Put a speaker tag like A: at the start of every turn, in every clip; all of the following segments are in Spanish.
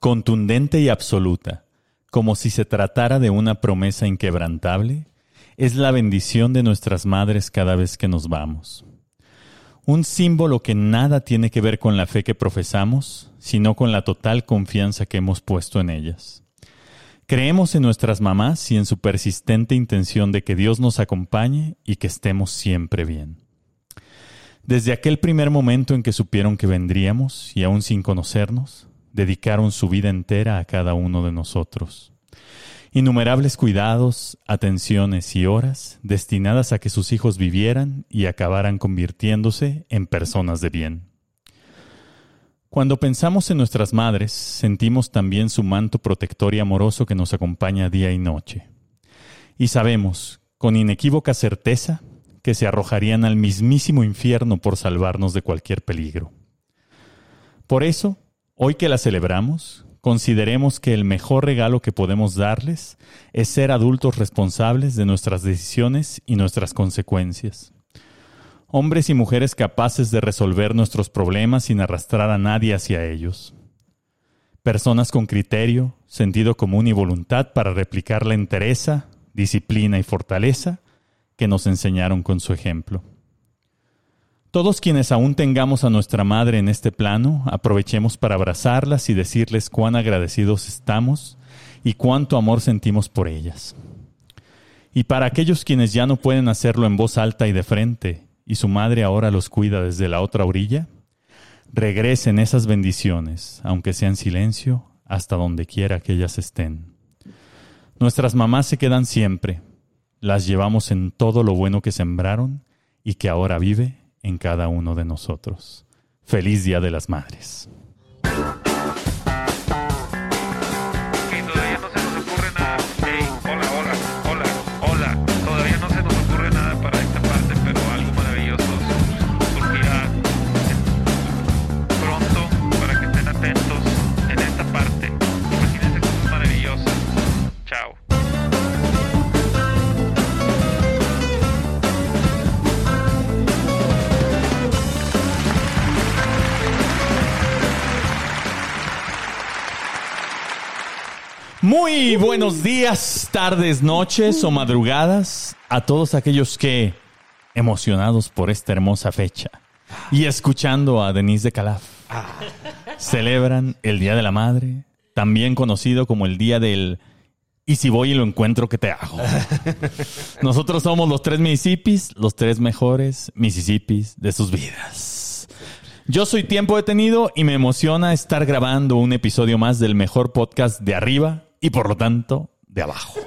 A: contundente y absoluta, como si se tratara de una promesa inquebrantable, es la bendición de nuestras madres cada vez que nos vamos. Un símbolo que nada tiene que ver con la fe que profesamos, sino con la total confianza que hemos puesto en ellas. Creemos en nuestras mamás y en su persistente intención de que Dios nos acompañe y que estemos siempre bien. Desde aquel primer momento en que supieron que vendríamos, y aún sin conocernos, dedicaron su vida entera a cada uno de nosotros. Innumerables cuidados, atenciones y horas destinadas a que sus hijos vivieran y acabaran convirtiéndose en personas de bien. Cuando pensamos en nuestras madres, sentimos también su manto protector y amoroso que nos acompaña día y noche. Y sabemos, con inequívoca certeza, que se arrojarían al mismísimo infierno por salvarnos de cualquier peligro. Por eso, Hoy que la celebramos, consideremos que el mejor regalo que podemos darles es ser adultos responsables de nuestras decisiones y nuestras consecuencias. Hombres y mujeres capaces de resolver nuestros problemas sin arrastrar a nadie hacia ellos. Personas con criterio, sentido común y voluntad para replicar la entereza, disciplina y fortaleza que nos enseñaron con su ejemplo. Todos quienes aún tengamos a nuestra madre en este plano, aprovechemos para abrazarlas y decirles cuán agradecidos estamos y cuánto amor sentimos por ellas. Y para aquellos quienes ya no pueden hacerlo en voz alta y de frente, y su madre ahora los cuida desde la otra orilla, regresen esas bendiciones, aunque sea en silencio, hasta donde quiera que ellas estén. Nuestras mamás se quedan siempre, las llevamos en todo lo bueno que sembraron y que ahora vive en cada uno de nosotros. Feliz Día de las Madres.
B: Que todavía no se nos ocurre nada. Ey, hola, hola, hola, hola. Todavía no se nos ocurre nada para esta parte, pero algo maravilloso surgirá pronto para que estén atentos en esta parte. Imagínense cosas maravillosas. Chao.
A: Muy buenos días, tardes, noches o madrugadas a todos aquellos que, emocionados por esta hermosa fecha y escuchando a Denise de Calaf, celebran el Día de la Madre, también conocido como el Día del Y si voy y lo encuentro, ¿qué te hago? Nosotros somos los tres Mississippis, los tres mejores Mississippis de sus vidas. Yo soy Tiempo Detenido y me emociona estar grabando un episodio más del mejor podcast de arriba y por lo tanto de abajo.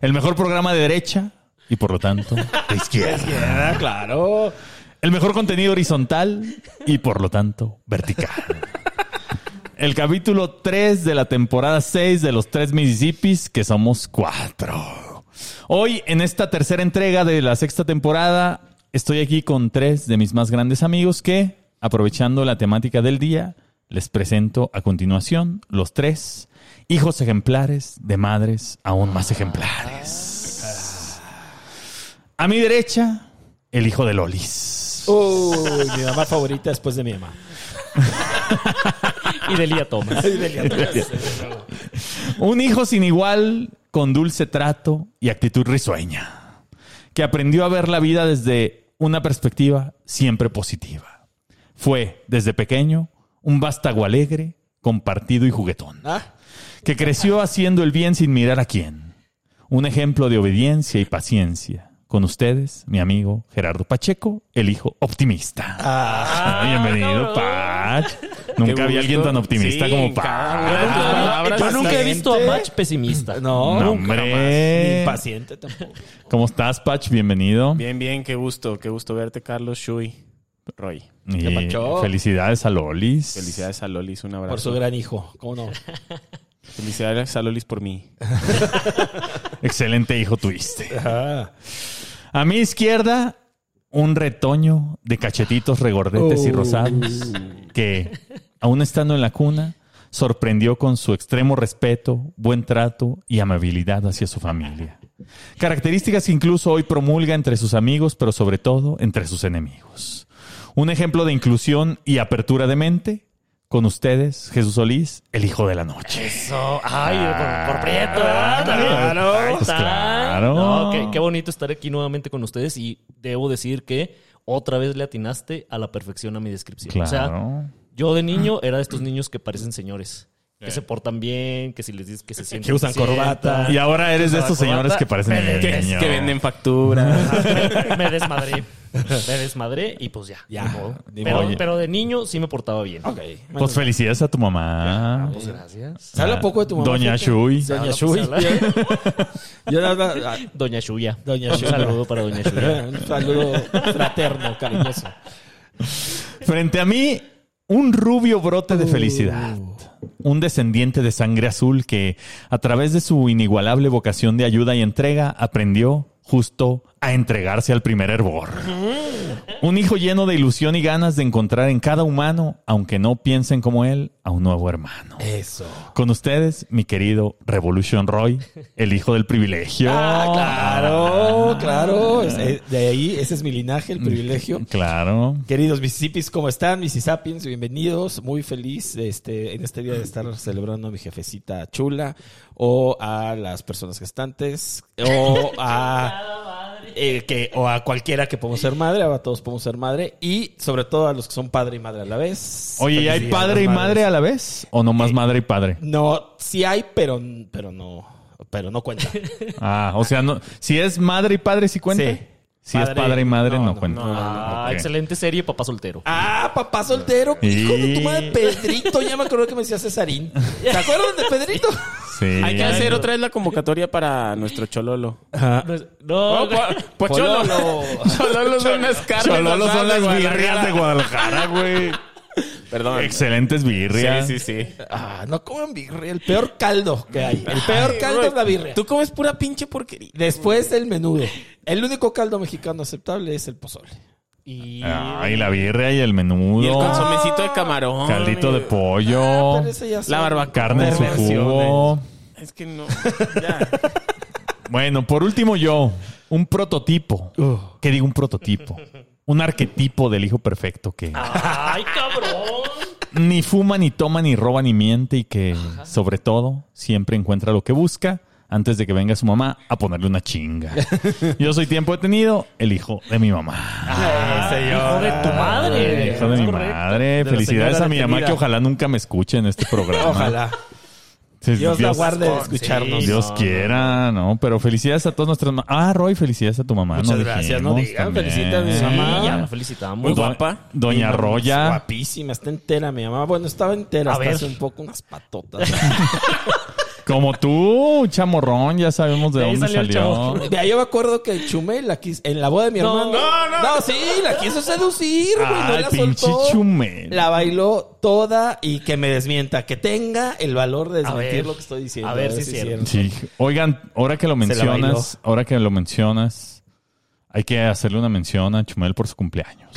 A: El mejor programa de derecha y por lo tanto de izquierda.
C: Ah, claro.
A: El mejor contenido horizontal y por lo tanto vertical. El capítulo 3 de la temporada 6 de los tres Mississippis, que somos cuatro. Hoy, en esta tercera entrega de la sexta temporada, estoy aquí con tres de mis más grandes amigos que, aprovechando la temática del día, les presento a continuación los tres hijos ejemplares de madres aún más ejemplares. A mi derecha, el hijo de Lolis.
C: Uy, mi mamá favorita después de mi mamá.
D: y de Lía Thomas.
A: Un hijo sin igual, con dulce trato y actitud risueña, que aprendió a ver la vida desde una perspectiva siempre positiva. Fue, desde pequeño, un vástago alegre, compartido y juguetón,
C: Ah.
A: que creció haciendo el bien sin mirar a quién. Un ejemplo de obediencia y paciencia. Con ustedes, mi amigo Gerardo Pacheco, el hijo optimista. Ah, Bienvenido, Pach. Nunca había alguien tan optimista como Pach.
C: Ah,
D: Yo nunca he visto a Match pesimista.
C: No,
A: No,
C: nunca
A: hombre. Eh.
C: más. Ni paciente tampoco.
A: ¿Cómo estás, Pach? Bienvenido.
E: Bien, bien, qué gusto, qué gusto verte, Carlos Shui. Roy.
A: Y
C: ¿Qué pacho?
A: felicidades a Lolis.
E: Felicidades a Lolis, un abrazo.
C: Por su gran hijo. ¿Cómo no?
E: Felicidades a Lolis por mí.
A: Excelente hijo tuviste.
C: Ah.
A: A mi izquierda, un retoño de cachetitos regordetes y
C: Oh.
A: rosados que, aún estando en la cuna, sorprendió con su extremo respeto, buen trato y amabilidad hacia su familia. Características que incluso hoy promulga entre sus amigos, pero sobre todo entre sus enemigos. Un ejemplo de inclusión y apertura de mente, con ustedes, Jesús Solís, el hijo de la noche.
E: Eh,
D: Eso. Ay, por, por Prieto,
A: Ah,
D: ¿verdad?
A: claro.
D: Ahí
A: Pues
D: está.
A: claro.
D: No, qué, qué bonito estar aquí nuevamente con ustedes y debo decir que otra vez le atinaste a la perfección a mi descripción.
A: Claro.
D: O sea, yo de niño era de estos niños que parecen señores. Que se portan bien, que si les dices que se sienten.
C: usan
D: se sientan.
C: corbata.
A: y ahora eres de estos
D: Corbata,
A: señores que parecen
D: me-
E: Eh, Que,
A: niños.
E: que venden facturas.
D: Me desmadré. Me desmadré y pues ya.
C: Ya.
D: ni modo.
C: Ni
D: Pero,
A: modo.
D: pero de niño sí me portaba bien.
C: Ok.
A: Pues felicidades a tu mamá.
D: Pues gracias.
C: Se habla poco de tu mamá.
A: Ah, Doña
C: fíjate.
A: Shui.
C: Doña
D: Se habla,
C: Shui.
D: pues, se
C: Yo la verdad, ah,
D: Doña Shuya.
C: Doña
D: Un
C: Shuya.
D: saludo para Doña Shuya.
C: ah, Un saludo fraterno, cariñoso.
A: Frente a mí, un rubio brote
C: Oh.
A: de felicidad. Un descendiente de sangre azul que, a través de su inigualable vocación de ayuda y entrega, aprendió justo a entregarse al primer hervor. Un hijo lleno de ilusión y ganas de encontrar en cada humano, aunque no piensen como él, a un nuevo hermano.
C: Eso.
A: Con ustedes, mi querido Revolution Roy, el hijo del privilegio.
C: Ah, Claro, claro. ah, Mm. Es- eh, De ahí, ese es mi linaje, el privilegio.
A: Claro.
C: Queridos Mississippis, ¿cómo están? Mississippians, bienvenidos. Muy feliz este, en este día de estar celebrando a mi jefecita chula o a las personas gestantes o a, eh, que, o a cualquiera que podemos ser madre. Ahora todos podemos ser madre y sobre todo a los que son padre y madre a la vez.
A: Oye, ¿y hay
C: Feliz día a
A: padre
C: las
A: y
C: madres.
A: madre a la vez? ¿O nomás madre y padre?
C: No, sí hay, pero, pero no. Pero no cuenta.
A: Ah, o sea, no, si es madre y padre, sí cuenta.
C: Sí.
A: Si es
C: Padre-
A: padre y madre, no,
C: no,
A: cuenta.
D: Ah,
A: Ok.
D: excelente serie, papá soltero.
C: Ah, papá soltero, hijo de tu madre, Pedrito. Ya me acuerdo que me decía Cesarín. ¿Se acuerdan de Pedrito?
A: Sí.
E: Hay que hacer otra vez la convocatoria para nuestro Chololo.
C: Ah,
D: No, güey.
E: Pues
C: Pololo.
E: Chololo son las carnes.
A: Chololo son las
E: asadas de
A: birrias de Guadalajara,
E: Guadalajara.
A: güey.
E: Perdón.
A: Excelentes birrias.
E: Sí, sí, sí.
C: Ah, no coman birria. El peor caldo que hay. El peor
E: Ay,
C: caldo
E: güey,
C: es la birria.
E: Tú comes pura pinche porquería.
C: Después el menudo. El único caldo mexicano aceptable es el pozole.
D: Y
A: Ah, y la birria y el menudo.
E: Y el consomecito de camarón.
A: Caldito de
E: y-
A: pollo.
C: Pero ese ya
E: La
C: son-
E: barbacoa.
A: carne en su jugo.
E: Es que no. Ya.
A: Bueno, por último yo, un prototipo. ¿Qué digo un prototipo? Un arquetipo del hijo perfecto que
D: Ay, cabrón.
A: ni fuma, ni toma, ni roba, ni miente y que, sobre todo, siempre encuentra lo que busca antes de que venga su mamá a ponerle una chinga. Yo soy tiempo detenido, el hijo de mi mamá.
D: Hijo de
C: Ah,
D: tu Ah, madre.
A: El hijo de mi
D: Correcto.
A: madre.
C: la
A: Felicidades
C: señora
A: a mi mamá
C: detenida.
A: que ojalá nunca me escuche en este programa.
C: Ojalá.
A: Sí,
C: Dios, la guarde de escucharnos.
D: Sí,
A: Dios
D: no,
A: quiera, no, pero felicidades a todas nuestras mamás. Ah, Roy, felicidades a tu mamá.
C: Muchas
A: no
C: gracias, no
A: dijimos
C: digan,
A: también.
C: felicita a mi
D: Sí,
C: mamá.
D: ya la felicitamos.
A: Muy
E: Muy
A: Do-
E: guapa.
A: Doña
C: Mi mamá es
A: Roya.
C: Guapísima, está entera mi mamá. Bueno, estaba
D: A
C: entera. hasta
D: ver.
C: hace un poco unas patotas.
A: Como tú, chamorrón, ya sabemos de,
D: De ahí
A: dónde
D: salió el
A: salió.
D: chamorrón.
C: Mira, yo me acuerdo que Chumel la quis- en la boda de mi
D: No,
C: hermano. No, no, sí, la quiso seducir, güey. no
A: Ay,
C: la
A: pinche
C: soltó.
A: Chumel.
C: La bailó toda y que me desmienta, que tenga el valor de
D: A
C: desmentir
D: ver.
C: lo que estoy diciendo.
D: A ver si es
C: es
D: cierto.
A: Sí. Oigan, ahora que lo
C: Se la
A: mencionas, ahora que lo mencionas, hay que hacerle una mención a Chumel por su cumpleaños.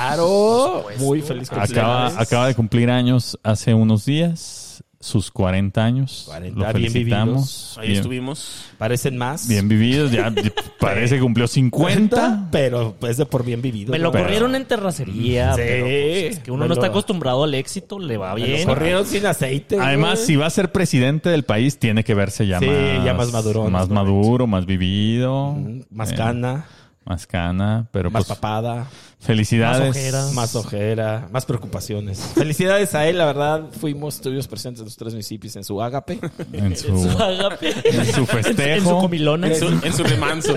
C: Claro, muy feliz
A: Acaba, acaba de cumplir años hace unos días, sus 40 años.
C: 40,
A: lo
C: bien
A: felicitamos.
E: Ahí
A: Bien,
E: estuvimos.
C: Parecen más.
A: bien vividos, ya parece que cumplió 50.
C: pero es de por bien vivido.
D: Me lo
C: ¿no?
A: Pero-
D: corrieron en terracería.
C: Sí.
D: pero, pues, es que uno
C: Me
D: no está
C: lo-
D: acostumbrado al éxito, le va
C: Me lo
D: bien.
C: corrieron sin aceite.
A: Además,
C: güey.
A: si va a ser presidente del país, tiene que verse ya
C: Sí,
A: más...
C: ya más madurón,
A: Más
C: ¿no?
A: maduro, más vivido.
C: Mm, Más
A: Eh,
C: cana,
A: Más cana, pero
C: más
A: pues
C: papada.
A: felicidades.
D: Más ojeras.
C: Más ojera, más preocupaciones. Felicidades a él, la verdad. Fuimos, tuvimos presentes los tres municipios en su ágape.
A: En su,
D: En su agape.
A: en su festejo.
D: En su comilona.
E: En su, en su remanso.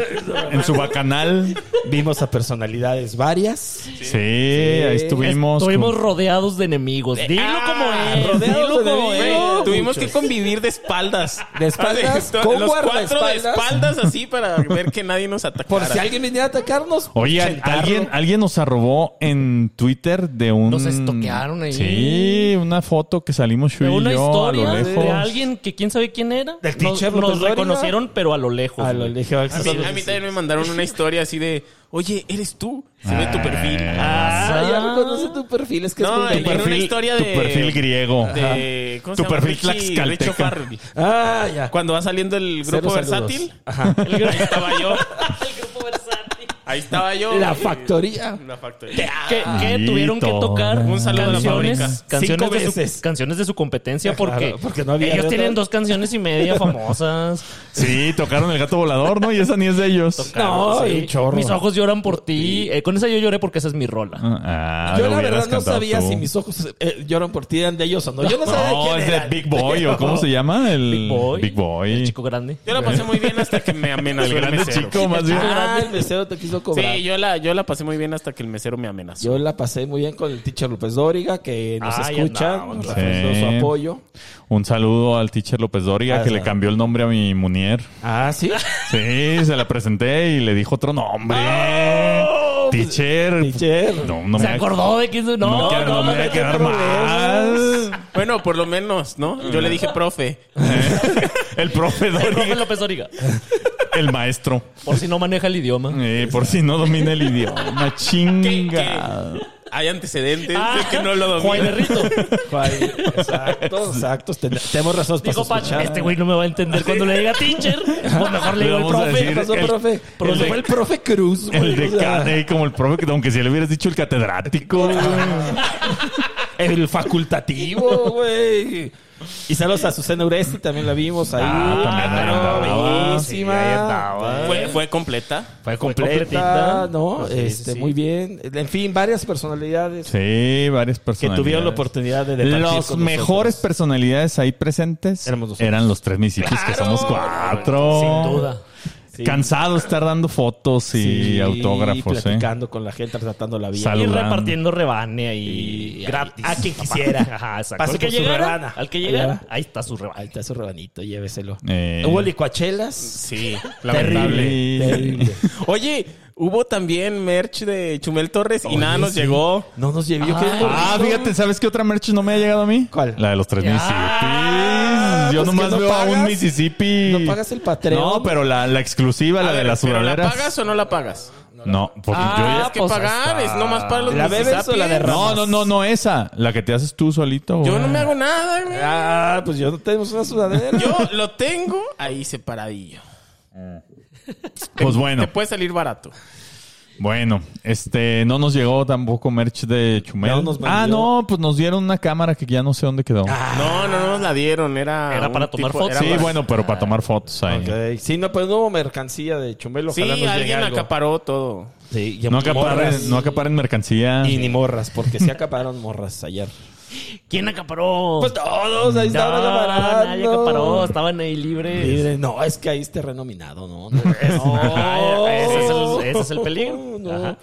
A: en su bacanal.
C: Vimos a personalidades varias.
A: Sí, ahí estuvimos.
D: Estuvimos
A: con-
D: rodeados de enemigos. Dilo
C: Ah,
D: como es.
C: rodeados
D: Dilo
C: de
D: como
C: enemigos.
D: es.
E: Tuvimos que convivir de espaldas.
D: Ah,
C: De espaldas,
E: Así,
C: con
E: los cuatro de
C: guardaespaldas.
E: espaldas así para ver que nadie nos atacara.
C: Por si alguien viniera a atacarnos.
A: Oye, al-
C: chentarlo.
A: alguien, alguien nos arrobó en Twitter de un.
D: Nos estoquearon ahí.
A: Sí, una foto que salimos Shui
D: De una
A: y yo a
D: historia
A: lo lejos.
D: de alguien que quién sabe quién era.
C: Del
D: nos,
C: teacher López
D: nos
C: Dóriga.
D: reconocieron, pero a lo lejos.
C: A Ah, lo
D: güey.
C: lejos.
E: A mí, a mí también me mandaron una historia así de, oye, eres tú. Se ve tu perfil.
A: Ah,
C: Ah, ya reconoce tu perfil. Es que
E: No,
C: es
E: en
C: muy
E: una
C: perfil.
E: historia
A: tu
E: de-
A: perfil griego.
E: De, ¿cómo
A: Tu
E: se llama?
A: perfil
E: Richie-
A: tlaxcalteca.
E: Richo Farrell.
C: Ah, ya.
E: Cuando va saliendo el grupo
C: Cero saludos.
D: Ah,
E: versátil,
C: Ajá.
E: ahí estaba yo.
D: El grupo versátil.
E: Ahí estaba yo.
C: La factoría.
E: La factoría.
D: que, que
A: Maldito.
D: tuvieron que tocar
E: Un saludo a la
D: canciones,
E: fábrica.
D: canciones,
C: Cinco
D: de
C: veces.
D: su, canciones de su competencia
C: Claro,
D: porque,
C: porque no había de
D: ellos
C: otra.
D: tienen dos canciones y media famosas.
A: Sí, tocaron el gato volador, ¿no? Y esa ni es de ellos.
C: No,
D: Sí.
C: y chorro.
D: Mis ojos lloran por ti. Eh, con esa yo lloré porque esa es mi rola.
A: Ah,
C: yo
A: lo
C: la
A: hubieras
C: verdad no
A: cantado
C: sabía
A: tú.
C: si mis ojos eh, lloran por ti eran de ellos o no. Yo no sabía de
A: No,
C: quién
A: es de
C: eran.
A: Big Boy, ¿o cómo se llama? El
D: Big Boy.
A: Mm, Big Boy.
D: El chico grande.
E: Yo la pasé muy bien hasta que me amenazó
A: El
E: el,
A: grande
E: mesero.
A: chico, más bien.
C: Ah, el mesero te quiso cobrar.
E: Sí, yo la, yo la pasé muy bien hasta que el mesero me amenazó.
C: Yo la pasé muy bien con el teacher López Dóriga, que nos
A: Ah,
D: Ay,
C: escucha,
D: andamos.
C: nos ofreció
A: Sí.
C: su apoyo.
A: Un saludo al teacher López Dóriga
C: Ah,
A: que
C: sí.
A: le cambió el nombre a mi Munier.
C: Ah, sí.
A: Sí, se la presenté y le dijo otro nombre. Teacher.
C: teacher.
A: No, no
D: ¿Se
A: me va
D: acordó de quién? No,
A: no,
D: no,
A: que- no me voy a quedar
C: problemas.
A: más.
E: Bueno, por lo menos, ¿no? Yo le dije, profe.
A: El profe
D: El
A: Dóriga,
D: profe López Origa.
A: el maestro.
D: Por si no maneja el idioma.
A: Eh, por si no domina el idioma.
E: ¿Qué,
A: Chinga.
E: qué? Hay antecedentes de que no lo
D: Juan
E: domina.
D: Errito.
C: Juan, Exacto, exacto. Ten- Tenemos razón para
D: Dijo Pacho,
C: sospechar.
D: este güey no me va a entender cuando le diga teacher. Pues mejor le digo el
A: Vamos a
D: profe.
A: decir-
C: ¿Qué pasó,
A: el-
C: profe?
A: el
C: Nos
A: de-
C: fue el profe Cruz, güey.
A: El
C: O sea,
A: decano, eh, como el profe, que aunque si le hubieras dicho el catedrático.
C: El facultativo, güey. Y saludos a Susana Uresti, también la vimos ahí.
A: Ah, también ahí
C: claro,
A: andaba.
C: bellísima.
A: Sí, ahí andaba.
E: ¿Fue, fue completa.
D: Fue
C: Completa, ¿no?
D: Pues sí,
C: este,
D: sí.
C: Muy bien. En fin, varias personalidades
A: Sí, varias
C: que
A: personas.
C: tuvieron la oportunidad de departir
A: Los
C: con
A: mejores
C: nosotros.
A: personalidades ahí presentes
C: Éramos nosotros.
A: eran los tres municipios, que somos cuatro.
D: Sin duda.
C: Sí.
A: Cansado de estar dando fotos y
C: Sí,
A: autógrafos. ¿eh?
C: Platicando con la gente, tratando la vida.
A: Salud. Saludando.
D: Y repartiendo rebane ahí.
C: Y-
D: gratis.
C: a quien quisiera.
D: Ajá, exacto.
C: Pase
D: Al que
C: por su
D: llegara,
C: rebana.
D: Al que llegara,
C: Allá.
D: ahí está su rebana.
C: Ahí está su rebanito, lléveselo.
A: Eh.
C: Hubo licuachelas.
E: Sí,
A: Terrible.
E: lamentable.
C: Terrible.
E: Oye, hubo también merch de Chumel Torres y nada nos llegó.
C: No nos llevó. Yo quedé
A: Ah,
C: corrido.
A: fíjate, ¿sabes qué otra merch no me ha llegado a mí?
C: ¿Cuál?
A: La de los tres
C: Ah,
A: Mississippis. Yo
C: pues
A: nomás
C: que no
A: veo a un
C: pagas.
A: Mississippi.
C: No pagas el Patreon.
A: No, pero la, la exclusiva, la
E: A
A: de
E: ver,
A: las
E: ¿pero ¿La
A: sudaderas.
E: pagas o no la pagas?
A: No, Ah, porque
E: Tienes que
D: pues,
E: pagar,
D: hasta-
E: es nomás para los
C: ¿La
A: pues,
C: bebes o
A: yo.
C: la
E: Mississippi.
C: derramas?
A: No, no, no, no esa. La que te haces tú solito.
E: Yo
A: güey.
E: no me hago nada, güey.
C: Ah, pues yo no tenemos una sudadera.
E: Yo lo tengo ahí separadillo.
A: Pues bueno,
E: Te puede salir barato.
A: bueno, este, no nos llegó tampoco merch de Chumel.
C: No nos vendió.
A: ah, no, pues nos dieron una cámara que ya no sé dónde quedó.
E: No, no, no nos la dieron. Era,
D: Era
E: un
D: para tomar fotos.
E: era
A: sí,
E: para-
A: bueno, pero para tomar fotos ahí.
C: Ok. Sí, no, pero no hubo mercancía de Chumel.
E: Sí,
C: Ojalá nos llegue
E: alguien
C: algo.
E: acaparó todo.
C: Sí, y
A: No
C: morras.
A: acaparen, no acaparen mercancía.
C: Y ni morras, porque sí acaparon morras ayer.
D: ¿Quién acaparó?
C: Pues todos ahí estaban
D: no,
C: acaparando.
D: nadie acaparó. Estaban ahí libres.
C: Libre. No, es que ahí es terreno minado, ¿no? no,
D: Ajá, ese, es
C: No.
D: el, ese es el peligro.
C: No.
D: Ajá.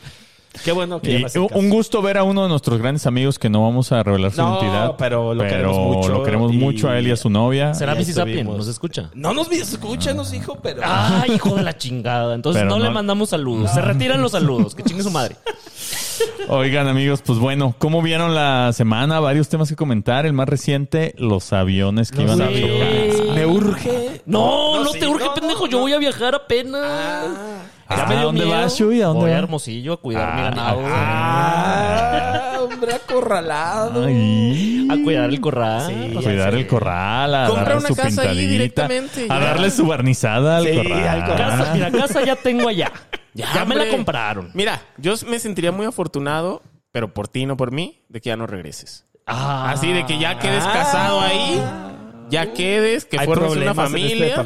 C: Qué bueno que
A: Y
C: ya me hacen caso.
A: un gusto ver a uno de nuestros grandes amigos que no vamos a revelar su
C: No,
A: identidad.
C: pero lo queremos mucho
A: lo queremos
C: y-
A: mucho a él y a su novia.
D: ¿Será
C: Ya
D: Missy Sapien?
C: estuvimos.
D: ¿Nos escucha?
C: No nos escucha, nos dijo, pero.
D: Ah, hijo de la chingada. Entonces
A: Pero
D: no, le
A: no-
D: mandamos saludos. Se retiran los saludos. Que chingue su madre.
A: Oigan, amigos, pues bueno, ¿cómo vieron la semana? Varios temas que comentar. El más reciente, los aviones que iban a
D: aviones.
A: chocar.
D: Sí.
C: Me urge.
D: No, no,
C: sí,
D: te urge,
C: no, no,
D: pendejo. Yo
C: no.
D: voy a viajar apenas.
A: Ah, ¿a dónde vas, Chuy? ¿A dónde
D: voy a
A: vas?
D: Hermosillo a cuidar mi
A: Ah,
D: ganado.
C: Ah, hombre acorralado.
A: Ay.
D: A cuidar el corral.
A: A cuidar el corral, a
E: Compra
A: darle
E: una
A: su
E: casa ahí
A: pintadita,
E: directamente,
A: a
E: ya.
A: darle su barnizada al
C: Sí,
A: corral.
C: al corral.
D: Casa, mira, casa ya tengo allá. Ya,
E: Ya,
D: me la
E: hombre.
D: compraron.
E: Mira, yo me sentiría muy afortunado, pero por ti, no por mí, de que ya no regreses.
D: Ah,
E: Así de que ya quedes casado ahí, ya quedes, que formes
D: este
E: una
A: este
E: familia.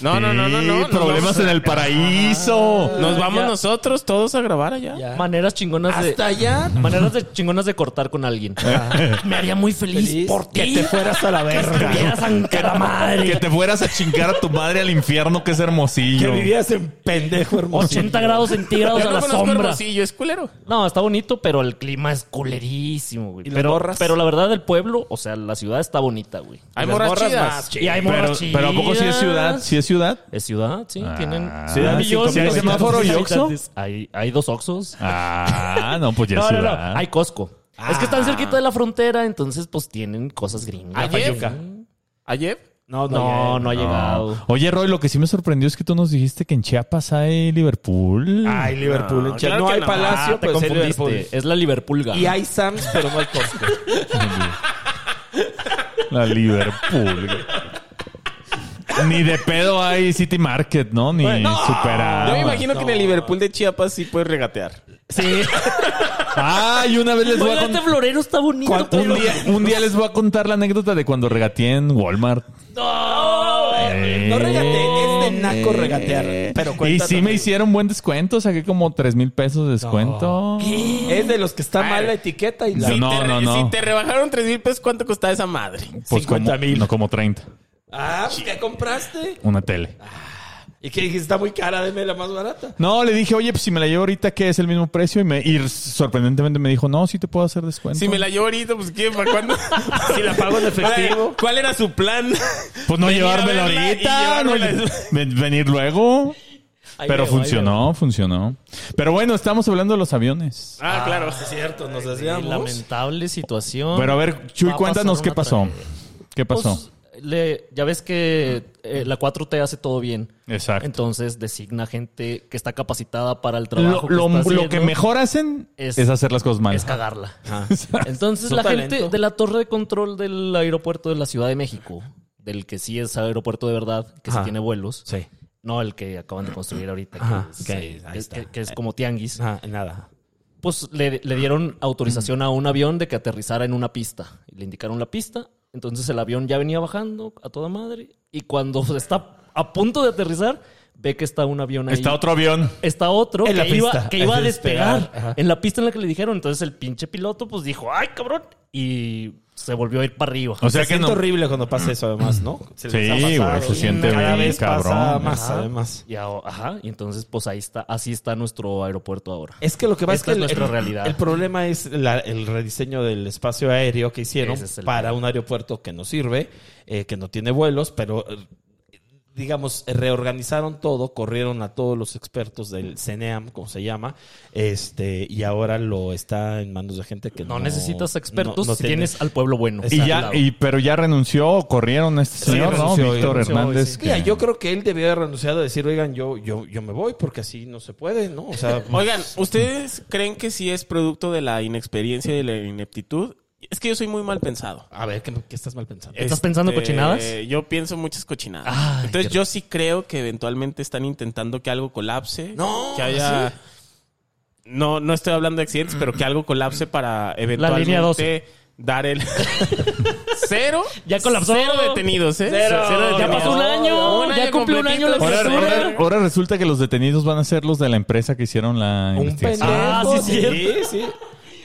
E: no, no, no, no, no. Ah.
A: Sí,
E: nos
A: problemas
E: vamos-
A: en el paraíso.
E: Nos vamos
D: Ya.
E: nosotros todos a grabar allá.
D: maneras chingonas
C: Hasta
D: de.
C: allá.
D: Maneras de chingonas de cortar con alguien. Me haría muy feliz,
C: Feliz
D: por ti.
C: que te fueras a la verga.
D: Vieras Ankara
A: Que
D: madre.
A: te fueras a chingar a tu madre al infierno, que es
C: Que
A: hermosillo.
C: vivías en pendejo hermoso.
D: 80 grados centígrados
E: Yo
D: a
E: no
D: la
E: conozco
D: sombra.
E: Hermosillo, es culero.
D: No, está bonito, pero el clima es culerísimo, güey.
C: ¿Y las
D: Pero,
C: morras?
D: pero la verdad, el pueblo, o sea, la ciudad está bonita, güey.
E: Hay
C: las
E: morras
C: morras
E: chidas.
C: más
D: Y hay
A: Pero,
D: morras
A: pero ¿a poco si es
D: chidas.
A: ciudad? ¿Si es ciudad?
D: Es ciudad, sí. Tienen.
A: Ciudad
D: Ah,
A: y yo-
D: cinco
A: ¿sí hay
D: mil
A: semáforo y
D: habitantes.
A: Oxxo?
D: Hay, hay dos Oxxos.
A: Ah, no, Ah. pues ya es
D: no, no, no.
A: ciudad.
D: Hay Costco. Es que están cerquita de la frontera, entonces pues tienen cosas gringas.
E: Ayer. Ayer.
C: No,
D: No, no ha
A: No.
D: llegado.
A: Oye, Roy, lo que sí me sorprendió es que tú nos dijiste que en Chiapas hay Liverpool.
C: Hay Liverpool
E: No,
C: en Chile.
E: claro
C: No
E: que
C: hay
E: no.
D: Ah,
C: Palacio,
D: te
C: pero sí hay Liverpool.
D: confundiste. Es la Liverpoolga.
C: Y hay Sams, pero no hay Costco.
A: La Liverpool. Ni de pedo hay City Market, ¿no? Ni supera.
E: Yo me imagino que en el Liverpool de Chiapas sí puedes regatear.
D: Sí.
A: Ay, una vez les voy
D: Oiga,
A: a
D: este
A: contar.
D: florero está bonito.
A: Un día, un día les voy a contar la anécdota de cuando regateé en Walmart. Eh,
C: No regateé,
D: Eh.
C: es de naco regatear. Pero
A: Y
C: cuéntanos.
A: sí me hicieron buen descuento, saqué como tres mil pesos de descuento.
C: Es de los que está mal
D: Ah.
C: la etiqueta y la...
A: Sí. No,
E: te,
A: no, no.
E: Si te rebajaron 3 mil pesos, ¿cuánto costaba esa madre?
A: Pues
C: 50
A: como-
C: mil.
A: No, como 30.
C: Ah, ¿qué compraste?
A: Una tele.
D: Ah.
C: ¿Y qué dijiste? Está muy cara, deme la más barata.
A: No, le dije, oye, pues si me la llevo ahorita, ¿qué es el mismo precio? Y, me, y sorprendentemente me dijo, no, sí te puedo hacer descuento.
E: Si me la llevo ahorita, pues ¿qué? ¿Para cuándo?
D: Si la pago en efectivo.
E: ¿Cuál era su plan?
A: Pues no
E: Venir a
A: llevármela
E: verla
A: ahorita,
E: y llevármela
A: no-
E: después.
A: ven- venir luego.
D: Ahí
A: Pero
D: veo, ahí
A: funcionó, funcionó. Pero bueno, estamos hablando de los aviones.
E: Ah, claro.
C: Es cierto, nos
D: veo.
C: desviamos.
D: Lamentable situación.
A: Pero a ver, Chuy,
D: Ah. Va a pasar
A: cuéntanos qué
D: una
A: pasó.
D: tragedia.
A: ¿Qué pasó?
D: Pues, le- ya ves que eh, la 4T hace todo bien.
A: Exacto.
D: Entonces designa gente que está capacitada para el
A: lo,
D: trabajo.
A: lo-
D: que, está
A: lo que
D: haciendo,
A: mejor hacen es,
D: es-
A: hacer las cosas mal.
D: es cagarla.
A: Exacto.
D: Entonces
C: Su
D: la
C: talento.
D: gente de la torre de control del aeropuerto de la Ciudad de México, del que sí es aeropuerto de verdad, que
C: Ajá.
D: sí tiene vuelos,
C: Sí.
D: no el que acaban de construir ahorita, que,
C: Ajá,
D: es,
C: ok,
D: eh,
C: ahí
D: que-
C: está.
D: que- que es como tianguis,
C: Ah, nada.
D: pues le, le dieron autorización a un avión de que aterrizara en una pista. Y Le indicaron la pista, entonces el avión ya venía bajando a toda madre y cuando está a punto de aterrizar, ve que está un avión ahí
A: Está otro avión.
D: está otro
C: En la
D: que, iba,
C: pista.
D: que iba a
C: Es despegar.
D: despegar
C: Ajá.
D: en la pista en la que le dijeron. Entonces el pinche piloto pues dijo, ay cabrón, y se volvió a ir para arriba.
A: O sea
C: Se
A: que
C: siente
A: no.
C: horrible cuando pasa eso, además, ¿no? Se les
A: Sí,
C: ha pasado.
A: güey, se siente
C: Cada
A: bien
C: vez pasa
A: cabrón.
C: más,
D: Ajá.
C: además.
D: Y, a- ajá, y entonces pues ahí está, así está nuestro aeropuerto ahora.
C: Es que lo que pasa
D: Esta es
C: es que el-
D: nuestra
C: el,
D: realidad.
C: el problema es la- el rediseño del espacio aéreo que hicieron
D: Ese es el
C: para un aeropuerto que no sirve, eh, que no tiene vuelos, pero eh, digamos, reorganizaron todo, corrieron a todos los expertos del E CENEAM, como se llama, este, y ahora lo está en manos de gente que no...
D: no, necesitas expertos
C: no- no
D: si tienes, al pueblo bueno.
A: Y ya, y, pero ya renunció o corrieron a este señor,
C: renunció,
A: ¿no? Víctor
D: renunció,
A: Hernández.
D: sí.
A: que-
C: Mira, yo creo que él debió haber renunciado a decir, oigan, yo, yo, yo me voy porque así no se puede, ¿no? O sea,
E: Oigan, ¿ustedes creen que sí es producto de la inexperiencia y de la ineptitud? Es que yo soy muy mal pensado.
C: a ver, ¿qué, qué estás mal pensando?
D: ¿Estás pensando cochinadas?
E: Este, Yo pienso muchas cochinadas.
D: Ay,
E: Entonces
D: qué-
E: yo sí creo que eventualmente están intentando que algo colapse.
C: No,
E: que haya... No, no estoy hablando de accidentes, pero que algo colapse para eventualmente
D: línea 12.
E: dar el... cero.
D: Ya colapsó.
E: Cero detenidos, ¿eh?
D: Cero. Ya pasó un año. Ya cumplió un
E: completito.
D: año la
A: Ahora,
D: Basura.
A: ahora- ahora resulta que los detenidos van a ser los de la empresa que hicieron la
C: Un pendejo.
A: investigación.
D: Ah, sí,
C: Este, sí, sí.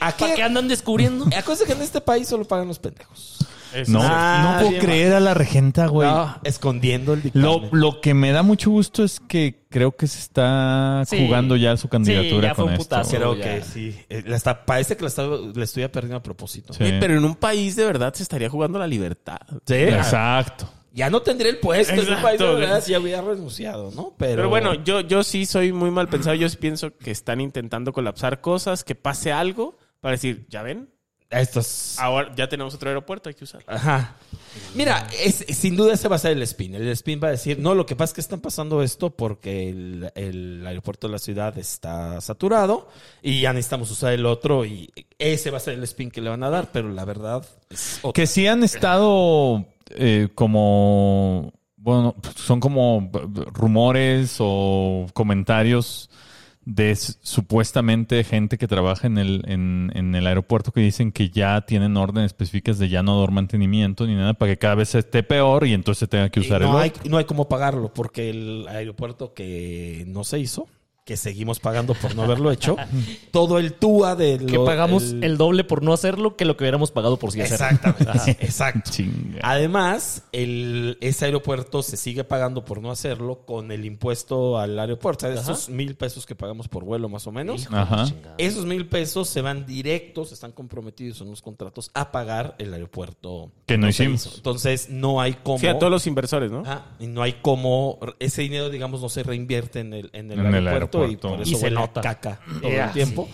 C: ¿A
D: ¿Para qué
C: qué?
D: andan descubriendo?
C: Acuérdense que en este país solo pagan los pendejos.
A: Ah, No,
D: Ah,
E: Ah,
A: no puedo
C: Nadie
A: creer a la regenta, güey.
C: No, escondiendo el
A: Lo,
C: dictamen.
A: lo que me da mucho gusto es que creo que se está
D: Sí.
A: jugando ya su candidatura
D: Sí, ya fue
A: con
D: un
A: esto.
D: putazo.
A: güey.
C: Creo
D: Ya.
C: que sí. Eh, La está, parece que la, está, la estoy perdiendo a propósito.
A: Sí.
E: Oye, eh, pero en un país de verdad se estaría jugando la libertad.
C: Sí.
A: Exacto.
C: Ya no tendré el puesto en un
E: Exacto.
C: país de verdad si había renunciado, ¿no? Pero,
E: Pero bueno, yo, yo sí soy muy mal pensado. Yo sí pienso que están intentando colapsar cosas, que pase algo para decir, ya ven,
C: estos.
E: ahora ya tenemos otro aeropuerto, hay que usarlo.
C: Ajá. Mira, es- sin duda ese va a ser el spin. El spin va a decir, no, lo que pasa es que están pasando esto porque el, el aeropuerto de la ciudad está saturado y ya necesitamos usar el otro y ese va a ser el spin que le van a dar, pero la verdad es otra.
A: Que sí han estado eh, como. Bueno, son como rumores o comentarios de s- supuestamente gente que trabaja en el, en, en el aeropuerto que dicen que ya tienen órdenes específicas de ya no dar mantenimiento ni nada para que cada vez esté peor y entonces se tenga que
C: Y
A: usar el
C: eh, no,
A: otro.
C: hay, no hay cómo pagarlo porque el aeropuerto que no se hizo, que seguimos pagando por no haberlo hecho, todo el TUA de
D: que
C: lo-
D: pagamos
C: el-
D: el... doble por no hacerlo que lo que hubiéramos pagado por sí hacerlo.
C: Exactamente, ajá, exacto.
A: Chinga.
C: Además, el, ese aeropuerto se sigue pagando por no hacerlo con el impuesto al aeropuerto. ¿sabes?
D: Ajá.
C: Esos mil pesos que pagamos por vuelo más o menos.
A: Ajá.
C: Esos mil pesos se van directos, están comprometidos en los contratos a pagar el aeropuerto.
A: Que no
C: se
A: hicimos.
C: hizo. Entonces, no hay cómo.
E: Sí, a todos los inversores, ¿no?
C: Ajá, y no hay cómo, ese dinero, digamos, no se reinvierte en el, en el,
A: En el
C: aeropuerto,
A: aeropuerto.
C: y por
A: Y
C: eso
D: se
C: huele a
D: nota.
C: caca todo
D: Yeah,
C: el tiempo.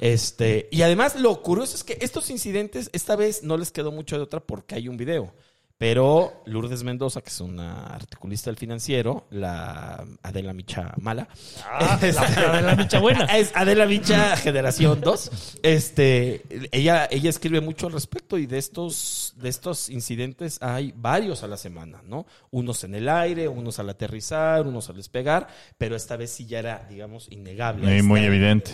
C: Este, y además lo curioso es que estos incidentes esta vez no les quedó mucho de otra porque hay un video. Pero Lourdes Mendoza, que es una articulista del financiero, la Adela Micha mala. Es-
D: Adela Ah, Micha buena.
C: Es Adela Micha generación 2. Este, ella, ella escribe mucho al respecto y de estos, de estos incidentes hay varios a la semana, ¿no? Unos en el aire, unos al aterrizar, unos al despegar, pero esta vez sí ya era, digamos, innegable.
A: Ahí muy
C: Esta-
A: evidente.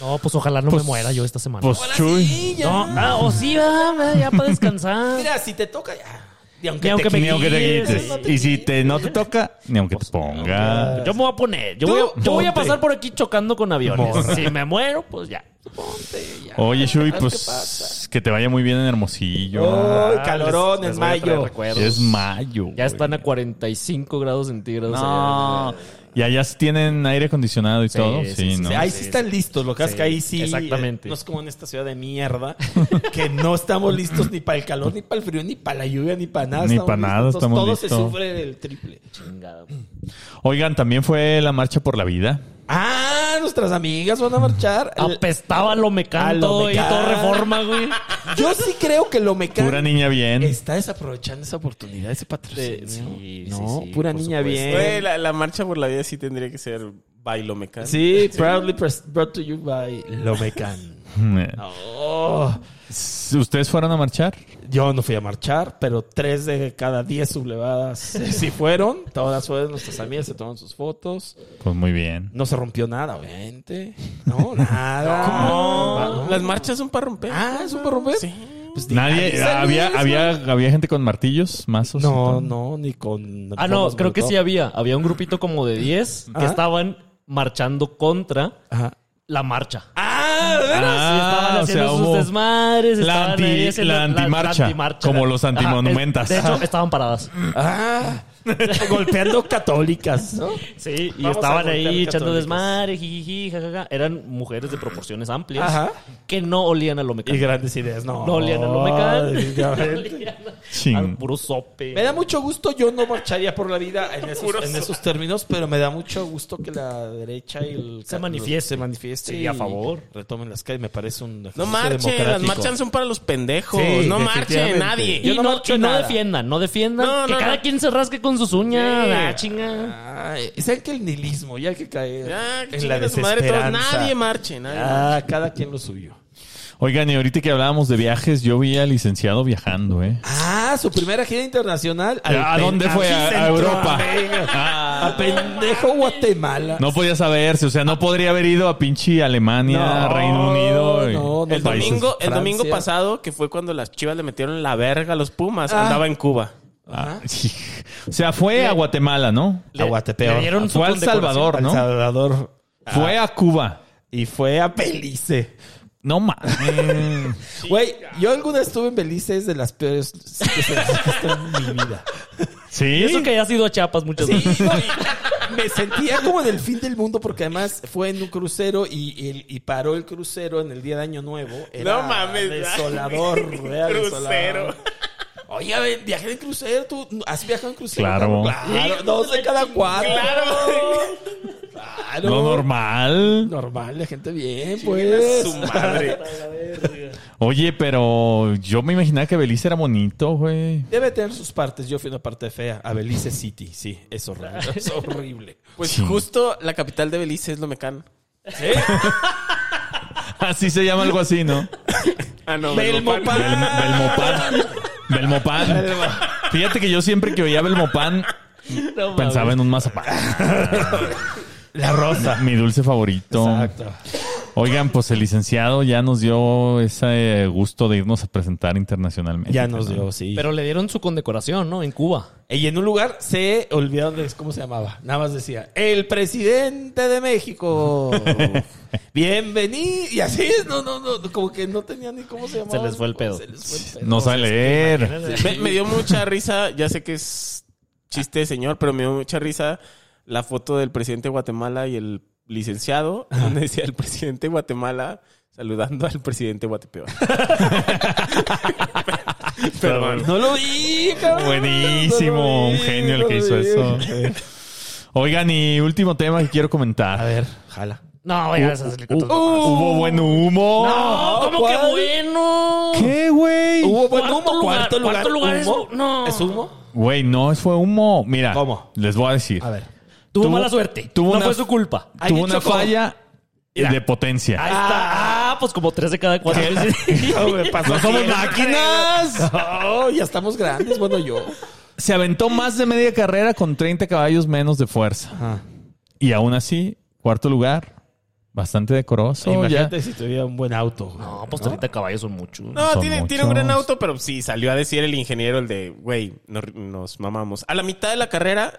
D: No, pues ojalá no me muera yo esta semana.
A: Pues
C: Ahora
A: Chuy.
C: sí, ya.
D: no, ah, o sí, va, ya para descansar.
C: Mira, si te toca ya. Y aunque,
D: Ni aunque
C: te
D: me
A: Ni aunque te
D: quites,
A: quites.
D: no te
A: Y si te, no te toca, ni aunque
C: Pues,
A: te pongas.
D: Yo me voy a poner. Yo, voy a, yo voy a pasar por aquí chocando con aviones. Si me muero, pues ya.
A: Oye, Shui,
C: ¿qué
A: pues
C: pasa?
A: que te vaya muy bien en Hermosillo.
D: Ah,
C: Ay, calorón en mayo.
A: es mayo.
D: Ya
A: güey.
D: están a 45 grados centígrados. allá.
A: No. Y allá sí tienen aire acondicionado y todo. Sí,
D: sí, sí,
A: ¿no?
D: sí.
C: Ahí sí, están listos, lo que pasa es que ahí sí.
D: exactamente.
C: eh, no es como en esta ciudad de mierda, que no estamos listos ni para el calor, ni para el frío, ni para la lluvia, ni para nada.
A: Ni pa' nada
C: listos.
A: estamos
C: Todo
A: listos.
C: se sufre del triple.
D: Chingada.
A: Oigan, también fue la marcha por la vida.
C: Ah, nuestras amigas van a marchar.
D: Apestaba lo
C: A
D: mecán
C: lo
D: todo y
C: mecán.
D: todo reforma, güey.
C: Yo sí creo que lo mecánico.
A: Pura niña bien.
C: Está desaprovechando esa oportunidad, ese patrocinio.
D: Sí, sí,
C: no,
D: sí,
C: pura
D: por
C: niña
D: supuesto.
C: bien.
E: Güey, la, la marcha por la vida sí tendría que ser bailo mecánico.
C: Sí, proudly pres- brought to you by Lomecan. Oh,
A: ¿Ustedes fueron a marchar?
C: yo no fui a marchar, pero tres de cada diez sublevadas eh, sí fueron. Todas fueron nuestras amigas, se tomaron sus fotos.
A: Pues muy bien.
C: No se rompió nada, obviamente. No, nada.
E: No, Ah, las marchas son para romper.
C: Ah, ¿es un parromper? Pues di-
A: Nadie, ah, había, había, había gente con martillos, mazos. y
C: No,
A: todo.
C: no, ni con...
D: Ah, no,
C: bombas
D: creo que
C: molotov.
D: sí había. Había un grupito como de 10 que
C: Ajá.
D: estaban marchando contra
C: Ajá.
D: la marcha.
C: Ah, ¿de veras?
D: Sí, estaban
A: Ah, o
D: haciendo
A: sea,
D: sus
A: hubo-
D: desmadres.
A: la
D: estaban
A: anti-
D: ahí haciendo
A: la antimarcha, como los antimonumentas.
D: Ajá, es- De hecho, estaban paradas.
C: Ah, golpeando católicas, ¿no?
D: Sí, y
C: Vamos a
D: estaban
C: golpear
D: ahí echando
C: católicos.
D: desmadre, jijiji, jajaja. Eran mujeres de proporciones amplias
C: Ajá.
D: que no olían a lo
C: Y
D: mecánico.
C: grandes ideas, no.
D: No olían a lo mecánico. No
C: Definitivamente.
D: olían
A: Ching.
D: al puro sope.
C: Me da mucho gusto, yo no marcharía por la vida en esos, en esos términos, pero me da mucho gusto que la derecha y el
D: Se manifieste.
C: se manifieste
D: Sí,
C: y
D: a favor.
C: Retomen las calles, me parece un ejercicio
E: No marchen, las
C: democrático.
E: marchas son para los pendejos.
C: Sí,
E: no marchen,
C: definitivamente.
E: nadie.
C: Yo
D: y
C: no
D: no,
C: marcho
D: y no
C: nada.
D: defiendan, no defiendan.
E: No,
D: que
E: no,
D: cada
E: no.
D: quien se rasque con sus uñas.
E: Sí.
D: Ah, chinga.
C: Ay, ¿Saben que el nihilismo? Ya hay que caer
E: Ya, que
C: en
E: chinguen
C: la
E: a Ah, su madre todos.
C: desesperanza.
E: Nadie marche, nadie.
C: Ah, cada quien lo suyo.
A: Oigan, y ahorita que hablábamos de viajes, yo vi al licenciado viajando, ¿eh?
C: Ah, su primera gira internacional. al Ah,
A: ¿A
C: pen-
A: dónde fue? A, a Europa. Ah.
C: A, a pendejo Guatemala.
A: No podía saberse, o sea, no podría haber ido a pinche Alemania,
C: No,
A: Reino Unido. y
C: no, no,
E: El
A: países.
E: domingo, el
C: Francia.
E: domingo pasado, que fue cuando las chivas le metieron la verga a los Pumas, andaba en Cuba.
A: Ah, sí. O sea, fue a Guatemala, ¿no?
C: a Guatepeor.
D: le dieron su
A: Fue al
D: condecoración.
A: Salvador,
C: Al
A: ¿no?
C: Salvador.
A: Fue a Cuba.
C: Y fue a Belice.
A: No mames.
C: Güey, yo alguna estuve en Belice, es de las peores que se existen en mi vida.
A: ¿Sí?
D: Y eso que hayas ido a Chiapas muchas
C: Sí,
D: veces.
C: no, y me sentía como en el fin del mundo porque además fue en un crucero y, y- y paró el crucero en el día de Año Nuevo. Era
E: No mames,
C: Desolador,
E: güey.
C: era
E: Crucero.
C: desolador. Oye, a ver, viajé en crucero, tú has viajado en crucero.
A: Claro.
C: cabrón? Claro, dos de cada cuatro.
E: Claro.
C: Claro.
A: Lo normal.
C: Normal, la gente bien, pues.
E: Su madre.
A: Oye, pero yo me imaginaba que Belice era bonito, güey.
C: Debe tener sus partes. Yo fui una parte fea. A Belice City, sí. Es horrible. Es horrible.
E: Pues
A: Sí.
E: justo la capital de Belice es Lomecán.
A: Así se llama algo así, ¿no?
E: Ah, no.
A: Belmo- Belmopan. Belmopan. Fíjate que yo siempre que oía Belmopan
D: No,
A: pensaba en un mazapán. La rosa. Mi dulce favorito.
C: Exacto.
A: Oigan, pues el licenciado ya nos dio ese gusto de irnos a presentar internacionalmente.
C: Ya nos
A: ¿no?
C: dio, sí.
D: Pero le dieron su condecoración, ¿no? En Cuba.
C: y en un lugar se olvidaron de cómo se llamaba. Nada más decía, el presidente de México. Bienvenido. Y así, no, no, no. Como que no tenía ni cómo se llamaba.
D: Se les fue el pedo.
C: Se les fue el pedo.
A: No sabe leer.
E: Me, me dio mucha risa, ya sé que es chiste de señor, pero me dio mucha risa la foto del presidente de Guatemala y el licenciado, donde decía el presidente de Guatemala saludando al presidente de Guatepeor. Perdón.
C: No lo vi, cabrón.
A: Buenísimo,
C: No lo vi,
A: un genio el
C: no
A: que
C: lo
A: hizo
C: vi.
A: eso. Oigan, y último tema que quiero comentar.
C: A ver, jala.
D: No, güey, esas caricaturas.
A: Hubo buen humo.
D: no, ¿cómo
C: ¿cuál?
D: que bueno?
A: ¿Qué, güey?
C: Hubo buen
D: Cuarto
C: humo,
D: lugar,
C: cuarto lugar.
D: cuarto lugar es
C: humo.
D: hu- no.
C: ¿Es humo?
A: Güey, no, fue humo. Mira,
C: ¿Cómo?
A: les voy a decir.
C: A ver.
D: Tuvo
A: Tuvo-
D: mala suerte.
A: tuvo
D: no
A: una-
D: fue su culpa. Ahí
A: Tuvo una
D: Choco.
A: falla
D: Mira.
A: de potencia.
D: Ahí está. Ah, pues como tres de cada cuatro.
A: ¡No somos
C: ¿eh?
A: máquinas!
C: Oh, ya estamos grandes. Bueno, yo.
A: Se aventó más de media carrera con 30 caballos menos de fuerza. Y aún así, cuarto lugar, bastante decoroso. Ya.
C: Imagínate si tuviera un buen auto. güey.
D: No, pues 30 caballos son muchos.
E: No,
A: Son
E: tiene, tiene un gran
A: muchos.
E: auto, pero sí, salió a decir el ingeniero, el de, güey, nos, nos mamamos. A la mitad de la carrera...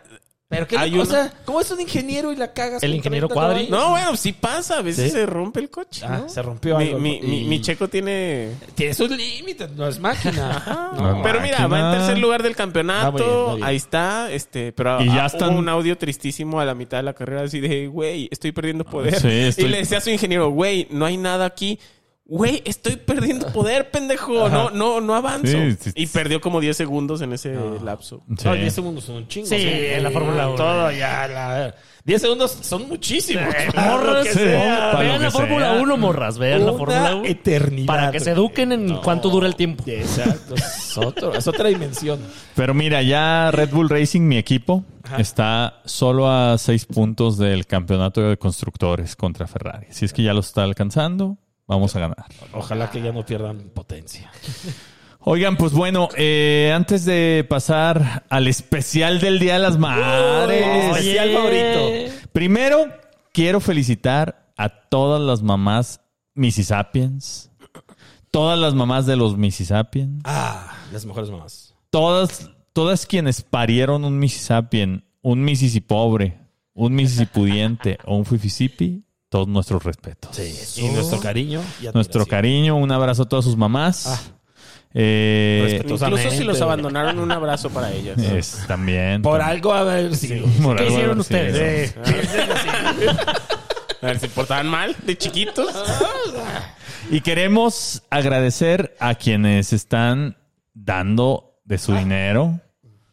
C: Pero qué
E: Hay
C: le- o
E: uno-
C: sea, ¿cómo es un ingeniero y la cagas?
D: El
C: con
D: ingeniero
C: 30
D: Cuadri.
C: caballos?
E: No, bueno, sí pasa, a veces
C: ¿Sí?
E: se rompe el coche.
C: Ah,
E: ¿no?
C: se rompió
E: Mi,
C: algo.
E: mi- mi-
C: Y-
E: mi checo tiene...
C: Tienes un límite, no es máquina.
A: No es
E: pero mira, va en
A: máquina.
E: tercer lugar del
C: Ah, muy bien,
E: campeonato,
C: muy bien.
E: ahí está, este, pero
A: Y ya
E: ah,
A: están-
E: hubo un audio tristísimo a la mitad de la carrera así de, güey, estoy perdiendo poder.
A: sí, estoy-
E: Y le decía a su ingeniero, güey, no hay nada aquí. Güey, estoy perdiendo poder, pendejo. No, no, no avanzo.
A: Sí, sí,
E: Y perdió como 10 segundos en ese lapso.
A: Sí.
C: No, 10 segundos son un chingo.
D: Sí, en la Fórmula uno.
C: Todo ya, la 10 segundos son muchísimos.
D: Morras,
A: Sí,
D: vean
A: para lo
D: la
A: que
D: Fórmula
A: sea.
D: 1, morras, vean la
C: Una
D: Fórmula 1.
C: eternidad.
D: Para que se eduquen en cuánto dura el tiempo.
C: Exacto. Es, otro- es otra dimensión.
A: Pero mira, ya Red Bull Racing, mi equipo, está solo a seis puntos del campeonato de constructores contra Ferrari. Si es que ya lo está alcanzando, vamos a ganar.
C: Ojalá que ya no pierdan potencia.
A: Oigan, pues bueno, eh, antes de pasar al especial del Día de las Madres.
D: Oye.
C: Uh, Especial favorito.
A: Primero, quiero felicitar a todas las mamás Mississappiens, todas las mamás de los Mississappiens,
C: Ah, las mejores mamás.
A: todas, todas quienes parieron un Mississippian, un Mississippi pobre, un Mississippi pudiente o un Fifisipi, todos nuestros respetos.
C: Y nuestro cariño. y
A: Nuestro
C: admiración. Ah.
A: cariño, un abrazo a todas sus mamás. Eh,
E: Incluso si los abandonaron, un abrazo para ellas.
A: es, también.
C: Por algo haber sido.
A: Por
D: ¿Qué
A: algo
D: hicieron
A: haber sido.
D: ustedes?
E: A ver, ¿se portaban mal de chiquitos?
C: Ah.
A: Y queremos agradecer a quienes están dando de
D: Ah.
A: su dinero,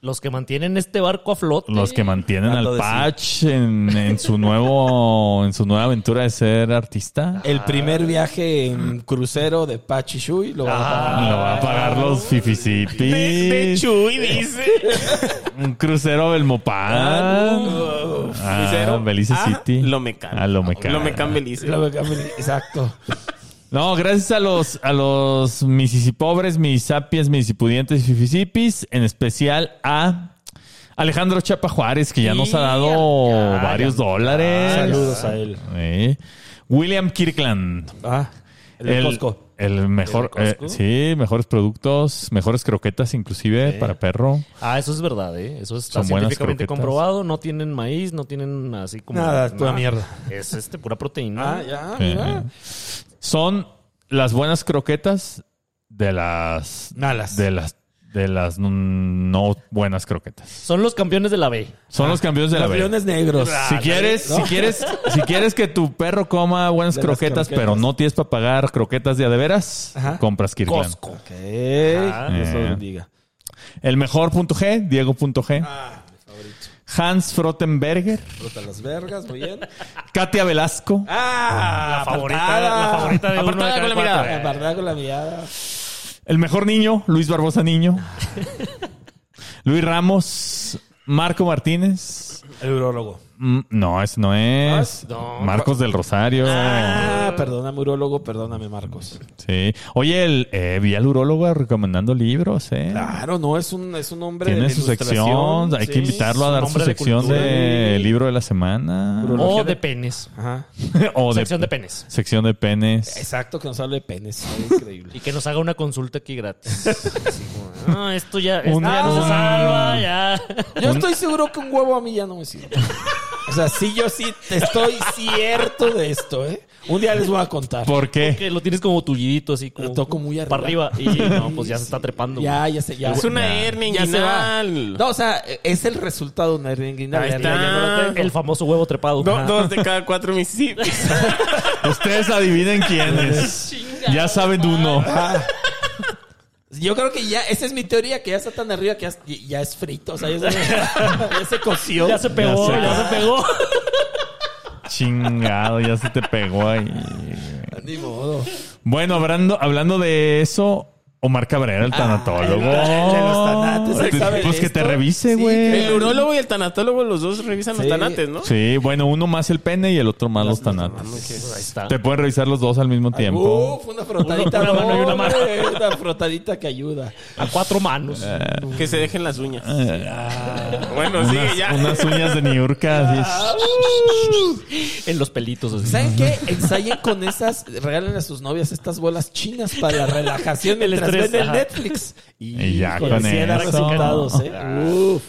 D: Los que mantienen este barco a flote.
A: los que mantienen
F: Dando
A: al
F: de sí.
A: Patch en, en su nuevo, en su nueva aventura de ser artista.
C: El primer viaje en crucero de Pachishui lo va a
A: Lo va a pagar los
E: De, de
A: Fifisipis.
E: Chuy, dice.
A: Un crucero a Belmopan. Ah,
E: Crucero
A: Belice
E: a
A: City. Ah,
E: Lomecán.
A: A Lomecán.
E: Lomecán Belice.
C: Lo va a- Exacto.
A: No, gracias a los, a los misisipobres, misisapies, misisipudientes y fifisipis, en especial a Alejandro Chapa Juárez, que ya nos ha dado varios dólares.
D: Ah.
C: Saludos a él.
A: Sí. William Kirkland.
C: Ah, el, de Costco.
A: el mejor, eh, sí, mejores productos, mejores croquetas inclusive para perro.
D: Ah, eso es verdad, ¿eh? Eso está
A: Son buenas
D: científicamente
A: croquetas.
D: comprobado. No tienen maíz, no tienen así como...
C: Nada, es pura mierda.
D: Es este, pura proteína.
C: Ah, ya,
A: Sí.
C: mira.
A: Son las buenas croquetas de las
C: Malas.
A: de las de las mm, no buenas croquetas.
D: Son los campeones de la B.
C: Ah,
A: Son los campeones de la
C: Los
A: B.
C: leones negros.
A: Si quieres, si quieres, si quieres que tu perro coma buenas
C: De las
A: croquetas,
C: croquetas.
A: pero no tienes para pagar croquetas de a de veras,
C: Ajá.
A: compras Kirkland.
D: Costco.
C: Ok. Dios
A: Eh.
C: lo bendiga. Ah,
A: El mejor punto G, Diego punto G. Hans Frottenberger,
C: Fruta las vergas, muy bien.
A: Katia Velasco,
C: Ah,
D: La favorita, la favorita de uno de
E: Apartada
D: cada
E: con la
D: cuatro,
E: mirada.
D: ¿eh?
C: Apartada con la mirada.
A: el mejor niño, Luis Barbosa Niño, Luis Ramos, Marco Martínez.
C: El urologo.
A: Mm, No, ese no es.
D: No.
A: Marcos del Rosario.
C: Ah, perdóname, urólogo, perdóname, Marcos.
A: Sí. Oye, el, eh, vi al urólogo recomendando libros, ¿eh?
C: Claro, no, es un, es un hombre de
A: Tiene
C: la
A: su
C: ilustración,
A: sección, hay
C: sí.
A: que invitarlo a
D: es
A: dar
D: un
A: su
D: hombre de
A: sección
D: cultura.
A: de libro de la semana.
C: Puro-
D: O de penes.
C: Ajá.
A: o
D: Sección de penes.
A: Sección de penes.
C: Exacto, que nos hable de penes. Es increíble.
D: Y que nos haga una consulta aquí gratis. Así como, No, esto ya, esto
A: Un-
D: ya no se
A: un-
D: salva, ya.
C: Yo estoy seguro que un huevo a mí ya no me sirve. O sea, sí, yo sí te estoy cierto de esto, ¿eh? Un día les voy a contar.
A: ¿Por qué?
D: Que lo tienes como tullidito, así como.
C: Lo toco muy arriba.
D: Para arriba. Y no, pues ya se está trepando.
C: Ya,
D: güey.
C: ya sé, ya.
E: Es una
A: Ya.
E: hernia
C: Ya se va.
E: inguinal.
C: No, o sea, es el resultado de una hernia inguinal.
E: Ahí
C: La hernia ya no la
E: está.
C: tengo.
D: El famoso huevo trepado.
E: Do-
D: Ajá.
E: dos de cada cuatro Mississippis.
A: Ustedes adivinen quién es. ya saben uno.
C: Yo creo que ya, esa es mi teoría, que ya está tan arriba que ya, ya es frito. O sea, ya se, ya se coció.
D: Ya se pegó,
A: Ya se-
D: ya se pegó.
A: Ah, Chingado, ya se te pegó ahí.
C: Ni modo.
A: Bueno, hablando, hablando de eso, Omar Cabrera, el tanatólogo.
E: el de los tanates,
A: Pues-
E: él sabe
A: pues que
C: esto.
A: te revise,
C: Sí,
A: güey.
E: El urólogo y el tanatólogo, los dos revisan
C: Sí.
E: los tanates, ¿no?
A: Sí, bueno, uno más el pene y el otro más los tanates.
D: Pues Ahí está.
A: Te pueden revisar los dos al mismo tiempo.
C: Uf, Uh, una frotadita.
D: Una mano y una
C: no,
D: mano.
C: güey, Una frotadita que ayuda.
D: A cuatro manos.
E: Que se dejen las uñas.
A: unas,
E: Bueno, sigue ya.
A: Eh, unas uñas de Niurka. así.
D: En los pelitos. así.
C: ¿Saben qué? Ensayen con esas, regalen a sus novias estas bolas chinas para la relajación del
D: estrés,
C: estrés del
D: ajá.
C: Netflix.
A: Y ya
C: Híjole,
A: con
C: sí dan
A: eso.
C: resultados, ¿eh? Uf.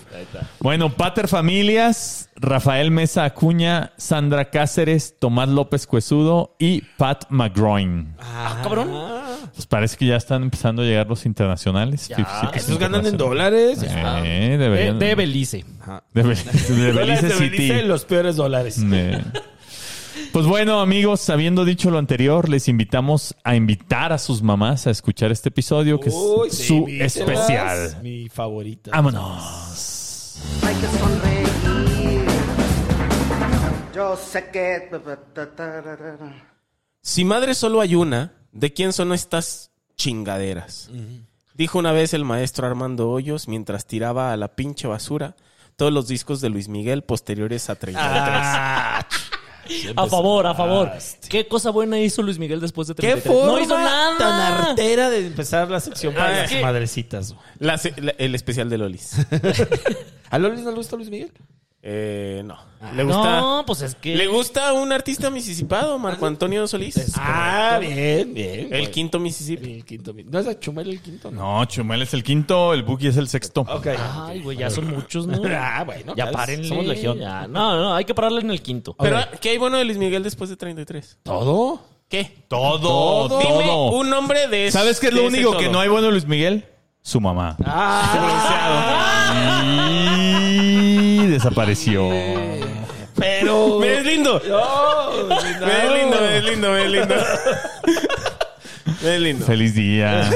A: Bueno, Pater Familias, Rafael Mesa Acuña, Sandra Cáceres, Tomás López Cuesudo y Pat McGroin.
C: Ah,
D: cabrón.
A: Pues parece que ya están empezando a llegar los internacionales.
D: Ya,
A: 56%
C: Estos ganan en dólares.
A: internacionales. Eh,
D: De,
A: deberían.
D: de Belice.
A: De Belice, de Belice
C: Dólares de
A: City.
C: Belice, los peores dólares.
A: Eh. Pues bueno, amigos, habiendo dicho lo anterior, les invitamos a invitar a sus mamás a escuchar este episodio, que
C: Uy,
A: es
C: sí,
A: su
C: mi-
A: especial.
C: Mi favorita.
A: Vámonos.
F: Hay que sonreír. Yo sé que.
E: Si madre solo hay una, ¿de quién son estas chingaderas? Dijo una vez el maestro Armando Hoyos mientras tiraba a la pinche basura todos los discos de Luis Miguel posteriores a 33.
D: Ah. A favor, a favor. ¿Qué cosa buena hizo Luis Miguel después de
C: ¿Qué
D: 33?
C: forma
D: no hizo nada.
C: tan artera de empezar la sección para
E: Ah,
C: las
E: es que-
C: madrecitas? güey?
E: La se- la- el especial de Lolis.
C: ¿A Lolis no le gusta Luis Miguel?
E: Eh, no. ¿Le gusta?
D: No, pues es que.
E: ¿Le gusta un artista misisipado, Marco Antonio Solís?
C: Ah, bien, bien.
E: El
C: güey.
E: quinto Mississippi.
C: El quinto. ¿No es a Chumel el quinto? No.
A: No, Chumel es el quinto, el Buki es el sexto.
C: Ok.
D: Ay, güey, ya son muchos, ¿no?
C: Ah, bueno.
D: Ya
C: paren
D: párenle.
C: Somos legión.
D: ya. No, no, hay que pararle en el quinto.
E: Pero, ¿qué hay bueno de Luis Miguel después de 33?
C: ¿Todo?
E: ¿Qué?
A: Todo, todo.
E: Dime un nombre de eso.
A: ¿Sabes qué es lo único que no hay bueno de Luis Miguel? Su mamá.
C: Ah.
A: Y desapareció.
C: Pero...
E: Me es lindo.
C: No, no.
E: Me es lindo, me es lindo, me es lindo. Me es lindo.
A: Feliz día.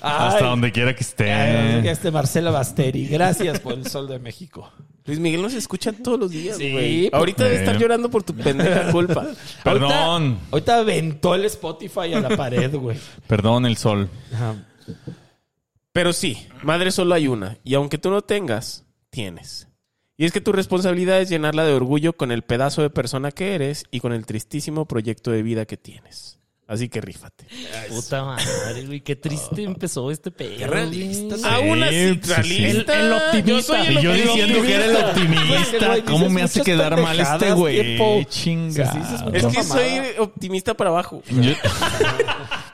A: Hasta
C: Ay.
A: donde quiera que
D: Eh.
C: Ay,
A: esté.
C: Este Marcela Basteri. Gracias por el sol de México.
E: Luis Miguel nos escucha todos los días,
C: Sí,
E: güey. Ahorita
A: eh.
E: debe estar llorando por tu pendeja culpa.
A: Perdón,
C: Ahorita- Ahorita aventó el Spotify a la pared, güey.
D: Eh.
A: perdón el sol.
E: Pero sí, madre solo hay una. Y aunque tú no tengas, tienes. Y es que tu responsabilidad es llenarla de orgullo con el pedazo de persona que eres y con el tristísimo proyecto de vida que tienes. Así que rífate.
D: Puta madre, güey. Qué triste empezó este pedo. Qué
C: realista,
A: Ah,
E: Aún así,
A: pues sí.
E: realista.
D: El- el
E: Yo
D: optimista.
E: soy el
A: Y yo
E: optimista.
A: diciendo que era el
C: Güey,
A: optimista.
C: güey,
A: ¿Cómo
C: dices
A: me hace
C: muchas
A: quedar mal este
C: pendejadas,
A: güey?
C: tiempo.
A: Chinga.
C: Sí, dices
E: Es que
C: Mucha mamada.
E: soy optimista para abajo.
A: Yo,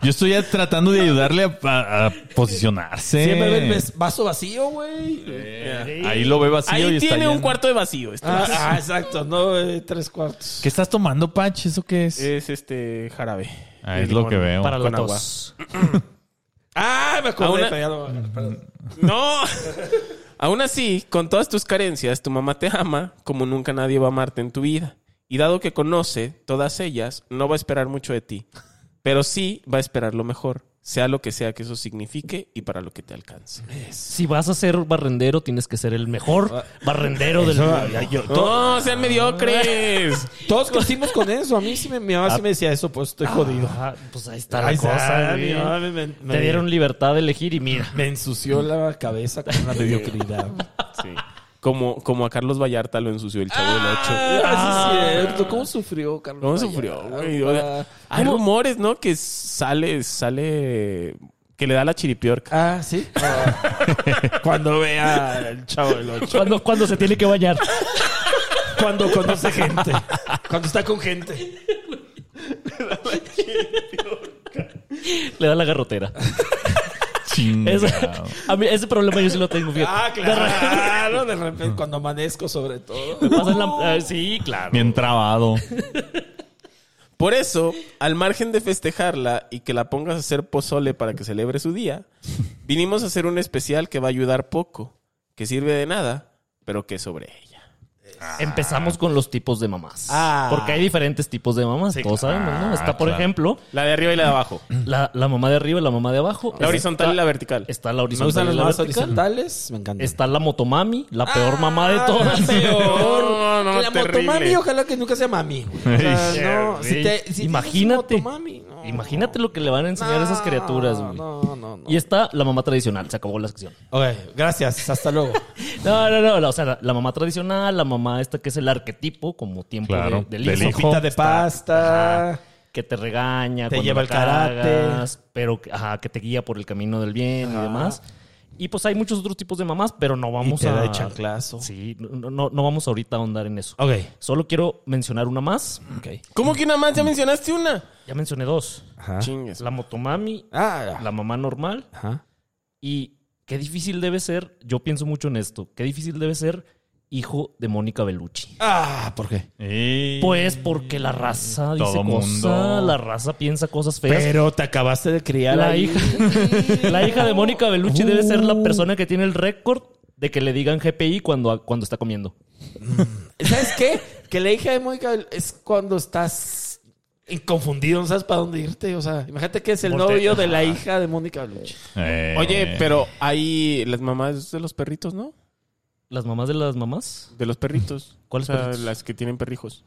A: yo estoy ya tratando de ayudarle a, a- a posicionarse.
C: Siempre ven ves vaso vacío,
D: Eh.
C: güey.
A: Ahí lo ve vacío y
E: Ahí
A: está
E: tiene un
A: lleno.
E: cuarto de vacío. Este
C: Ah, ah, exacto. No, eh, tres cuartos.
A: ¿Qué estás tomando, Pach? ¿Eso qué es?
E: Es este jarabe.
A: Ah,
E: De
A: es lo
E: limón.
A: que veo.
D: Para la
E: Con agua.
D: tos.
C: Ah, me acordé.
E: Aún-
C: pero ya no- perdón.
E: No. Aún así, con todas tus carencias, tu mamá te ama como nunca nadie va a amarte en tu vida. Y dado que conoce todas ellas, no va a esperar mucho de ti. Pero sí va a esperar lo mejor, sea lo que sea que eso signifique y para lo que te alcance.
D: Si vas a ser barrendero, tienes que ser el mejor barrendero del mundo.
E: ¡No, Oh. sean mediocres!
C: Todos crecimos con eso. A mí sí me, mi mamá sí me decía eso, pues estoy jodido.
D: Ah, pues ahí está la
C: Ahí está,
D: cosa,
C: mi
D: güey.
C: mamá me- me- me-
D: Te dieron libertad de elegir y mira.
C: Me ensució la cabeza con una mediocridad.
E: Sí. Como, como a Carlos Vallarta lo ensució el chavo del Ocho.
C: Ah, sí es cierto. ¿Cómo sufrió, Carlos? Ah,
E: ¿Cómo sufrió,
C: Vallarta?
E: güey? O sea, hay rumores, ¿no? Que sale, sale, que le da la chiripiorca.
C: Ah, sí. Ah. Cuando vea el chavo del ocho.
D: Cuando, cuando se tiene que bañar.
C: Cuando conoce gente. Cuando está con gente.
D: Le da la garrotera.
A: Chinga.
D: Eso- a mí, ese problema yo sí lo tengo. fíjate.
C: claro. De repente, cuando amanezco, sobre todo.
D: Me pasa en la- ah, sí, claro.
A: Bien trabado.
E: Por eso, al margen de festejarla y que la pongas a hacer pozole para que celebre su día, vinimos a hacer un especial que va a ayudar poco, que sirve de nada, pero que es sobre ella.
D: Empezamos con los tipos de mamás.
C: Ah.
D: Porque hay diferentes tipos de mamás, todos sabemos, ¿no? Está, por
A: claro.
D: ejemplo,
E: La de arriba y la de abajo.
D: la, la mamá de arriba y la mamá de abajo.
E: La horizontal y la
D: vertical.
E: vertical.
D: Está la
C: Me gustan
D: horizontal y
C: los
D: la
C: más
D: vertical.
C: horizontales. Ah. Me encantan.
D: Está la motomami, la peor mamá de todas.
E: No, no,
C: la
E: terrible.
C: motomami, ojalá que nunca sea mami. güey. O sea,
A: Ey,
C: no, si te- si
D: Imagínate.
C: tienes motomami, no.
D: Imagínate lo que le van a enseñar a esas criaturas, güey.
C: No, no, no.
D: Y está la mamá tradicional, se acabó la sección.
C: Ok, gracias. Hasta luego.
D: No, no, no, la- o sea, la, la mamá tradicional, la mamá esta que es el arquetipo como tiempo de-
A: Claro,
D: del
A: del
D: hijo,
A: hijo.
C: Pita de pasta.
D: que te regaña,
C: Te
D: cuando la
C: lleva al karate.
D: cagas, pero que- ajá, que te guía por el camino del bien y demás. Y pues hay muchos otros tipos de mamás, pero no vamos
C: te
D: a
C: da de chanclazo.
D: Sí, no, no, no vamos ahorita a ahondar en eso.
C: Ok.
D: Solo quiero mencionar una más.
C: Ok.
E: ¿Cómo que una más? Ya mencionaste una.
D: Ya mencioné dos.
C: Ajá.
E: Chingues.
D: La motomami,
C: Ah,
D: la mamá normal
C: ajá.
D: y qué difícil debe ser, yo pienso mucho en esto, qué difícil debe ser hijo de Mónica Bellucci.
C: Ah, ¿por qué?
A: Y-
D: Pues porque la raza dice
A: Todo
D: cosas,
A: mundo.
D: la raza piensa cosas feas.
C: Pero te acabaste de criar
D: la
C: ahí.
D: hija, la hija de Mónica Bellucci debe ser
C: Uh.
D: la persona que tiene el récord de que le digan GPI cuando, cuando está comiendo.
C: ¿Sabes qué? Que la hija de Mónica es cuando estás confundido, no sabes para dónde irte. O sea, imagínate que es el
D: Voltea.
C: novio de la hija de Mónica Bellucci.
A: Eh,
E: Oye, pero hay las mamás de los perritos, ¿no?
D: Las mamás de las mamás.
E: De los perritos.
D: ¿Cuáles
E: O sea,
D: perritos?
E: las que tienen perrijos.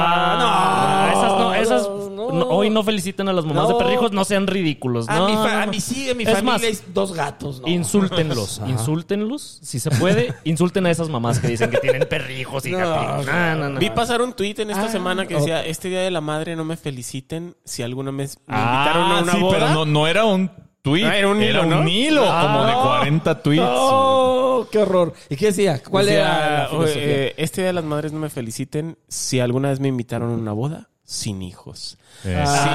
D: Ah, esas no, esas
C: no,
D: no, hoy no felicitan a las mamás
C: No.
D: de perrijos, no sean ridículos.
C: A,
D: no,
C: mi fa-
D: no,
C: a
D: no.
C: mí sí, a mi
D: Es
C: familia
D: más,
C: es dos gatos. No.
D: Insúltenlos, insúltenlos, si se puede, insulten a esas mamás que dicen que tienen perrijos y
C: No,
D: gatitos. No, no, no.
E: Vi pasar un tuit en esta
C: Ah,
E: semana que decía, este día de la madre no me feliciten si alguna vez me
A: Ah,
E: invitaron a una
A: sí,
E: boda.
A: pero no, no era un tweet.
E: Ah,
A: era un hilo,
E: ¿no? Ah.
A: como de 40 tweets.
C: Oh, qué horror. ¿Y qué decía? ¿Cuál
E: Decía,
C: era la
E: "Oye,
C: filosofía?
E: eh, este día de las madres no me feliciten si alguna vez me invitaron a una boda sin hijos.
A: Eh,
E: Sí.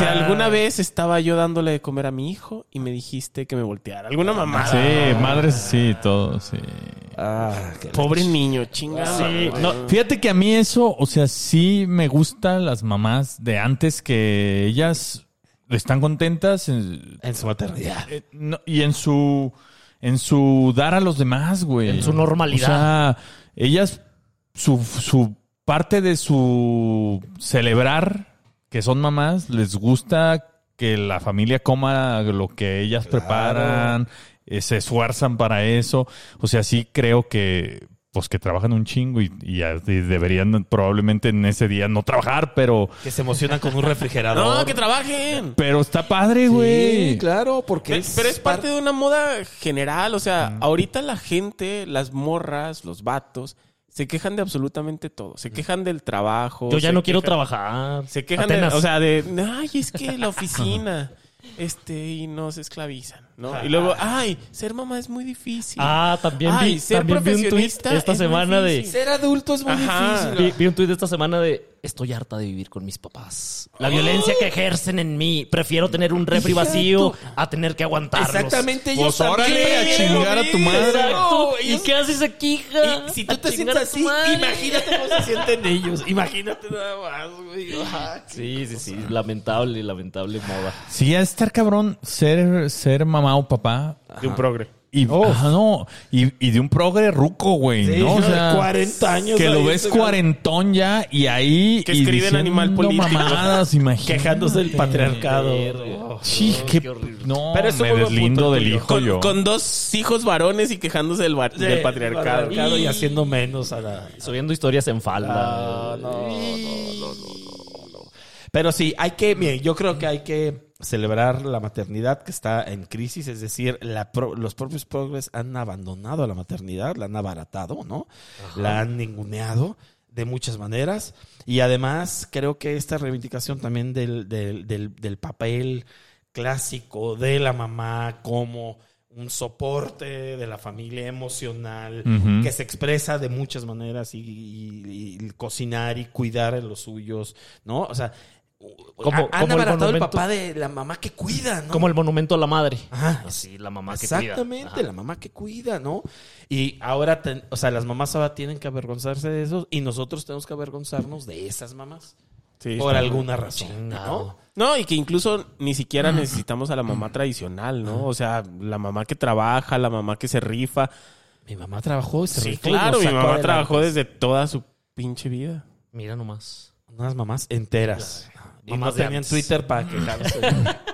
E: Si alguna vez estaba yo dándole de comer a mi hijo y me dijiste que me volteara. Alguna mamá.
A: sí, madres, sí, todo, sí.
C: Ah, qué
E: Pobre niño, chingada.
D: Sí,
E: madre.
D: no,
A: Fíjate que a mí eso, o sea, sí me gustan las mamás de antes que ellas están contentas en-
C: En su maternidad.
A: eh, no, y en su en su dar a los demás, güey.
D: En su normalidad.
A: O sea, ellas su su parte de su celebrar que son mamás les gusta que la familia coma lo que ellas preparan, eh, se esfuerzan para eso. O sea, sí creo que pues que trabajan un chingo y, y ya- y deberían probablemente en ese día no trabajar, pero
C: Que se emocionan con un refrigerador.
E: No, que trabajen.
A: pero está padre, güey.
C: Sí, claro, porque
E: Pero pero es parte de una moda general. O sea, ahorita la gente, las morras, los vatos, se quejan de absolutamente todo. Se quejan del trabajo.
D: yo ya
E: se
D: no quiero
E: quejan-
D: trabajar.
E: Se quejan de,
D: Atenas.
E: o sea, de, ay, es que la oficina, este, y nos esclavizan, ¿no? Y luego, ay, ser mamá es muy difícil.
D: ah, también
E: Ay,
D: vi,
E: ser
D: también vi un tweet
E: profesionista
D: esta
E: es muy
D: semana de
E: difícil.
C: Ser adulto es muy
E: Ajá.
C: difícil.
D: vi, vi un tweet esta semana de estoy harta de vivir con mis papás. La violencia que ejercen en mí, prefiero tener un refri
C: Exacto.
D: vacío a tener que aguantarlos.
C: Exactamente, yo
A: Pues órale, a
C: también.
A: chingar a tu madre.
D: Exacto.
C: No,
D: ¿Y
C: ellos-
D: qué haces aquí, hija?
C: Y si tú
D: A
C: te
D: chingar
C: sientes
D: a tu
C: así,
D: madre.
C: imagínate cómo se sienten ellos. Imagínate nada más, güey. Ajá.
D: Sí, sí, sí. Lamentable, lamentable moda.
A: Sí, ha de estar cabrón ser, ser mamá o papá.
E: De un progre.
A: Y, ajá, no, y, y de un progre ruco, güey,
C: Sí,
A: ¿no? O
C: de
A: sea,
C: 40 años
A: Que lo
C: ahí,
A: ves
C: este,
A: cuarentón ya y ahí...
E: Que
A: y
E: escriben
A: diciendo
E: animal político.
A: mamadas, imagínate.
C: Quejándose del patriarcado.
D: Verga.
A: Sí,
D: Oh,
A: qué-
D: qué horrible.
A: no,
C: Pero es un
A: me
C: muy buen
A: deslindo
C: punto el
A: del
C: tuyo.
A: hijo
E: Con,
A: yo.
E: con dos hijos varones y quejándose del, va- del patriarcado.
C: patriarcado y haciendo menos a la...
D: Subiendo historias en falda.
C: No, no, no, no, no, no. Pero sí, hay que, miren, yo creo que hay que celebrar la maternidad que está en crisis, es decir, la pro- los propios progres han abandonado a la maternidad, la han abaratado, ¿no? La han ninguneado de muchas maneras y además creo que esta reivindicación también del, del, del, del papel clásico de la mamá como un soporte de la familia emocional
A: Ujú.
C: que se expresa de muchas maneras y, y- y cocinar y cuidar a los suyos, ¿no? O sea,
D: Como-
C: han
D: como el
C: abaratado el,
D: monumento-
C: papá de la mamá que cuida, ¿no?
D: Como el monumento a la madre.
C: Ajá,
D: Así, la mamá que cuida.
C: Ah, Exactamente,
D: Ajá.
C: la mamá que cuida, ¿no? Y ahora, ten- o sea, las mamás ahora tienen que avergonzarse de eso y nosotros tenemos que avergonzarnos de esas mamás
E: Sí,
C: por
E: está-
C: alguna razón, ¿no?
D: Chingado.
E: Ah, No, y que incluso ni siquiera necesitamos a la mamá tradicional, ¿no? O sea, la mamá que trabaja, la mamá que se rifa.
C: Mi mamá trabajó y se
E: Sí,
C: rifó y nos
E: claro, mi
C: sacó
E: mamá
C: adelante.
E: trabajó desde toda su pinche vida.
D: Mira nomás.
C: Unas mamás enteras. Y
D: Mamás
C: no
D: de
C: tenían
D: antes.
C: Twitter para quejarse.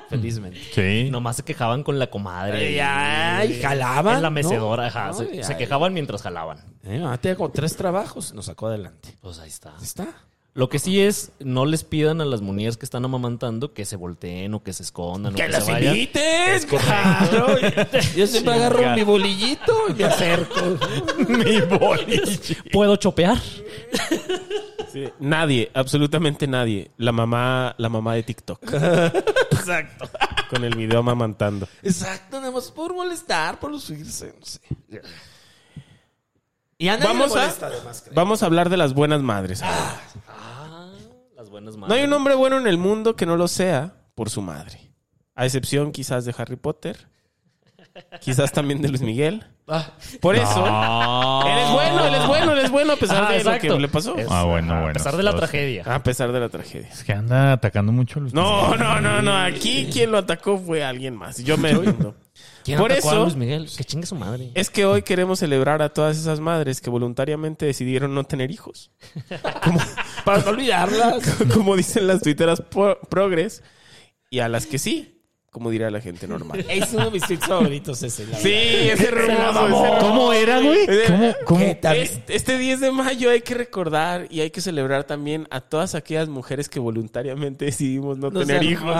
C: felizmente.
A: Sí. Ah,
D: Y nomás se quejaban con la comadre.
C: Ay, ay, jalaban,
D: En la
C: ¿no?
D: mecedora, ajá,
C: No,
D: se,
C: ay,
D: se
C: ay.
D: quejaban mientras jalaban.
C: Eh, mi mamá tenía como tres trabajos y nos sacó adelante.
D: Pues ahí está.
C: Ahí Está.
D: Lo que sí es, no les pidan a las muñeras que están amamantando que se volteen o que se escondan o que se vayan.
C: invites! ¡Claro! Yo siempre agarro mi bolillito y me acerco.
A: Mi boli.
D: ¿Puedo chopear?
E: Sí, Nadie, absolutamente nadie. La mamá, la mamá de TikTok.
C: Exacto.
E: con el video amamantando.
C: Exacto, nada más por molestar, por lucirse, no sé. Y a nadie
E: Vamos
C: le
E: a-
C: molesta, además, creo.
E: Vamos a hablar de las buenas madres.
D: Ah, las buenas madres.
E: No hay un hombre bueno en el mundo que no lo sea por su madre. A excepción quizás de Harry Potter. Quizás también de Luis Miguel.
D: Ah.
E: Por eso. Él es bueno, él es bueno, él es bueno a pesar
D: Ah,
E: de
D: exacto.
E: lo que le pasó.
D: Es-
A: Ah, bueno, bueno.
D: A pesar de la
A: Entonces,
D: tragedia.
E: A pesar de la tragedia.
A: Es que anda atacando mucho a los
E: No, no, no, no. Aquí quien lo atacó fue alguien más. Yo me rindo.
D: ¿Quién
E: Por
D: atacó a
E: eso-
D: Luis Miguel? Que chingue su madre.
E: Es que hoy queremos celebrar a todas esas madres que voluntariamente decidieron no tener hijos. Como,
C: Para no olvidarlas.
E: como dicen las tuiteras po- progres. Y a las que sí, como dirá la gente normal.
C: es uno de mis tweets favoritos ese. Este la
E: Sí, es hermoso. es hermoso.
A: ¿Cómo era, güey?
E: Es-
A: ¿Cómo, cómo?
C: ¿Qué tal?
E: es- este 10 de mayo hay que recordar y hay que celebrar también a todas aquellas mujeres que voluntariamente decidimos no,
C: No
E: tener
C: sean-
E: hijos.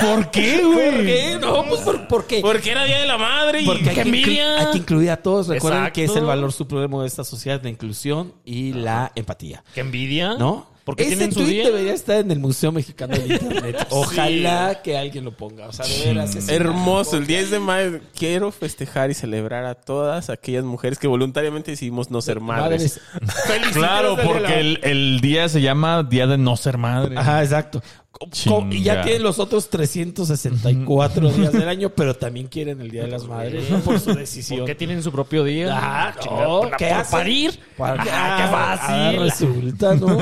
A: ¿Por qué, güey?
C: ¿Por qué? No, pues ¿por, por qué?
E: Porque era Día de la Madre y
C: Porque hay que, inclu- hay que incluir a todos. Recuerden
D: Exacto.
C: que es el valor supremo de esta sociedad, la inclusión y la empatía.
D: ¿Qué envidia?
C: ¿No?
D: Porque
C: Ah. Ese
D: tienen su
C: tweet
D: día.
C: debería estar en el Museo Mexicano del Internet. Ojalá que alguien lo ponga. O sea, de veras. es-
E: Hermoso, el 10 de mayo quiero festejar y celebrar a todas aquellas mujeres que voluntariamente decidimos no ser madres.
C: Madres.
A: Claro, porque el, el día se llama Día de No Ser Madre.
C: Ajá, exacto. Co- co- Y
A: Chinga.
C: ya tienen los otros 364 días del año, pero también quieren el Día de las Madres ¿no? por su decisión.
D: ¿Por qué tienen su propio día?
C: Ah, no,
D: Chingada,
C: ¿qué
D: por
C: hacen?
D: parir?
C: Para-
D: Ajá, qué
C: Ah,
D: fácil.
C: resulta, ¿no?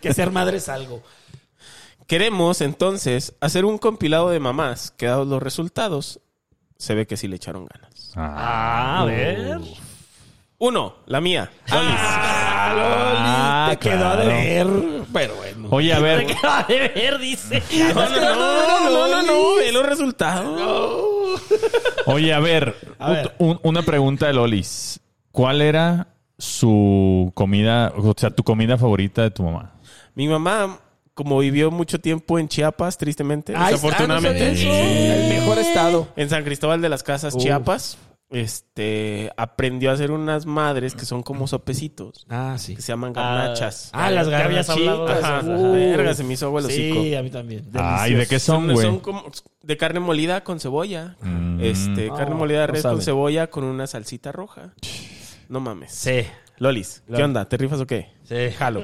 C: que ser madre es algo.
E: Queremos entonces hacer un compilado de mamás que dados los resultados, se ve que sí le echaron ganas.
A: Ah,
D: Ah, a ver.
E: Uno, la mía.
C: Ah, Loli, te quedó a
A: claro.
C: deber, pero bueno.
A: Oye, a ver,
D: ¿Qué va a ver? Dice.
E: No, Ah, no, no, no, no, no, ve los resultados.
A: oye, a ver,
C: A ver.
A: un- un- una pregunta de Lolis. ¿Cuál era su comida, o sea, tu comida favorita de tu mamá?
E: Mi mamá, como vivió mucho tiempo en Chiapas, tristemente,
C: Ahí está,
E: desafortunadamente,
C: ¿no sabía eso? El mejor estado.
E: en San Cristóbal de las Casas,
C: Uf.
E: Chiapas, este, aprendió a hacer unas madres que son como sopecitos,
C: Ah, sí.
E: que se llaman garnachas.
C: Ah, las
D: Ya habías hablado de
C: garnachitas.
E: Ajá,
C: Uh.
E: verga, se me hizo abuelo
C: Sí, a mí también.
A: Ay, ¿de qué son,
E: Son,
A: güey?
E: son como de carne molida con cebolla.
A: Mm.
E: Este,
C: No,
E: carne molida de
C: no
E: res
C: saben.
E: con cebolla con una salsita roja. No mames.
C: Sí,
E: Lolis, ¿qué
C: Claro.
E: onda? ¿Te rifas o qué?
C: sí.
E: Jalo.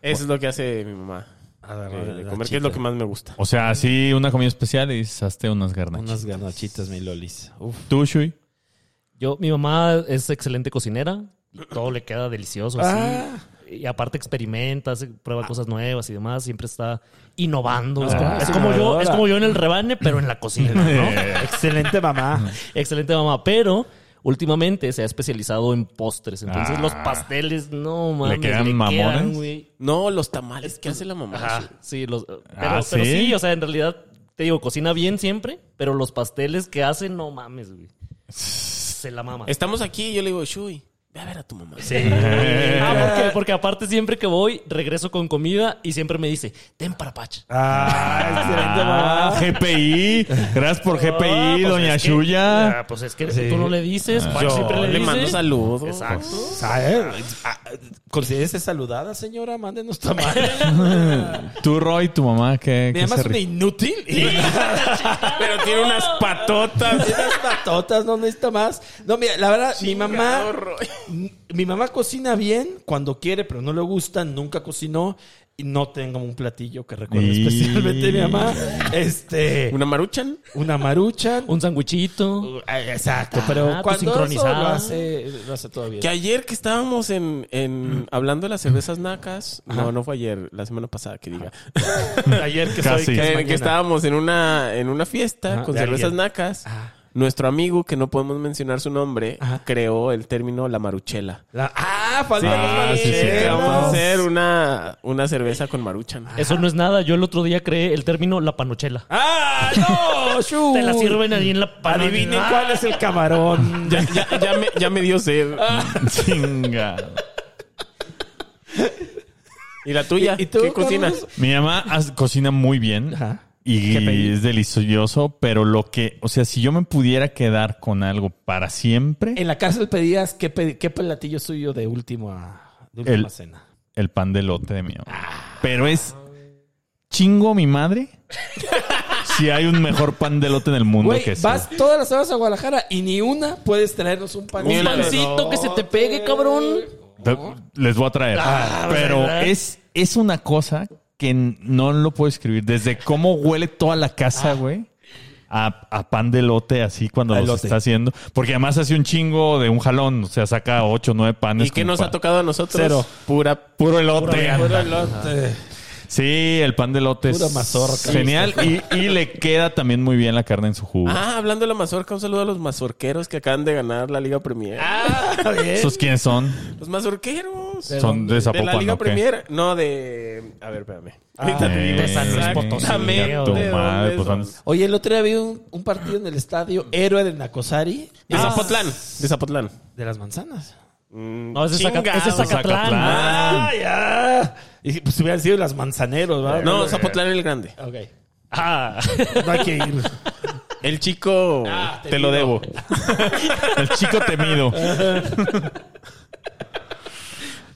E: Eso es lo que hace mi mamá.
C: Ah,
E: Eh, de comer, que es lo que más me gusta.
A: O sea, así una comida especial y dices, hazte unas garnachas.
C: Unas garnachitas, mi lolis. Uf.
A: ¿Tú, Shui?
D: Yo, mi mamá es excelente cocinera y todo le queda delicioso. así.
C: Ah.
D: Y aparte experimenta, hace-
A: Ah.
D: prueba cosas nuevas y demás. Siempre está innovando. Es,
C: Ah,
D: como, es
C: sí,
D: como yo,
C: innovadora.
D: es como yo en el rebane, pero en la cocina.
C: Eh.
D: ¿no?
C: Excelente mamá.
D: excelente mamá. Pero últimamente se ha especializado en postres. Entonces
A: Ah.
D: los pasteles, no mames.
A: quedan mamones?
D: güey.
E: No, los tamales que hace la mamá.
D: Ajá, sí, los, pero,
A: Ah,
D: pero
A: ¿sí?
D: sí, o sea, en realidad, te digo, cocina bien siempre, pero los pasteles que hace, no mames, güey. Se la mama.
E: Estamos aquí y yo le digo, Shui, ve a ver a tu mamá.
D: Sí. Ah, porque, porque aparte siempre que voy, regreso con comida y siempre me dice, ten para Pach.
C: Ah, excelente mamá.
A: Ah, GPI. Gracias por
D: Ah,
A: GPI,
D: pues
A: doña
D: es que-
A: Shuya.
D: ah, pues es que tú no le dices, Pach siempre le,
E: le
D: dice.
E: mando saludos.
D: Exacto.
C: ¿Sabe? Ah, Considérese saludada, señora. Mándenos tamales.
A: Tú, Roy, tu mamá, ¿qué,
C: Mi
A: qué
C: mamá
A: se
C: es una
A: ríe?
C: inútil.
E: Pero tiene unas patotas.
C: Esas patotas, no necesita más. No, mira, la verdad, mi mamá. n- Mi mamá cocina bien cuando quiere, pero no le gusta, nunca cocinó. Y no tengo un platillo que recuerde
A: Y-
C: especialmente mi mamá. Este.
E: ¿Una maruchan?
C: Una marucha.
D: Un sanguichito.
C: Exacto,
D: Ah,
C: pero
D: pues
C: cuando
D: sincronizada.
C: eso lo hace, lo hace todo bien.
E: Que ayer que estábamos en, en hablando de las cervezas nacas, no, no fue ayer, la semana pasada que diga.
C: Ayer que
A: Casi.
E: Que,
A: es
E: que
C: mañana.
E: estábamos en una en una fiesta
C: Ajá,
E: con
C: de
E: cervezas
C: alguien.
E: nacas.
C: Ah.
E: Nuestro amigo, que no podemos mencionar su nombre,
C: Ajá.
E: creó el término la maruchela. Eh,
C: La- ah, faltan
A: Sí,
C: las
A: sí, sí,
C: maruchelas.
A: claro.
E: Vamos a hacer una, una cerveza con maruchan.
D: Eso no es nada. Yo el otro día creé el término la panochela.
C: ¡Ah, no! ¡Shu!
D: Te la sirven ahí en la panochela.
C: Adivinen cuál es el camarón.
E: Ya, ya- ya me, ya me dio sed.
C: Ah.
A: Chinga.
E: ¿Y la tuya?
C: ¿Y- y tú,
E: ¿Qué cocinas?
C: Carlos?
A: Mi mamá as- cocina muy bien
C: Ajá.
A: y
C: Jefe.
A: es delicioso, pero lo que, o sea, si yo me pudiera quedar con algo para siempre,
C: En la cárcel pedías qué, pe- qué platillo suyo de última, de última
A: El-
C: cena.
A: el pan de lote de mi mamá.
C: Ah.
A: Pero es chingo mi madre. si hay un mejor pan de lote en el mundo
C: Güey,
A: que este. ese.
C: vas todas las semanas a Guadalajara y ni una puedes traernos un pan.
E: Ni
D: Un
E: una.
D: pancito que se te pegue, cabrón.
A: Te- Les voy a traer. pero es, es una cosa que n- no lo puedo escribir. Desde cómo huele toda la casa, güey. A, a pan de lote así cuando
C: A
A: los
C: elote.
A: está haciendo. Porque además hace un chingo de un jalón. O sea, saca ocho, nueve panes.
E: ¿Y qué
A: como
E: nos
A: pa-
E: ha tocado a nosotros?
C: Cero.
E: Pura...
A: Puro elote.
C: Puro
A: anda.
C: elote.
A: Sí, el pan de lote es
C: Pura mazorca.
A: genial. Y, y le queda también muy bien la carne en su jugo.
E: Ah, hablando de la mazorca, un saludo a los mazorqueros que acaban de ganar la Liga Premier.
C: Ah, bien.
A: ¿Esos quiénes son?
E: Los mazorqueros.
A: Son de
E: ¿eh? de la
A: Zapopan,
E: Liga
A: ¿o qué?
E: Premier. No, de... A ver, espérame. Ahorita te digo.
A: Eh,
D: San Luis
A: chinga
D: Potosí,
E: Exactamente
A: tu
E: de dónde
A: madre, pues,
E: son.
A: antes-
C: Oye, el otro día había un, un partido en el estadio Héroe de Nacosari.
E: De
A: Ah.
C: Esas-
E: Zapotlán. De Zapotlán.
C: De las manzanas.
D: No, ese es Zaca-
E: Chingado,
D: ese es Zacatlán.
A: Zacatlán.
C: Ah, ya. Y pues hubieran sido las manzaneros, ¿verdad?
E: No, Zapotlán el Grande.
C: Ok.
D: Ah.
C: No hay que ir.
E: El chico
A: Ah,
E: te, lo debo.
A: El chico temido.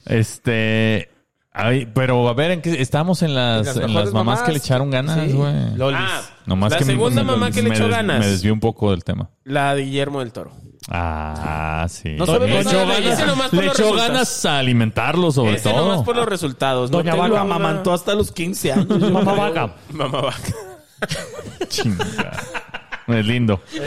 A: este. ay, pero a ver, ¿en qué? Estamos en las,
C: Las
A: en las
C: mejores
A: mamás, que le echaron ganas,
C: Sí.
A: güey.
C: Lolis.
E: Ah,
A: Nomás
E: la
A: que me-
E: segunda
A: me-
E: mamá que le
A: me
E: echó
A: des-
E: ganas.
A: Me desvió un poco del tema.
E: La de Guillermo del Toro.
A: Ah, sí.
C: No sabemos
A: le
C: nada
A: echó
C: de ella.
E: Ese nomás
A: ganas,
E: por
A: le
E: los
A: echó
E: resultados.
A: ganas a alimentarlo, sobre
E: Ese
A: todo.
E: nomás por los resultados.
C: Doña
E: tengo
C: Vaca
E: una-
C: mamantó hasta los 15 años. yo
D: Mamá
C: creo.
D: vaca.
E: Mamá Vaca.
A: Chinga. Es lindo.
E: Se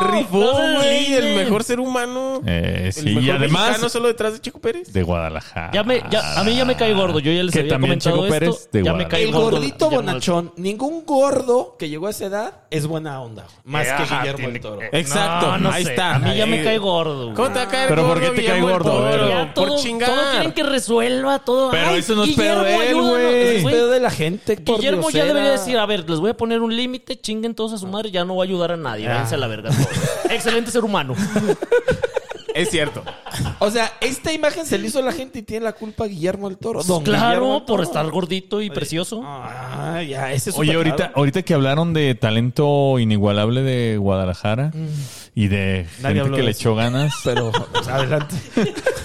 E: rifó,
D: No se
E: güey.
D: deslinden.
E: El mejor ser humano.
A: Eh, sí,
E: el mejor
A: y además-
E: mexicano solo detrás de Chico Pérez.
A: De Guadalajara.
D: Ya me, ya, a mí ya me cae gordo. Yo ya les
A: Que
D: había
A: también
D: comentado
A: Checo
D: esto.
A: Pérez de
D: ya me
A: Guadalajara.
D: cae
C: El
D: gordo.
C: gordito
D: Guillermo del-
C: bonachón. Ningún gordo que llegó a esa edad es buena onda. Más
D: Eh,
C: que
A: Ajá,
C: Guillermo
A: tiene-
C: el Toro.
E: Exacto.
D: No, no
E: Ahí
D: sé.
E: está.
D: A mí ya me
E: Eh,
D: cae gordo.
E: ¿Cómo te va a caer
A: Pero ¿por qué
E: gordo,
A: te cae
E: Guillermo
A: gordo?
E: del
A: A ver,
E: Toro?
A: ya
E: Por
D: todo,
E: chingar.
D: todo quieren que resuelva todo.
A: Pero
D: Ay,
A: eso no es pedo
D: Guillermo,
A: de él,
D: ayúdanos.
A: güey.
C: Es
D: Güey,
C: pedo de la gente. por
D: Guillermo ya
C: grosera.
D: debería decir, a ver, les voy a poner un límite, chinguen todos a
E: Ah.
D: su madre, ya no va a ayudar a nadie, váyanse a la verga. todos. Excelente ser humano.
E: Es cierto.
C: O sea, esta imagen se le hizo a la gente y tiene la culpa Guillermo el Toro. Don Guillermo
D: Pues claro,
C: el
D: por
C: Toro.
D: estar gordito y precioso.
C: Ah, ya, ese es
A: Oye, ahorita, ahorita que hablaron de talento inigualable de Guadalajara y de
C: Mm. Nadie habló
A: gente que
C: de
A: le
C: eso.
A: echó ganas.
C: Pero pues, adelante.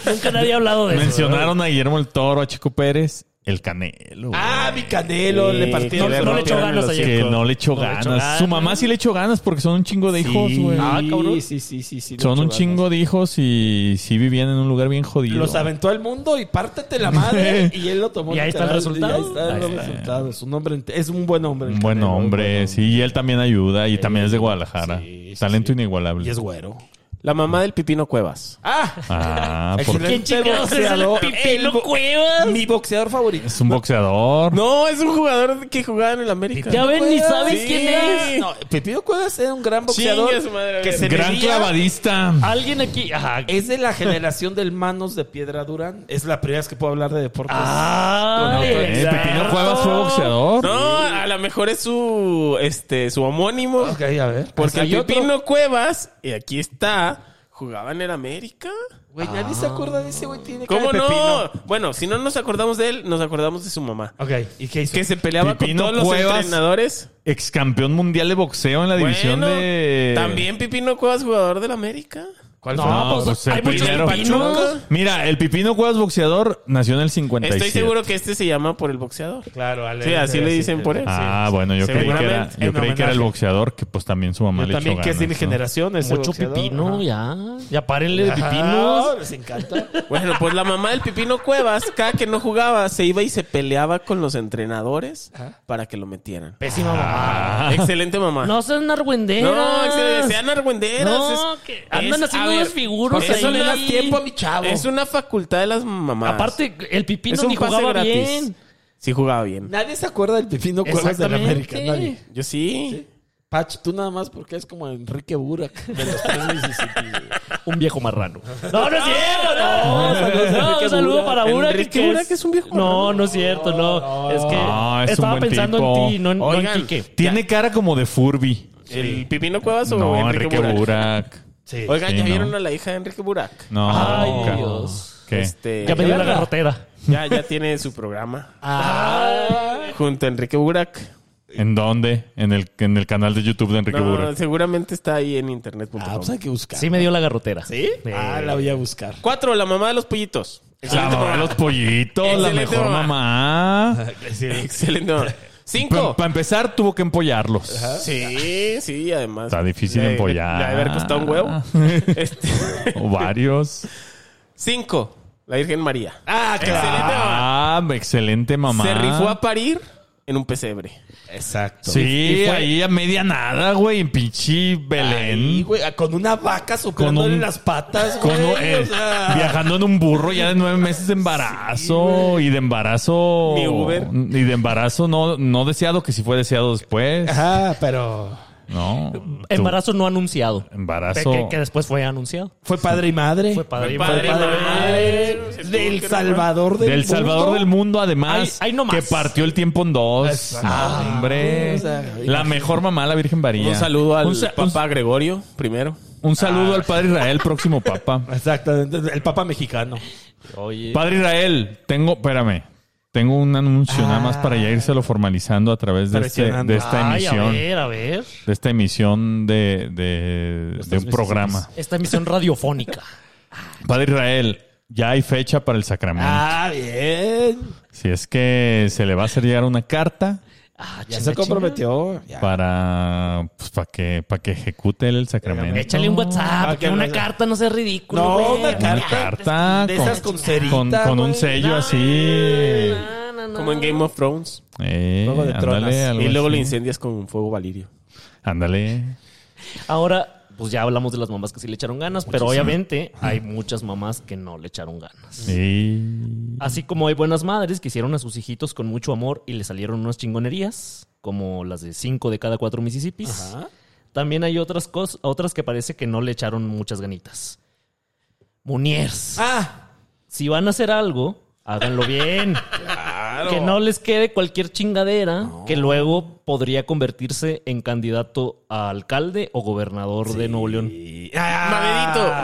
D: Nunca nadie ha hablado de eso.
A: Mencionaron a Guillermo el Toro, a Chico Pérez, el Canelo. güey.
C: Ah, mi canelo,
E: Sí,
C: le
D: No,
C: partieron.
D: no le echó ganas a
A: que
D: Jacob.
A: no le echó
D: No le
A: ganas.
D: echó ganas.
A: Su mamá sí le echó ganas porque son un chingo de hijos, güey.
C: Ah, cabrón.
D: cabrón.
C: Sí, sí, sí, sí. le
A: son
C: echó
A: un
C: ganas.
A: chingo de hijos y sí vivían en un lugar bien jodido.
C: Los aventó al mundo y pártete la madre. y él lo tomó.
D: Y ahí está el resultado.
C: literal, y ahí están
D: Ahí
C: los
D: está.
C: resultados. Un hombre, ent- es un buen hombre. el
A: Un buen
C: Canelo, un buen
A: hombre, sí. Y él también ayuda y también es de Guadalajara.
C: sí, sí,
A: talento
C: sí.
A: inigualable.
C: Y es güero.
E: La mamá del Pipino Cuevas.
C: Ah,
A: Ah, por-
D: ¿Quién chingados es el
C: boxeador. El
D: pipilo
C: bo-
D: cuevas?
C: mi boxeador favorito.
A: es un boxeador.
E: No, es un jugador que jugaba en el América.
D: Ya ven, ni sabes
E: Sí.
D: quién es.
C: No, Pepito Cuevas era un gran boxeador.
E: Chingue su madre, a
C: que
E: ver.
C: se Ah,
A: Gran
C: medía-
A: clavadista.
D: Alguien aquí. Ajá.
C: Es de la generación del Manos de Piedra Durán. Es la primera vez que puedo hablar de deportes.
D: Ah,
C: Con
A: Eh,
D: exacto.
A: Pepino Cuevas fue boxeador.
E: No, a lo mejor es su, este, su homónimo.
C: Ok, a ver.
E: Porque
C: Hay
E: el
C: otro.
E: Pipino Cuevas, y aquí está, jugaba en el América.
C: Güey, nadie se acuerda de ese güey. Tiene cara
E: ¿Cómo
C: de
E: no?
C: pepino.
E: Bueno, si no nos acordamos de él, nos acordamos de su mamá.
C: Ok, ¿y qué hizo?
E: Que se peleaba
A: Pipino
E: con todos los
A: Cuevas.
E: entrenadores.
A: Ex campeón mundial de boxeo en la división
E: Bueno,
A: de.
E: También Pipino Cuevas, jugador del América.
A: ¿Cuál
D: No,
A: fue?
D: pues, hay muchos
E: Pipinos.
A: Mira, el Pipino Cuevas boxeador nació en el 57.
E: Estoy seguro que este se llama por el boxeador.
C: Claro, Ale.
E: Sí, así le dicen por él.
A: Ah, bueno, yo creí que era,
C: Seguramente.
A: yo
C: En
A: creí que era el
C: homenaje.
A: boxeador que pues también su mamá
C: Yo
A: le echó
C: también, que es de mi
A: ganas, ¿no?
C: generación. ese
D: Mucho
C: boxeador.
D: pipino,
C: Ajá.
D: ya. Ya párenle de
C: Ajá,
D: pipinos.
C: Les encanta.
E: Bueno, pues la mamá del Pipino Cuevas, cada que no jugaba, se iba y se peleaba con los entrenadores
C: Ah.
E: para que lo metieran.
D: Pésima mamá.
A: Ah.
E: Excelente mamá.
D: No sean argüenderas.
E: No, excelente. Sean argüenderas.
D: No,
E: Es-
D: que andan
E: es-
D: haciendo
E: a ver,
D: unas figuras
E: por eso
D: ahí.
E: le das tiempo a mi
C: chavo.
E: Es una facultad de las mamás.
D: Aparte, el pipino
E: es un
D: ni
E: pase
D: jugaba
E: gratis.
D: bien.
E: Sí jugaba bien.
C: Nadie se acuerda del Pipino Cuevas de la América.
D: Exactamente.
C: Nadie.
E: Yo sí.
C: Pach, tú nada más porque es como Enrique Burak de los tres Mississippi. güey.
D: Un viejo marrano. No, no es cierto, no. Saludos, no, un saludo para Burak.
E: Enrique Burak es un viejo
D: No, no es cierto, no. es que
A: No, es un
D: estaba
A: buen
D: pensando
A: tipo.
D: en ti, no en, no en
E: Oigan,
D: Quique.
A: Tiene cara como de Furby.
E: ¿El Pipino Cuevas o
A: No,
E: Enrique,
A: Enrique
E: Burak?
A: Burak.
E: Oigan,
A: Sí,
E: ¿ya
A: no.
E: vieron a la hija de Enrique Burak?
A: No.
D: Ay,
A: nunca.
D: Dios.
A: ¿Qué?
E: Este,
D: Ya me dio la
E: ya,
D: garrotera.
E: ya, ya tiene su programa
C: Ah.
E: junto a Enrique Burak.
A: ¿En dónde? En el, en el canal de YouTube de Enrique
E: No,
A: Burak.
E: seguramente está ahí en internet.com.
C: Ah, pues hay que buscar.
D: Sí me dio la garrotera.
C: ¿Sí? Ah, la voy a buscar.
E: Cuatro, la mamá de los pollitos.
A: La
E: Excelente
A: mamá de
E: mamá.
A: los pollitos, la
E: Excelente
A: mejor mamá.
E: Excelente mamá.
A: Para
E: Cinco.
A: empezar, tuvo que empollarlos.
E: Sí, sí, además.
A: Está difícil
E: Le-
A: empollar. Ah.
E: Le, le ha de haber costado un huevo. Este,
A: O varios.
E: cinco, la Virgen María.
C: Ah,
E: Excelente mamá.
A: Ah, excelente mamá.
E: Se rifó a parir en un pesebre.
C: Exacto.
A: Sí,
C: Y fue-
A: ahí a media nada, güey, en pinche
C: Ahí,
A: Belén.
C: güey, ah, con una vaca soplándole
A: Con un-
C: las patas,
A: Con
C: güey.
A: un- eh,
C: o sea,
A: viajando en un burro ya de nueve meses de embarazo y de embarazo
E: Ni Uber.
A: y de embarazo no no deseado que si fue deseado después
C: Ajá, pero
A: no
D: Embarazo no anunciado.
A: Tu- embarazo
D: Que, que después fue anunciado.
C: fue padre y madre.
D: Fue padre. y
E: padre,
D: madre.
E: madre.
C: Madre del Salvador del,
A: del Salvador del mundo además
D: Ay, ay, no más.
A: que partió el tiempo en dos
C: Exacto.
A: Ah, hombre
C: O sea,
A: la mejor mamá la Virgen María
E: Un saludo al
A: un, sa- un-
E: papá Gregorio, primero.
A: un saludo al Padre Israel próximo papa
C: Exactamente, el Papa mexicano.
D: Oye.
A: Padre Israel, tengo, espérame, tengo un anuncio nada más para ya írselo formalizando a través de, este-
C: Presionando.
A: de esta
D: Ah. Ay, a
A: emisión,
D: ver, a ver.
A: de esta emisión de, de, de un programa.
D: Esta emisión radiofónica.
A: Padre Israel, ya hay fecha para el sacramento.
C: Ah, bien.
A: Si es que se le va a hacer llegar una carta
D: Ah,
C: Ya
D: chinga,
C: se comprometió. Ya.
A: para, pues, para que, para que ejecute él el
D: chinga.
A: sacramento.
D: Échale un WhatsApp,
C: Ah, que
D: una
C: no-
D: carta, no sea ridículo.
C: No,
D: güey.
C: una carta.
A: Carta
C: De esas con cerita,
A: con, con un
C: güey.
A: sello
D: No,
A: así.
D: No, no, no.
E: Como en Game of Thrones.
A: Eh,
C: Juego de tronos.
A: ándale, algo
E: Y luego lo
A: así.
E: incendias con fuego valirio.
A: Ándale.
D: Ahora, pues ya hablamos de las mamás que sí le echaron ganas, pero obviamente hay muchas mamás que no le echaron ganas.
A: Sí.
D: Así como hay buenas madres que hicieron a sus hijitos con mucho amor y le salieron unas chingonerías, como las de cinco de cada cuatro Mississippis.
C: Ajá.
D: También hay otras cosas, otras que parece que no le echaron muchas ganitas. Muniers.
C: Ah,
D: Si van a hacer algo, háganlo bien. Que no les quede cualquier chingadera que luego podría convertirse en candidato a alcalde o gobernador de Nuevo León.
C: y- ah.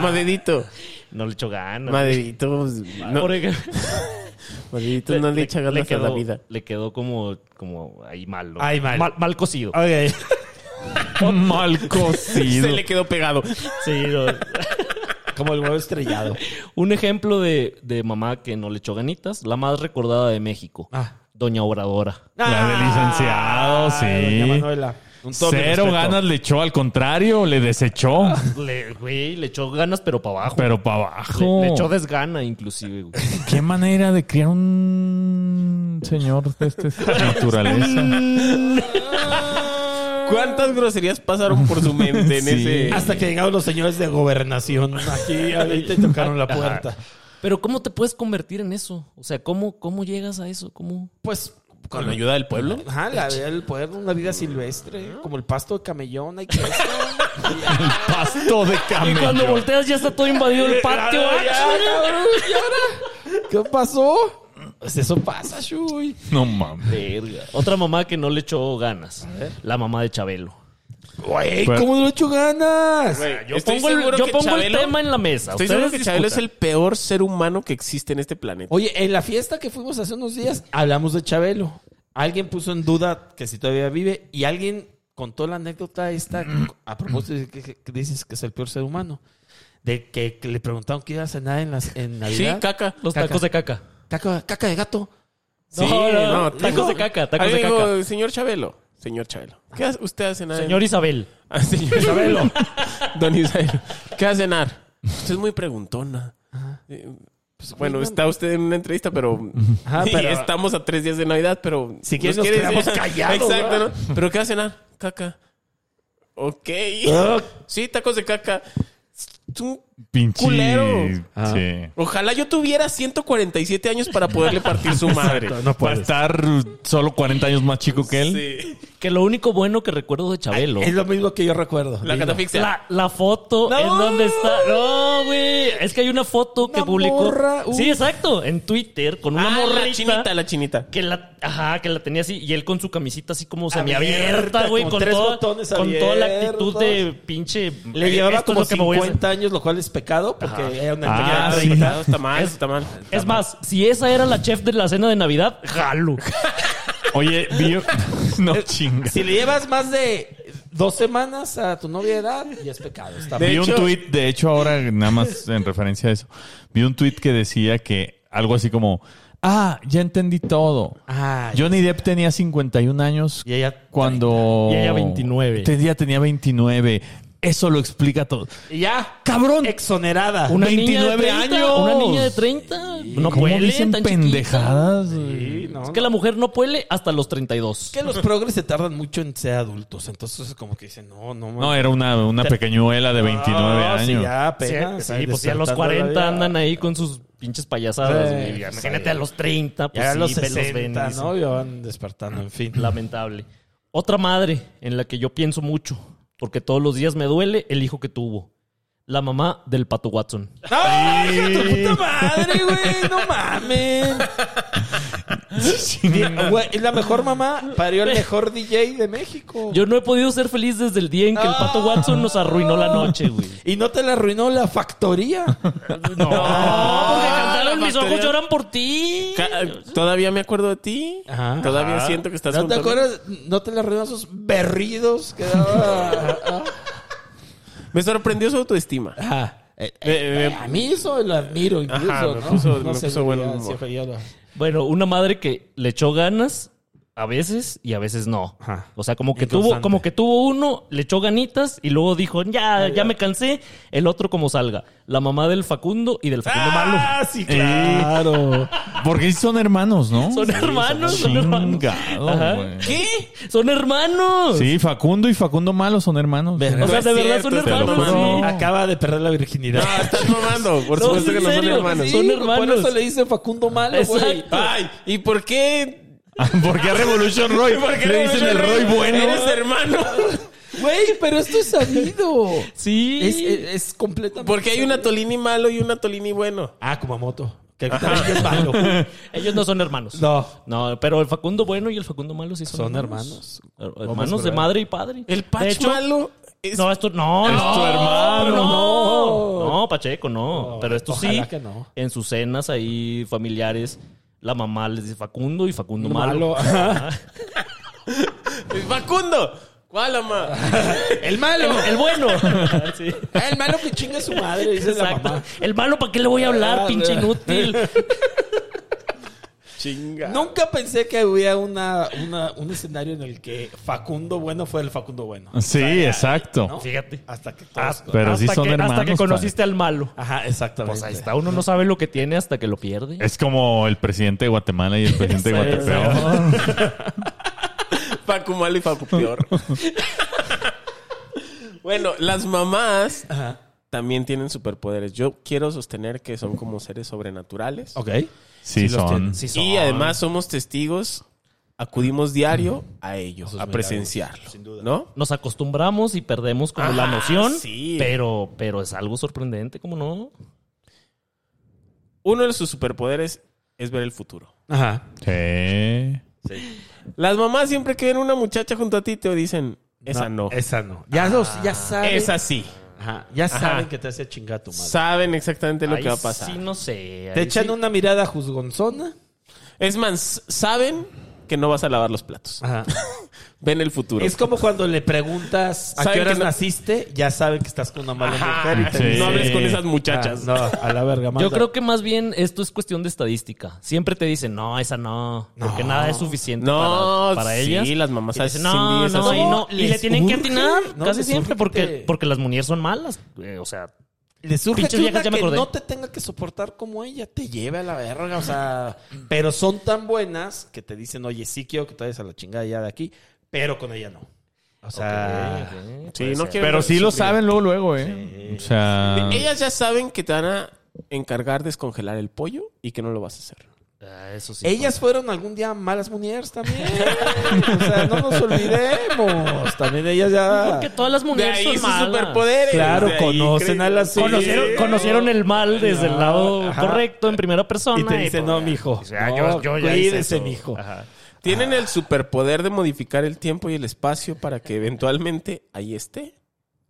E: Maderito, maderito.
D: No le echó ganas.
E: Maderito. pues, No,
D: Por ejemplo,
E: maderito no le echa ganas a
D: quedó,
E: la vida.
D: Le quedó como, como ahí malo.
C: Ahí mal. Ah,
D: mal. mal cocido.
C: Ok.
A: Mal cocido.
E: Se le quedó pegado.
D: Sí, no.
C: Como el huevo estrellado.
D: Un ejemplo de, de mamá que no le echó ganitas, la más recordada de México,
C: Ah.
D: Doña Obradora.
A: La de licenciado, sí.
C: doña Manuela. Un todo mi
A: Cero
C: respeto.
A: ganas le echó, al contrario, le desechó,
D: Le, güey, le echó ganas, pero para abajo.
A: pero para
D: Le-
A: abajo.
D: Le, echó desgana, inclusive. güey.
A: Qué manera de criar un señor de este esta naturaleza.
D: Ah.
E: ¿Cuántas groserías pasaron por su mente en
A: Sí.
E: ese?
C: Hasta que llegaron los señores de gobernación aquí ahorita y tocaron la puerta.
D: Pero ¿cómo te puedes convertir en eso? O sea, ¿cómo, cómo llegas a eso? ¿Cómo?
C: Pues
E: con la ayuda del pueblo.
C: Ajá, la vida del pueblo, una vida silvestre, como el pasto de camellón, hay que
A: Pasto de
D: Y cuando
A: camello.
D: volteas ya está todo invadido el patio. Ah,
C: ¿Qué pasó? Pues eso pasa, Shui.
A: No mames.
D: Verga. Otra mamá que no le echó ganas. La mamá de Chabelo.
C: Güey,
A: Pero-
C: ¿cómo no le echo ganas?
E: Güey,
D: Yo
E: estoy
D: pongo, el,
E: seguro
D: yo
E: que
D: pongo el
E: Chabelo-
D: tema en la mesa.
E: Estoy
D: Ustedes
E: seguro que Chabelo es
D: discutan.
E: el peor ser humano que existe en este planeta.
C: Oye, en la fiesta que fuimos hace unos días, hablamos de Chabelo. Alguien puso en duda que si todavía vive y alguien contó la anécdota esta a propósito de que, que dices que es el peor ser humano. De que, que le preguntaron qué iba a cenar en, las, en
E: Sí,
C: Navidad.
E: caca.
D: Los
C: Caca.
D: tacos de caca.
C: caca, caca de gato.
E: Sí,
D: no, no, no,
E: te
D: tacos
E: digo-
D: de caca, tacos
E: Ahí
D: de
E: digo, eh,
D: caca.
E: Señor Chabelo, señor Chabelo. ¿Qué hace- usted hace nada?
D: Señor Isabel.
E: Ah, señor Isabelo. Don Isabelo. ¿Qué va a cenar? Usted es muy preguntona. Eh, pues, bueno, está usted en una entrevista, pero...
C: Ajá, pero-
E: Y estamos a tres días de Navidad, pero...
C: Si quieres nos quedamos callados,
E: Exacto,
C: ¿no?
E: ¿no? ¿Pero
C: Ah.
E: qué va a cenar? Caca. Ok. Sí, tacos de caca. es un
A: Pinche.
E: culero.
A: Sí.
E: Ojalá yo tuviera 147 años para poderle partir su madre.
C: No
A: Para
C: puedes.
A: estar solo 40 años más chico que él.
E: Sí.
D: Que lo único bueno que recuerdo de Chabelo.
C: Es lo mismo que yo recuerdo.
E: La
C: Dilo.
E: catafixia.
D: La, la foto
E: No.
D: en donde está. No, güey. Es que hay una foto que
E: Una
D: publicó.
E: morra, uh.
D: Sí, exacto. En Twitter con una
E: Ah,
D: morrita.
E: la chinita, la chinita.
D: Que la, ajá, que la tenía así. Y él con su camisita así como semiabierta, güey.
C: con
D: Con,
C: tres
D: toda-
C: botones
D: con toda la actitud
C: abiertos.
D: de pinche.
C: Le
D: eh, esto
C: llevaba
D: es
C: como
D: lo que me voy a hacer.
C: 50 años, lo cual es pecado porque
D: Ajá.
C: era una
A: Ah,
E: Ya,
A: sí.
E: está, está mal, está mal.
D: Es más, si esa era la chef de la cena de Navidad, jalo.
A: Oye, vi- No chinga.
C: Si le llevas más de dos semanas a tu novia de edad, ya es pecado. Está
A: vi
C: mal.
A: un tweet, de hecho, ahora nada más en referencia a eso. Vi un tweet que decía que algo así como: Ah, ya entendí todo.
C: Ah,
A: Johnny Depp tenía 51 años
C: y ella
A: cuando.
D: Y ella 29.
A: Tenía, tenía 29. Eso lo explica todo.
C: y ya
A: ¡Cabrón!
C: exonerada.
D: Una niña de
A: 29
D: 30,
A: años.
D: Una niña de 30. No
A: ¿Cómo
D: puede.
A: dicen
D: tan chiquita.
A: pendejadas?
C: Sí, no,
D: Es que
C: no.
D: la mujer no puele hasta los 32.
C: Es que los progres se tardan mucho en ser adultos, entonces es como que dicen, no, no,
A: No, era una, una pequeñuela de 29
C: No,
A: años.
C: sí, ya
D: Ah, Sí,
C: apenas.
D: sí,
C: ahí
D: pues ya a los
C: despertando
D: 40
C: la vida.
D: andan ahí con sus pinches payasadas.
C: Sí,
D: güey.
C: pues,
D: Imagínate
C: ahí.
D: a los 30, pues
C: Ya a
D: sí,
C: los
D: ve,
C: 60,
D: ven,
C: ¿no?
D: dice.
C: Ya van despertando, en fin.
D: Lamentable. Otra madre en la que yo pienso mucho, porque todos los días me duele el hijo que tuvo. La mamá del Pato Watson.
C: ¡Ah, hija de tu puta madre, güey! ¡No mames! Di- güey, Es la mejor mamá, parió el mejor DJ de México.
D: Yo no he podido ser feliz desde el día en que el Pato
C: Ah.
D: Watson nos arruinó la noche, güey.
C: Y no te la arruinó la factoría.
D: No, porque cantaron
E: la
D: mis
E: batería.
D: ojos lloran por ti.
E: Ca- eh, Todavía me acuerdo de ti.
C: Ajá.
E: Todavía siento que estás
C: ¿No
E: junto
C: te
E: a mí.
C: acuerdas? ¿No te la arruinó esos berridos que daba?
E: Me sorprendió su autoestima.
C: Ajá. Eh,
E: Eh,
C: eh, a mí eso lo admiro incluso,
E: Ajá, me
C: ¿no?
E: puso-
C: no
E: me puso buen
C: ya-
E: humor.
C: sí, ya lo-
D: Bueno, una madre que le echó ganas a veces y a veces no.
C: Ajá.
D: O sea, como que
C: Inconstante.
D: tuvo, como que tuvo uno, le echó ganitas y luego dijo, ya, ya me cansé, el otro como salga. La mamá del Facundo y del Facundo Malo.
E: Ah, sí, claro.
A: Claro. Porque son hermanos, ¿no?
D: Son hermanos, son hermanos.
A: Chingado,
D: Ajá.
A: güey.
D: ¿Qué? Son hermanos.
A: Sí, Facundo y Facundo Malo son hermanos.
D: O sea,
E: No
D: de
E: es
D: verdad
E: cierto,
D: son
E: te lo
D: hermanos.
A: juro.
D: sí.
A: No.
C: Acaba de perder la virginidad.
E: Ah, estás mamando. Por
D: No,
E: supuesto
D: en
E: que no son
D: serio.
E: hermanos.
D: Son
C: Por
D: hermanos.
C: eso le dice Facundo Malo, güey.
D: Exacto.
E: Ay, ¿y por qué?
A: ¿Por qué a Revolution Roy?
E: ¿Por qué
A: Le
E: no
A: dicen
E: me
A: el Roy bueno.
E: Eres hermano.
C: Güey, pero esto es sabido.
D: Sí.
C: Es, eh, es, es completamente.
E: Porque hay una Tolini malo y una Tolini bueno.
C: Ah, Kumamoto. Que también es malo.
D: Ellos no son hermanos.
C: No.
D: No, pero el Facundo bueno y el Facundo malo sí son,
C: Son
D: Her-
C: Vamos
D: Hermanos
C: a
D: de
C: ver.
D: madre y padre.
E: El
D: De
E: Patch
D: hecho,
E: malo es
D: No, esto no. Es
A: tu hermano,
D: No, no, Pacheco, no.
C: No,
D: Pero esto
C: ojalá
D: sí.
C: que no.
D: En sus cenas ahí familiares, la mamá les dice Facundo y Facundo malo.
C: Malo. Ajá.
E: Facundo. ¿Cuál, ama?
C: El malo. Ah,
D: El, el bueno. Sí,
C: El malo que chinga a su madre, dice la
D: exacto.
C: mamá.
D: El malo, ¿para qué le voy a hablar,
C: Ah,
D: pinche
C: no.
D: inútil?
E: Chinga.
C: Nunca pensé que hubiera una, una- un escenario en el que Facundo bueno fue el Facundo bueno.
A: Sí, exacto.
C: ¿no?
D: Fíjate.
C: Hasta que todos-
D: Hasta-
A: Pero sí
D: hasta
A: son
D: que, Hasta que
A: hermanos,
D: conociste al malo.
C: Ajá, exactamente.
D: Pues ahí está, uno no sabe lo que tiene hasta que lo pierde.
A: Es como el presidente de Guatemala y el presidente de Guatepeor.
E: Facu malo y Facu peor. bueno, las mamás
C: Ajá.
E: también tienen superpoderes. Yo quiero sostener que son como seres sobrenaturales.
C: Ok.
A: Sí,
C: los
A: son.
C: tiene- sí son.
E: Y además somos testigos, acudimos diario a ellos, a presenciarlo. ¿No?
D: Nos acostumbramos y perdemos como la
E: Ajá,
D: noción,
E: sí.
D: pero, pero es algo sorprendente, ¿cómo no?
E: Uno de sus superpoderes es ver el futuro.
C: Ajá.
A: Sí.
E: Las mamás siempre que ven una muchacha junto a ti te dicen, esa no.
C: Esa no. Ya, los, ya saben.
E: Esa sí.
C: Ajá. Ya saben
E: Ajá.
C: que te hace chingar tu madre.
E: Saben exactamente lo
D: Ahí
E: que va a pasar.
D: Sí, no sé.
C: Te
D: ahí
C: echan
D: sí.
C: una mirada juzgonzona.
E: Es más, saben que no vas a lavar los platos.
C: Ajá.
E: Ven el futuro.
C: Ah. Es como cuando le preguntas a
E: Saben
C: qué horas
E: que no-
C: naciste, ya saben que estás con una mala
E: Ajá,
C: mujer y te
A: sí.
C: dicen,
E: No hables con
A: Sí.
E: esas muchachas.
C: "Ah, no, a la verga, manda".
D: Yo creo que más bien esto es cuestión de estadística. Siempre te dicen, no, esa no, porque nada es suficiente
E: No,
D: para, para
E: sí,
D: ellas.
E: las mamás
D: Y dicen,
E: sin
D: no,
E: vida, esas
D: no,
E: sí.
D: y no. Y le
C: Les
D: tienen que
C: urge,
D: atinar
C: ¿no?
D: casi
C: Les
D: siempre
C: urge.
D: porque, porque las mujeres son malas. Eh, O sea,
C: le surge
D: Pinches
C: que,
D: viejas,
C: una
D: ya me
C: que
D: acordé.
C: no te tenga que soportar como ella te lleve a la verga, o sea, pero son tan buenas que te dicen, "Oye, sí quiero que te vayas a la chingada ya de aquí, pero con ella no." O sea,
D: Ok, ok.
E: Sí, no quiero-
G: Pero sí lo saben luego, luego, ¿eh?
A: O sea,
E: Ellas ya saben que te van a encargar de descongelar el pollo y que no lo vas a hacer.
D: Ah, eso sí.
C: ellas fueron algún día malas mujeres también. o sea, no nos olvidemos. También ellas ya.
D: Porque todas las
E: De
D: mujeres
E: ahí
D: son
E: sus
D: malas.
E: superpoderes.
C: Claro,
E: De ahí
C: conocen
E: creen-
C: a las.
D: Conocieron,
C: Sí.
D: conocieron el mal desde el lado
C: Ajá.
D: correcto, en primera persona.
C: Y te dicen,
D: pues,
C: no,
D: ya.
C: mijo.
D: Dice, ah,
C: no,
D: yo- yo ya hice
C: cuídese,
D: eso".
C: mijo.
D: Ajá.
E: Tienen el superpoder de modificar el tiempo y el espacio para que eventualmente ahí esté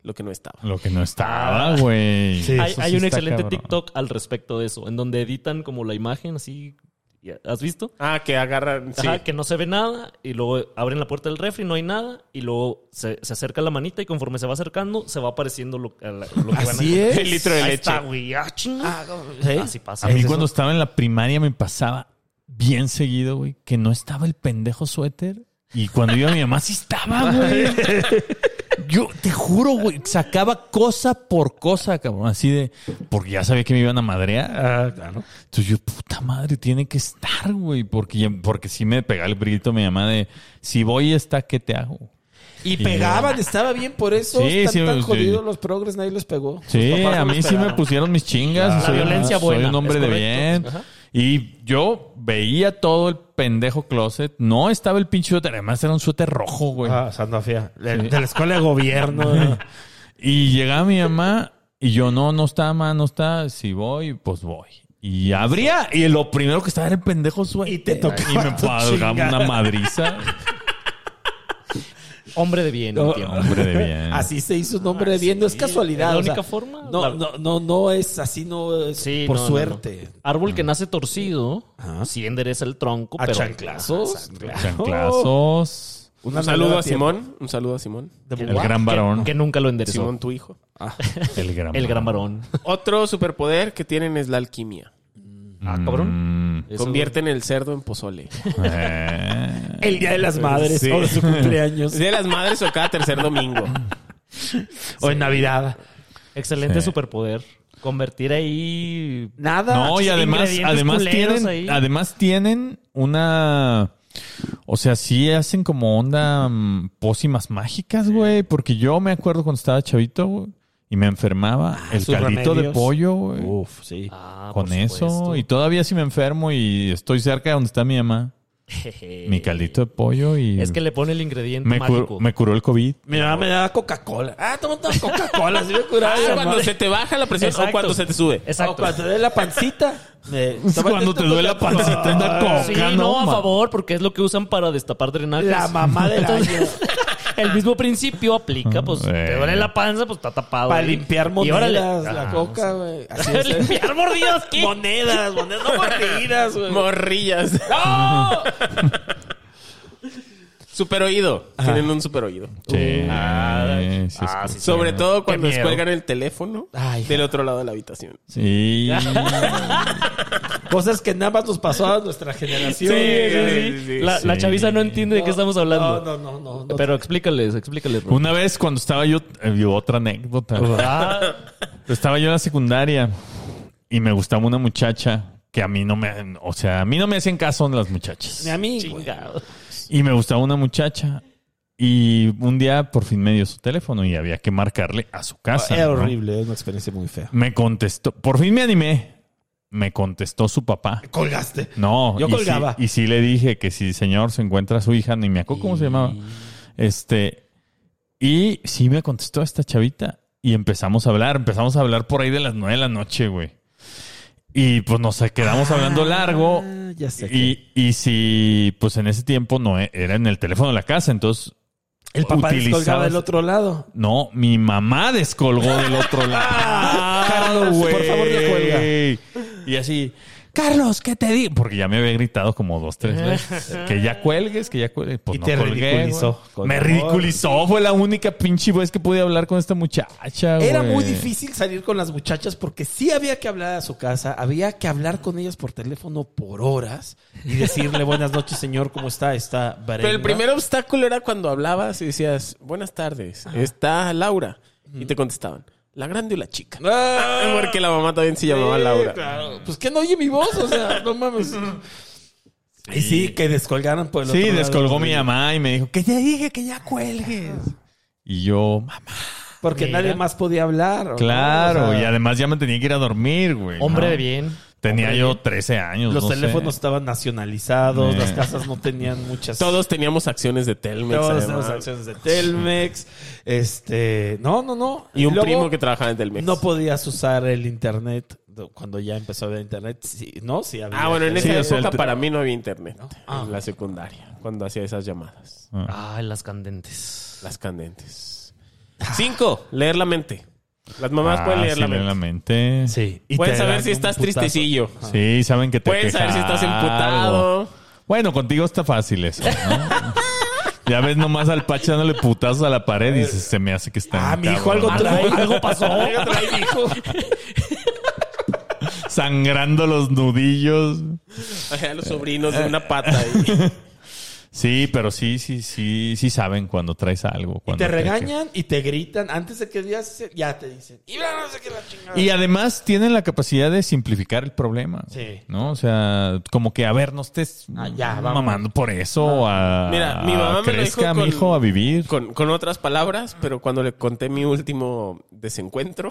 E: lo que no estaba.
A: lo que no estaba, güey.
G: Sí.
D: Hay,
G: Eso
D: hay
G: sí
D: un
G: está
D: excelente
G: cabrón.
D: TikTok al respecto de eso, en donde editan como la imagen así. ya- ¿Has visto?
E: Ah, que agarran. Sí.
D: Ajá, que no se ve nada y luego abren la puerta del refri, no hay nada y luego se, se acerca la manita y conforme se va acercando se va apareciendo lo, a la- lo que
C: Así
D: van a
C: es.
E: El litro de
D: Ahí
E: leche.
D: está, güey. Ah, chinga.
C: ¿Sí?
D: Así pasa.
A: A mí
D: Eso.
A: cuando estaba en la primaria me pasaba bien seguido, güey, que no estaba el pendejo suéter. Y cuando iba mi mamá, sí estaba, güey. Yo te juro, güey, sacaba cosa por cosa, cabrón. Así de, porque ya sabía que me iban a madrear. Entonces yo, puta madre, tiene que estar, güey. Porque, ya- porque sí me pegaba el brito mi mamá de, si voy está, ¿qué te hago?
C: Y pegaban, estaba bien por eso.
A: Sí,
C: están
A: sí,
C: tan
A: sí.
C: jodidos los progres, nadie les pegó.
A: Sí,
E: papás
A: a
E: no
A: mí sí me
E: esperaron.
A: pusieron mis chingas.
D: La
A: soy un-
D: violencia buena,
A: Soy un hombre
D: es
A: de
D: correcto.
A: bien. Y yo veía todo el pendejo closet. No estaba el pinche suéter. Además era un suéter rojo, güey.
G: Ah, Sandafia. De, de la escuela de gobierno.
A: Y llegaba mi mamá y yo, no, no está, mamá, no está. Si voy, pues voy. Y abría y lo primero que estaba era el pendejo suéter. Y te
G: tocaba
A: Y me
G: tu
A: pagaba
G: chingada.
A: una madriza.
D: Hombre de bien,
C: No.
D: tío.
A: hombre de bien.
C: Así se hizo un hombre de bien, no es
D: Es
C: casualidad.
D: Ah, la
C: o sea,
D: única forma.
C: No,
D: La-
C: no, no, no es así, no es
D: Sí,
C: por
D: no, no,
C: suerte.
D: no. Árbol que nace torcido,
C: Ajá.
D: sí endereza el tronco,
C: A
D: pero.
C: chanclazos.
A: Chanclazos.
E: Un saludo a Simón. Un saludo a Simón.
A: El gran varón.
D: Que, que nunca lo enderezó.
E: Simón, tu hijo.
A: El gran
D: El gran varón.
E: Otro superpoder que tienen es la alquimia.
D: Ah, cabrón.
A: Mm,
D: Eso-
E: Convierten el cerdo en pozole.
A: eh.
C: El día de las madres o de su cumpleaños.
E: Día de las madres o cada tercer domingo.
G: o en Navidad.
D: Excelente
A: Sí.
D: superpoder. Convertir ahí.
C: Nada.
A: No, y además,
D: ingredientes
A: además
D: culeros
A: tienen,
D: ahí.
A: además tienen una. O sea, sí hacen como onda mm, pócimas mágicas, güey. Porque yo me acuerdo cuando estaba chavito, güey, y me enfermaba. el
C: sus
A: caldito de
C: remedios.
A: pollo, güey.
C: Uf, sí.
D: Ah, por
A: con eso.
D: supuesto.
A: Y todavía si me enfermo y estoy cerca de donde está mi mamá.
D: Jeje.
A: Mi caldito de pollo y.
D: Es que le pone el ingrediente
A: me, cur-
D: mágico. Uh,
A: me curó el COVID.
C: Mi mamá me daba Coca-Cola. Ah, toma una Coca-Cola, así me curaba. mi
E: Ah,
C: mamá.
E: cuando se te baja la presión
D: Exacto.
E: o cuando se te sube.
C: O cuando te dé la pancita. me- tómate
A: cuando
C: esta
A: te duele la
C: Coca-Cola.
A: pancita, una coca,
D: Ah, Sí,
A: ¿no?
D: no, a
A: ma?
D: favor, porque es lo que usan para destapar drenajes.
C: La mamá del
D: Entonces,
C: año.
D: el mismo principio aplica, pues
A: Eh.
D: te duele la panza, pues está tapado.
C: Para
D: ahí.
C: limpiar
D: Y
C: monedas,
D: órale.
C: la
D: Ah,
C: coca, güey. Así
D: sí.
C: es. ¿eh?
D: limpiar mordidas, ¿qué?
C: Monedas, monedas, no mordidas, güey.
E: Morrillas. super oído. Tienen un super oído.
A: Sí.
D: Ah,
A: sí, es
D: ah, sí,
E: Sobre
D: sí.
E: todo cuando
D: Qué miedo.
E: descuelgan el teléfono
C: Ay,
E: del otro lado de la habitación.
A: Sí.
C: Cosas que nada más nos pasó a nuestra
D: Sí,
C: generación.
D: sí, sí.
E: Sí, sí,
D: La, la
A: sí.
D: chaviza no entiende de qué estamos hablando.
C: No, no, no, no. no.
D: Pero explícales, explícales. Ro.
A: Una vez cuando estaba yo, eh, otra anécdota.
C: Ah.
A: Estaba yo en la secundaria y me gustaba una muchacha que a mí no me, o sea, a mí no me hacían caso las muchachas.
C: Ni a mí, güey.
D: Chingado.
A: Y me gustaba una muchacha y un día por fin me dio su teléfono y había que marcarle a su casa.
C: Era
A: ¿no?
C: horrible, es una experiencia muy fea.
A: Me contestó, por fin me animé. Me contestó su papá.
C: Colgaste.
A: No,
C: Yo
A: y sí-
C: colgaba.
A: y sí le dije que si señor se encuentra a su hija, ni me acuerdo cómo se llamaba. Este, y sí me contestó esta chavita y empezamos a hablar, empezamos a hablar por ahí de las nueve de la noche, güey. Y pues nos quedamos hablando largo.
C: Ah, ya sé. que-
A: Y, y si, pues en ese tiempo no e- era en el teléfono de la casa, entonces
C: el papá
A: utilizabas-
C: descolgaba del otro lado.
A: No, mi mamá descolgó del otro lado.
C: Ah, Carlos, por favor, descuelga.
A: Y así, Carlos, ¿qué te di? Porque ya me había gritado como dos, tres veces. que ya cuelgues, que ya cuelgues. Pues
C: Y
A: no
C: te
A: colgué,
C: ridiculizó.
A: güey.
C: Con
A: Me
C: amor.
A: ridiculizó. Fue la única pinche vez que pude hablar con esta muchacha,
C: Era
A: güey.
C: muy difícil salir con las muchachas porque sí había que hablar a su casa, había que hablar con ellas por teléfono por horas y decirle buenas noches, señor, ¿cómo está? Está
E: Pero el primer obstáculo era cuando hablabas y decías, buenas tardes, está Laura. Y te contestaban, la grande o la chica. Porque la mamá también se Ah, llamaba Laura.
C: Pues que no oye mi voz, o sea, no mames. Y sí, que descolgaran por el
A: Sí,
C: otro lado.
A: descolgó mi mamá y me dijo, que te dije que ya cuelgues. Y yo, "Ah,
C: Porque
G: Mira.
C: nadie más podía hablar. ¿no?
A: claro.
C: O sea,
A: y además ya me tenía que ir a dormir, güey.
G: Hombre
A: ¿no?
G: de bien.
A: Tenía yo 13 años.
C: los
A: no sé.
C: teléfonos estaban nacionalizados,
A: Eh.
C: las casas no tenían muchas.
E: Todos teníamos acciones de Telmex.
C: todas
E: además.
C: las acciones de Telmex. Este. No, no, no.
E: Y un
C: luego,
E: primo que trabajaba en Telmex.
C: No podías usar el internet do- cuando ya empezó a haber internet. Sí, no, sí había.
E: ah, bueno, en esa
A: Sí, o sea,
E: época
A: el-
E: para mí no había internet.
C: Ah.
E: En la secundaria, cuando hacía esas llamadas.
D: Ah, las candentes.
E: Las candentes. Cinco, leer la mente. Las mamás
A: Ah,
E: pueden leer
A: sí,
E: la
A: leen
E: mente.
A: mente. Sí.
G: Sí. Y
E: Pueden
G: te
E: saber
G: dan
E: si
G: un
E: estás
G: putazo.
E: tristecillo.
A: saben que te
E: Pueden saber si estás
A: queja algo.
E: emputado.
A: Bueno, contigo está fácil eso, ¿no? ya ves nomás al Pacha dándole putazos a la pared y dices, se me hace que está
C: Ah,
A: en
C: mi hijo,
A: cabrón.
C: algo trae.
D: Algo pasó.
A: Sangrando los nudillos.
E: Ajá, los sobrinos de una pata. ahí.
A: Sí, pero sí, sí, sí, sí saben cuando traes algo.
C: Y
A: cuando
C: te
A: quejas.
C: regañan y te gritan. Antes de que digas, ya te dicen. Y ya no sé qué la chingada.
A: Y además tienen la capacidad de simplificar el problema.
C: Sí.
A: ¿No? O sea, como que, a ver, no estés
C: Ah, ya, vamos.
A: mamando por eso. A,
E: Mira, mi mamá me lo
A: crezca
E: dijo
A: mi
E: con-
A: hijo a vivir.
E: con, con otras palabras, pero cuando le conté mi último desencuentro,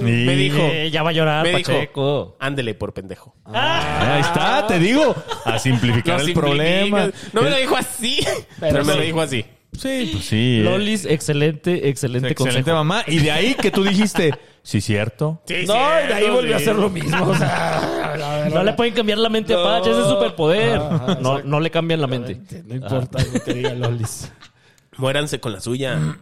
A: Y-
E: me dijo,
D: Eh, ya va a llorar,
E: Me dijo.
D: Pacheco.
E: ándele por pendejo.
A: Ahí está, te digo. A simplificar
E: Lo
A: el
E: simplificas.
A: problema.
E: No me lo dijo así, pero, me lo dijo así.
A: Sí, pues sí. eh.
D: Lolis, excelente, excelente,
A: Excelente
D: consejo.
A: mamá. Y de ahí que tú dijiste, sí, cierto.
E: Sí,
C: no, y de ahí
E: cierto,
C: volvió a
E: sí.
C: hacer lo mismo. O sea, la verdad.
D: No le pueden cambiar la mente a Pacha, ese es superpoder. no, no le cambian la mente.
C: No importa lo que diga Lolis.
E: Muéranse con la suya.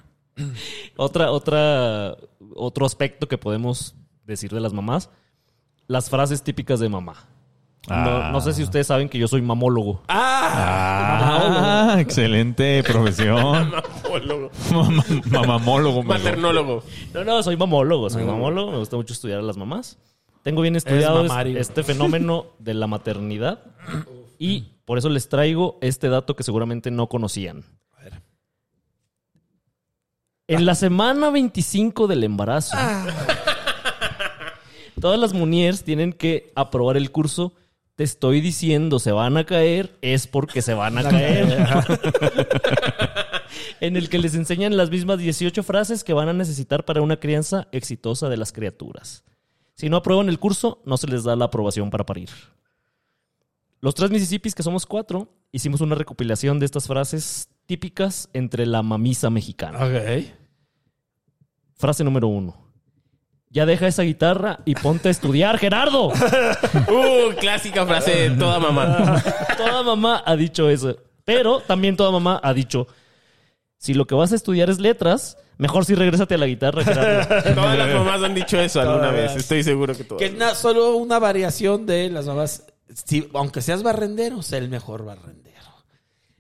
D: Otra, otra, otro aspecto que podemos decir de las mamás, las frases típicas de mamá. No-
A: Ah.
D: No, sé si ustedes saben que yo soy mamólogo.
A: Ah, excelente profesión.
E: Mamólogo.
A: Mamá- Mamamólogo. me lo-
E: Maternólogo.
D: No, no, soy mamólogo, soy mamólogo, me gusta mucho estudiar a las mamás. Tengo bien estudiado es-
C: mamario.
D: este fenómeno de la maternidad y por eso les traigo este dato que seguramente no conocían. En la semana 25 del embarazo, todas las muñeres tienen que aprobar el curso. Te estoy diciendo, se van a caer, es porque se van a caer. en el que les enseñan las mismas 18 frases que van a necesitar para una crianza exitosa de las criaturas. Si no aprueban el curso, no se les da la aprobación para parir. Los tres Mississippis, que somos cuatro, hicimos una recopilación de estas frases típicas entre la mamisa mexicana.
C: Ok.
D: Frase número uno. Ya deja esa guitarra y ponte a estudiar, Gerardo.
E: Uh, clásica frase de toda mamá.
D: Toda mamá ha dicho eso. Pero también toda mamá ha dicho, si lo que vas a estudiar es letras, mejor si regrésate a la guitarra, Gerardo.
E: Todas las mamás han dicho eso alguna
C: Todas.
E: vez. Estoy seguro que todas.
C: Que es na- solo una variación de las mamás. Si- aunque seas barrendero, sé el mejor barrendero.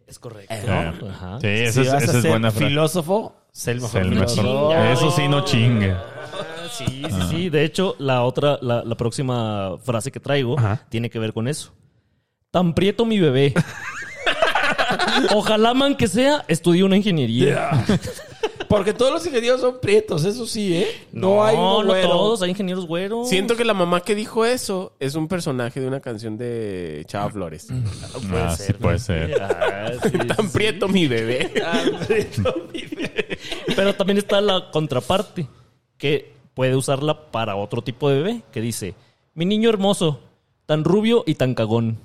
C: Es correcto.
A: Eh,
D: Ajá.
A: Sí, esa es, esa es buena frase.
C: filósofo, sé el
A: Es
C: mejor
A: el mejor. Eh.
C: filósofo.
A: Eso sí, no chingue.
D: Sí, sí, sí. De hecho, la otra, la, la próxima frase que traigo
G: Ajá.
D: tiene que ver con eso. Tan prieto mi bebé. Ojalá man que sea, estudie una ingeniería.
C: Porque todos los ingenieros son prietos, eso sí, ¿eh? No, hay uno
D: no
C: güero.
D: todos, hay ingenieros güeros.
E: Siento que la mamá que dijo eso es un personaje de una canción de Chava Flores.
A: Ah, sí, puede ser.
D: Ah, sí,
E: Tan prieto mi bebé.
D: Pero también está la contraparte, que puede usarla para otro tipo de bebé, que dice, mi niño hermoso, tan rubio y tan cagón.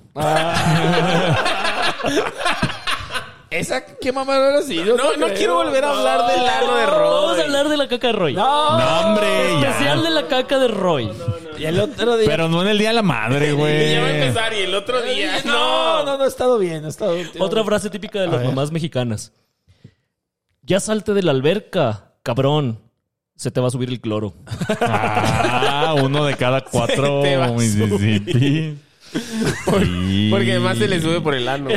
C: ¿Esa qué mamá no era así? Yo
E: No, no
C: creo.
E: quiero volver a hablar del ano de
D: Vamos a
E: Roy.
D: hablar de la caca de Roy.
E: Oh,
C: No.
A: No, hombre,
D: Especial
A: ya.
D: de la caca de Roy.
C: Y el otro día.
A: Pero no en el Día de la Madre,
E: Y ya va a
A: güey.
E: empezar y el otro día.
C: no,
E: No,
C: no, no, he estado bien, he estado
D: Otra frase típica de las mamás mexicanas. Ya salte de la alberca, cabrón. Se te va a subir el cloro.
A: Ah, uno de cada cuatro
E: te va a
A: Mississippi. Sí.
E: Porque además se le sube por el ano.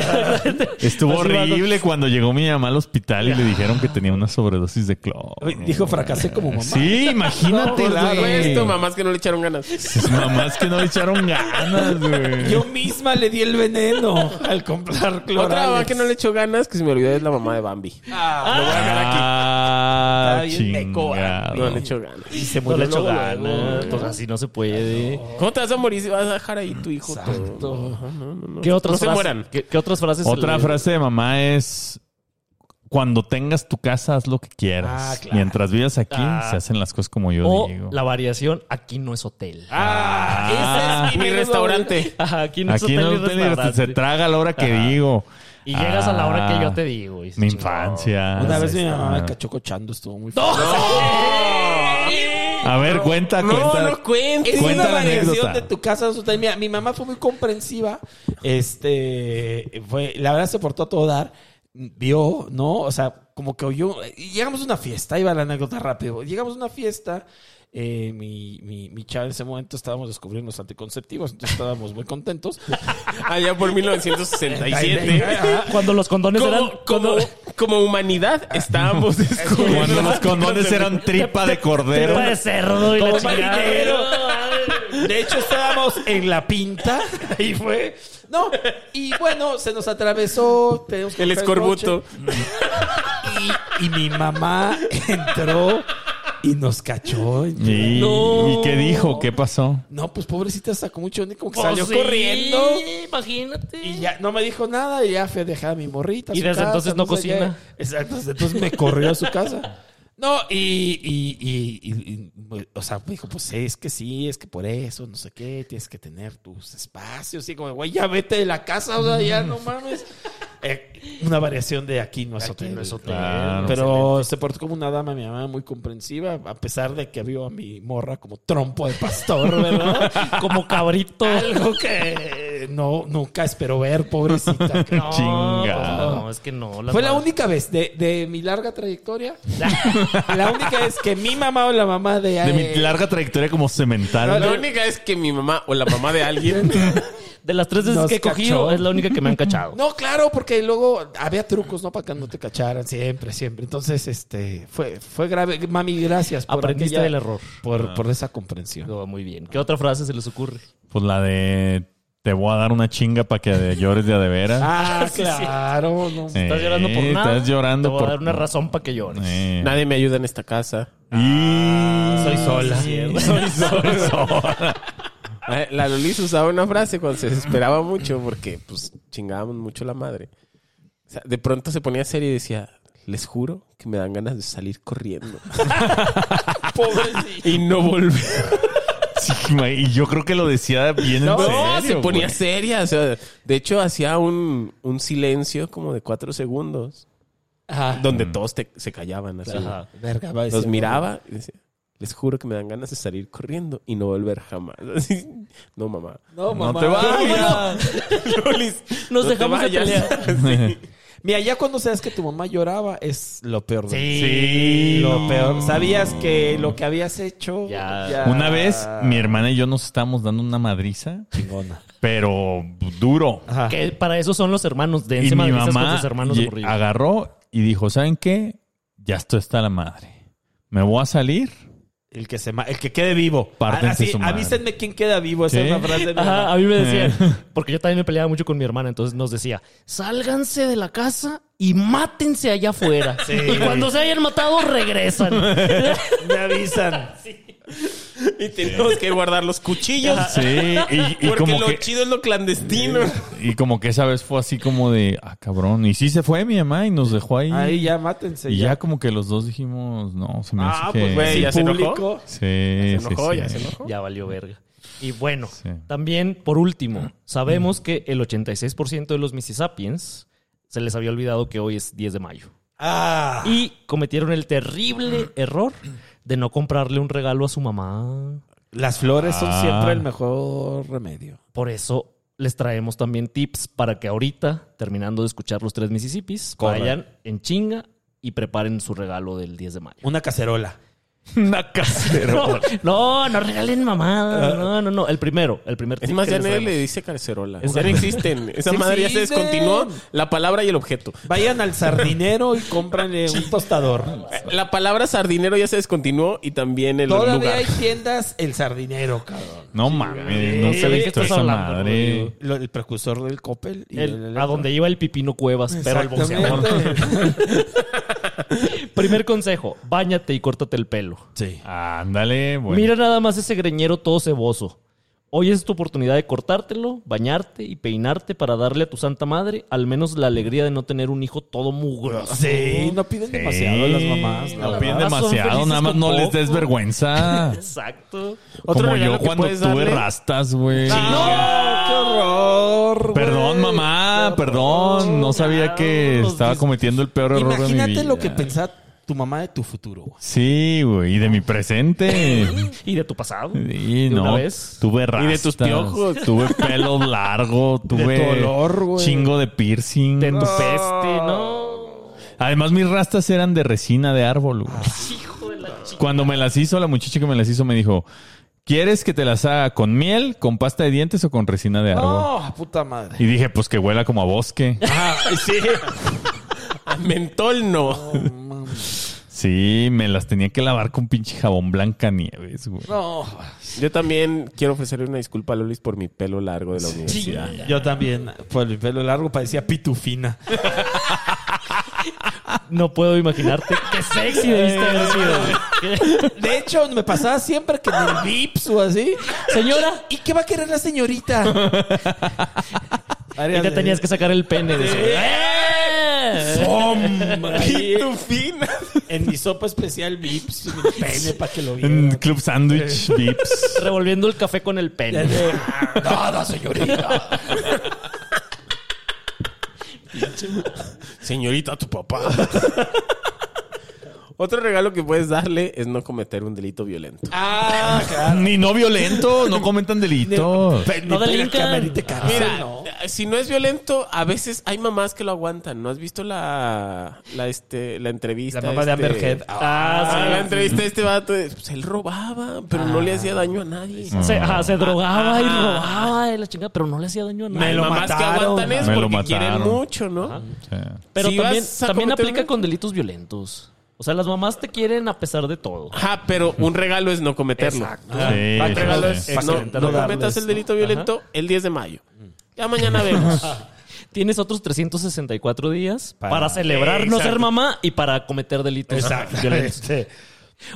A: Estuvo
D: Así va,
A: horrible cuando llegó mi mamá al hospital y le dijeron que tenía una sobredosis de cloro.
C: Dijo fracasé como mamá.
A: Sí, imagínate,
E: Por
A: güey.
E: supuesto, mamás que no le echaron ganas.
A: Esas mamás que no le echaron ganas, güey.
C: Yo misma le di el veneno al comprar clorales.
E: Otra mamá que no le echó ganas, que se me olvidó, es la mamá de Bambi.
C: Ah,
A: Ah,
C: Está bien mecoa.
E: ah, No
A: chingado.
E: le echó ganas.
C: y se
D: No
C: murió
D: le echo
C: luego,
D: ganas.
C: luego.
D: pues así no se puede.
E: ¿Cómo te vas a morir si vas a dejar ahí tu hijo? todo?
C: Exacto.
D: ¿Qué otras
E: se
D: frases?
E: mueran.
D: ¿Qué, qué otras frases?
A: Otra
D: le-
A: frase de mamá es cuando tengas tu casa, haz lo que quieras.
C: Ah, claro.
A: Mientras vivas aquí,
D: Ah.
A: se hacen las cosas como yo
D: O
A: digo.
D: la variación, aquí no es hotel.
E: Ah, mi restaurante.
D: Ajá, aquí no es
A: Aquí
D: hotel,
A: no
D: ni
A: te-
D: restaurante.
A: se traga a la hora que
D: Ajá.
A: digo.
D: Y llegas a la hora que yo te
A: Ah,
D: digo. y dices,
A: Mi
D: "Chingón".
A: infancia.
C: Una
A: Ah,
C: vez
A: Sí,
C: mi
A: está
C: mamá
A: bien.
C: cachó cochando, estuvo muy
D: ¡No!
A: A ver, cuenta,
E: No,
A: cuenta.
E: no cuentes.
C: Es
A: Cuenta
C: una
A: la
C: variación
A: anécdota.
C: de tu casa. su- Mira, mi mamá fue muy comprensiva. Este, fue, la verdad se portó a todo dar. Vio, ¿no? O sea, como que oyó. y Llegamos a una fiesta, ahí va la anécdota rápido. Llegamos a una fiesta. eh, mi, mi, mi chava en ese momento estábamos descubriendo los anticonceptivos, entonces estábamos muy contentos.
E: Allá por 1967.
D: Ah, Cuando los condones eran.
E: Como, como, como humanidad estábamos descubriendo.
A: Cuando los condones eran tripa de cordero.
D: tripa de cerdo y la
C: Como
D: chingada.
C: marinero. De hecho, estábamos en la pinta. Ahí fue. No, y bueno, se nos atravesó. tenemos que
E: El
C: coger coche.
E: escorbuto.
C: Y, y mi mamá entró y nos cachó.
A: ¿Y,
D: No.
A: ¿y qué dijo? ¿Qué pasó?
C: No, pues pobrecita sacó mucho onda y como que
D: Pues
C: salió
D: sí,
C: corriendo.
D: Imagínate.
C: Y ya no me dijo nada y ya fue a dejar a mi morrita. a
D: Y
C: su
D: desde
C: casa,
D: entonces no
C: sé
D: cocina.
C: qué. Exacto, desde entonces me corrió a su casa. No, y, y, y- y- y- o sea, me dijo, pues es que sí, es que por eso, no sé qué, tienes que tener tus espacios. Y como, güey, ya vete de la casa, o sea, ya
D: Mm.
C: no mames. Eh, una variación de aquí no es hotel.
D: no es hotel.
A: Claro.
C: Pero se portó como una dama, mi mamá, muy comprensiva, a pesar de que vio a mi morra como trompo de pastor, ¿verdad?
D: Como cabrito.
C: Algo que eh, no, nunca esperó ver, pobrecita.
D: No,
A: Chinga.
D: pues no, es que no. las
C: Fue la
D: madres-
C: única vez de, de mi larga trayectoria. La única vez que mi mamá o la mamá de,
A: De mi
C: eh,
A: larga trayectoria como cemental.
E: La única es que mi mamá o la mamá de alguien
D: De las tres veces
C: Nos
D: que he cogido,
C: cachó.
D: es la única que me han cachado.
C: No, claro, porque luego había trucos, ¿no? Para que no te cacharan siempre, siempre. Entonces, este, fue, fue grave. Mami, gracias por
D: Aprendiste
C: aquella-
D: del error.
C: Por, por esa comprensión.
D: No, muy bien. ¿Qué otra frase se les ocurre?
A: Pues la de te voy a dar una chinga para que llores de a de veras.
C: Ah, claro. no.
A: Sí,
D: Estás llorando por nada.
A: Eh, Estás llorando
D: Te voy
A: por Eh.
D: a dar una razón para que llores.
A: Sí.
E: nadie me ayuda en esta casa.
A: Y-
D: Soy sola.
A: Soy sola.
E: Eh, La Lolis usaba una frase cuando se desesperaba mucho porque pues chingábamos mucho la madre. O sea, de pronto se ponía seria y decía, les juro que me dan ganas de salir corriendo. y no volver.
A: Sí, ma- y yo creo que lo decía bien en
E: No,
A: serio,
E: se ponía
A: güey.
E: seria. O sea, de hecho hacía un, un silencio como de cuatro segundos
C: Ah,
E: donde todos te- se callaban así.
D: Ajá.
C: verga, va a
E: Los
C: decir,
E: miraba y decía, les juro que me dan ganas de salir corriendo y no volver jamás. Así, no, mamá.
C: No,
A: No
C: mamá.
A: te vayas.
E: Lolis,
D: Nos
E: no te
D: dejamos de
E: vayas.
D: pelear.
C: Mira, ya cuando sabes que tu mamá lloraba es lo peor. de-
A: Sí.
C: Lo
A: no.
C: peor. Sabías que lo que habías hecho.
D: Ya.
A: Una vez mi hermana y yo nos estábamos dando una madriza,
C: Chingona.
A: pero duro.
C: Ajá.
D: Que para eso son los hermanos. De
A: Y
D: encima
A: mi
D: de esas con
A: mamá
D: sus hermanos
A: ye-
D: de morrillo.
A: agarró y dijo, ¿saben qué? Ya esto está la madre. Me voy a salir.
C: El que, se ma- el que quede vivo.
A: Pártense
C: Ah, sí,
A: su madre.
C: Avísenme quién queda vivo. Esa
A: Sí.
C: es la frase de mi
D: Ajá,
C: mamá.
D: a mí me decían, porque yo también me peleaba mucho con mi hermana, entonces nos decía, sálganse de la casa y mátense allá afuera. Y cuando se hayan matado, regresan.
C: Me avisan.
E: Y tenemos que guardar los cuchillos.
A: Sí, y, y
E: Porque
A: como
E: lo
A: que,
E: chido es lo clandestino.
A: y como que esa vez fue así como de, ah, cabrón. Y sí se fue mi mamá y nos dejó ahí.
C: Ahí ya mátense.
A: y ya como que los dos dijimos, no, se me
E: Ah,
A: hace que...
E: pues, güey, ya se enojó.
C: Público.
A: Sí,
E: Se
A: sí,
E: enojó,
A: sí.
E: ya se enojó.
D: ya valió verga. Y bueno,
A: Sí.
D: también, por último, sabemos que el 86% de los Mississippians se les había olvidado que hoy es 10 de mayo.
C: Ah.
D: Y cometieron el terrible error de no comprarle un regalo a su mamá.
C: Las flores son
A: Ah.
C: siempre el mejor remedio.
D: Por eso les traemos también tips para que ahorita, terminando de escuchar los tres Mississippis,
C: Corre.
D: vayan en chinga y preparen su regalo del 10 de mayo.
C: Una cacerola.
A: Una casera.
D: No, no, no regalen mamada. No, no, no. El primero, el primer
E: Es
D: tip
E: más,
D: que
E: ya
D: les
E: nadie
D: traemos.
E: le dice carcerola.
D: Es
E: ya no
D: verdad.
E: existen. Esa
C: Sí
E: madre ya se
C: existen.
E: descontinuó la palabra y el objeto.
C: Vayan al sardinero y cómpranle un tostador.
E: La palabra sardinero ya se descontinuó y también el
C: Todavía
E: lugar.
C: hay tiendas el sardinero, cabrón.
A: No mames, no
D: Sí,
A: sé
D: ¿de
A: de
D: qué
A: qué
D: estás
A: esa
D: hablando,
A: madre.
D: Rodrigo?
C: Lo- el precursor del Coppel. y
D: El-
C: del
D: a donde iba el pipino Cuevas, pero al boxeador.
C: Exactamente.
D: Primer consejo, báñate y córtate el pelo.
C: Sí.
A: Ándale, bueno.
D: Mira nada más ese greñero todo ceboso. Hoy es tu oportunidad de cortártelo, bañarte y peinarte para darle a tu santa madre al menos la alegría de no tener un hijo todo mugroso.
C: Sí, no piden demasiado las mamás. la
A: Ah, No
C: verdad.
A: piden
D: verdad, son
A: demasiado,
D: felices
A: nada más
D: con
A: no les
D: poco.
A: des vergüenza.
D: Exacto.
A: Como
E: regalo
A: yo
E: que
A: cuando tuve
E: puedes darle-
A: rastas, güey.
C: Ah,
E: ¡No! ¡Qué horror!
A: Perdón, mamá, perdón. No sabía que
D: Los
A: estaba
D: dis-
A: cometiendo el peor error de mi vida.
C: Imagínate lo que pensaba tu mamá de tu futuro. güey.
A: Sí, güey, y de mi presente.
D: Y de tu pasado.
A: Y
D: ¿De
A: no,
D: una vez?
A: tuve
E: Y
A: rastas.
E: de tus piojos.
A: Tuve pelo largo, tuve
C: olor, güey.
A: chingo de piercing.
D: De tu peste, ¿no?
A: Además, mis rastas eran de resina de árbol. güey.
D: Hijo de la chica.
A: Cuando me las hizo, la muchacha que me las hizo me dijo, ¿quieres que te las haga con miel, con pasta de dientes o con resina de árbol?
C: No, puta madre.
A: Y dije, pues que huela como a bosque.
E: Sí. A mentol no.
A: Sí, me las tenía que lavar con pinche jabón blanca nieves, güey.
C: No.
E: Yo también quiero ofrecerle una disculpa a Lolis por mi pelo largo de la universidad.
C: Yo también, por el pelo largo, parecía pitufina.
D: No puedo imaginarte qué sexy debiste haber sido. ¿Qué?
C: De hecho, me pasaba siempre que en el Vips o así. Señora, ¿y qué va a querer la señorita?
D: Y te tenías que sacar el pene de eso.
E: Pitufina.
C: En mi sopa especial Vips, mi pene para que lo
A: En
C: viera.
A: Club Sandwich, Vips.
D: Revolviendo el café con el pene.
C: Nada, señorita.
E: Señorita, tu papá. Otro regalo que puedes darle es no cometer un delito violento.
C: Ah,
A: Ni no violento, no comentan delitos.
D: No delincan.
E: Mira, si Ah, no es violento, a veces hay mamás que lo aguantan. ¿No has visto la, la, este, la entrevista?
G: La mamá de
E: este-
G: Amber Heard.
E: Ah,
D: Ah,
E: la
D: sí.
E: entrevista de este vato. Pues él robaba, pero no le hacía daño a nadie.
D: Se, ajá, se drogaba y robaba y la chingada, pero no le hacía daño a nadie.
E: Hay
G: lo
E: mamás que
G: mataron.
E: aguantan eso
A: Me lo
E: porque
A: mataron.
E: quieren mucho, ¿no?
D: Pero
E: Si
D: también,
E: vas a
D: también
E: cometer
D: aplica
E: un-
D: con delitos violentos. O sea, las mamás te quieren a pesar de todo.
E: Ajá, pero un regalo es no cometerlo. Ajá.
A: Sí,
E: Un regalo
A: sí,
E: es
A: sí.
E: no-
C: Exacto.
E: no,
C: No
E: cometas
C: darles,
E: el delito violento el 10 de mayo. Ya mañana vemos.
D: Tienes otros 364 días para, celebrar no ser mamá y para cometer delitos violentos.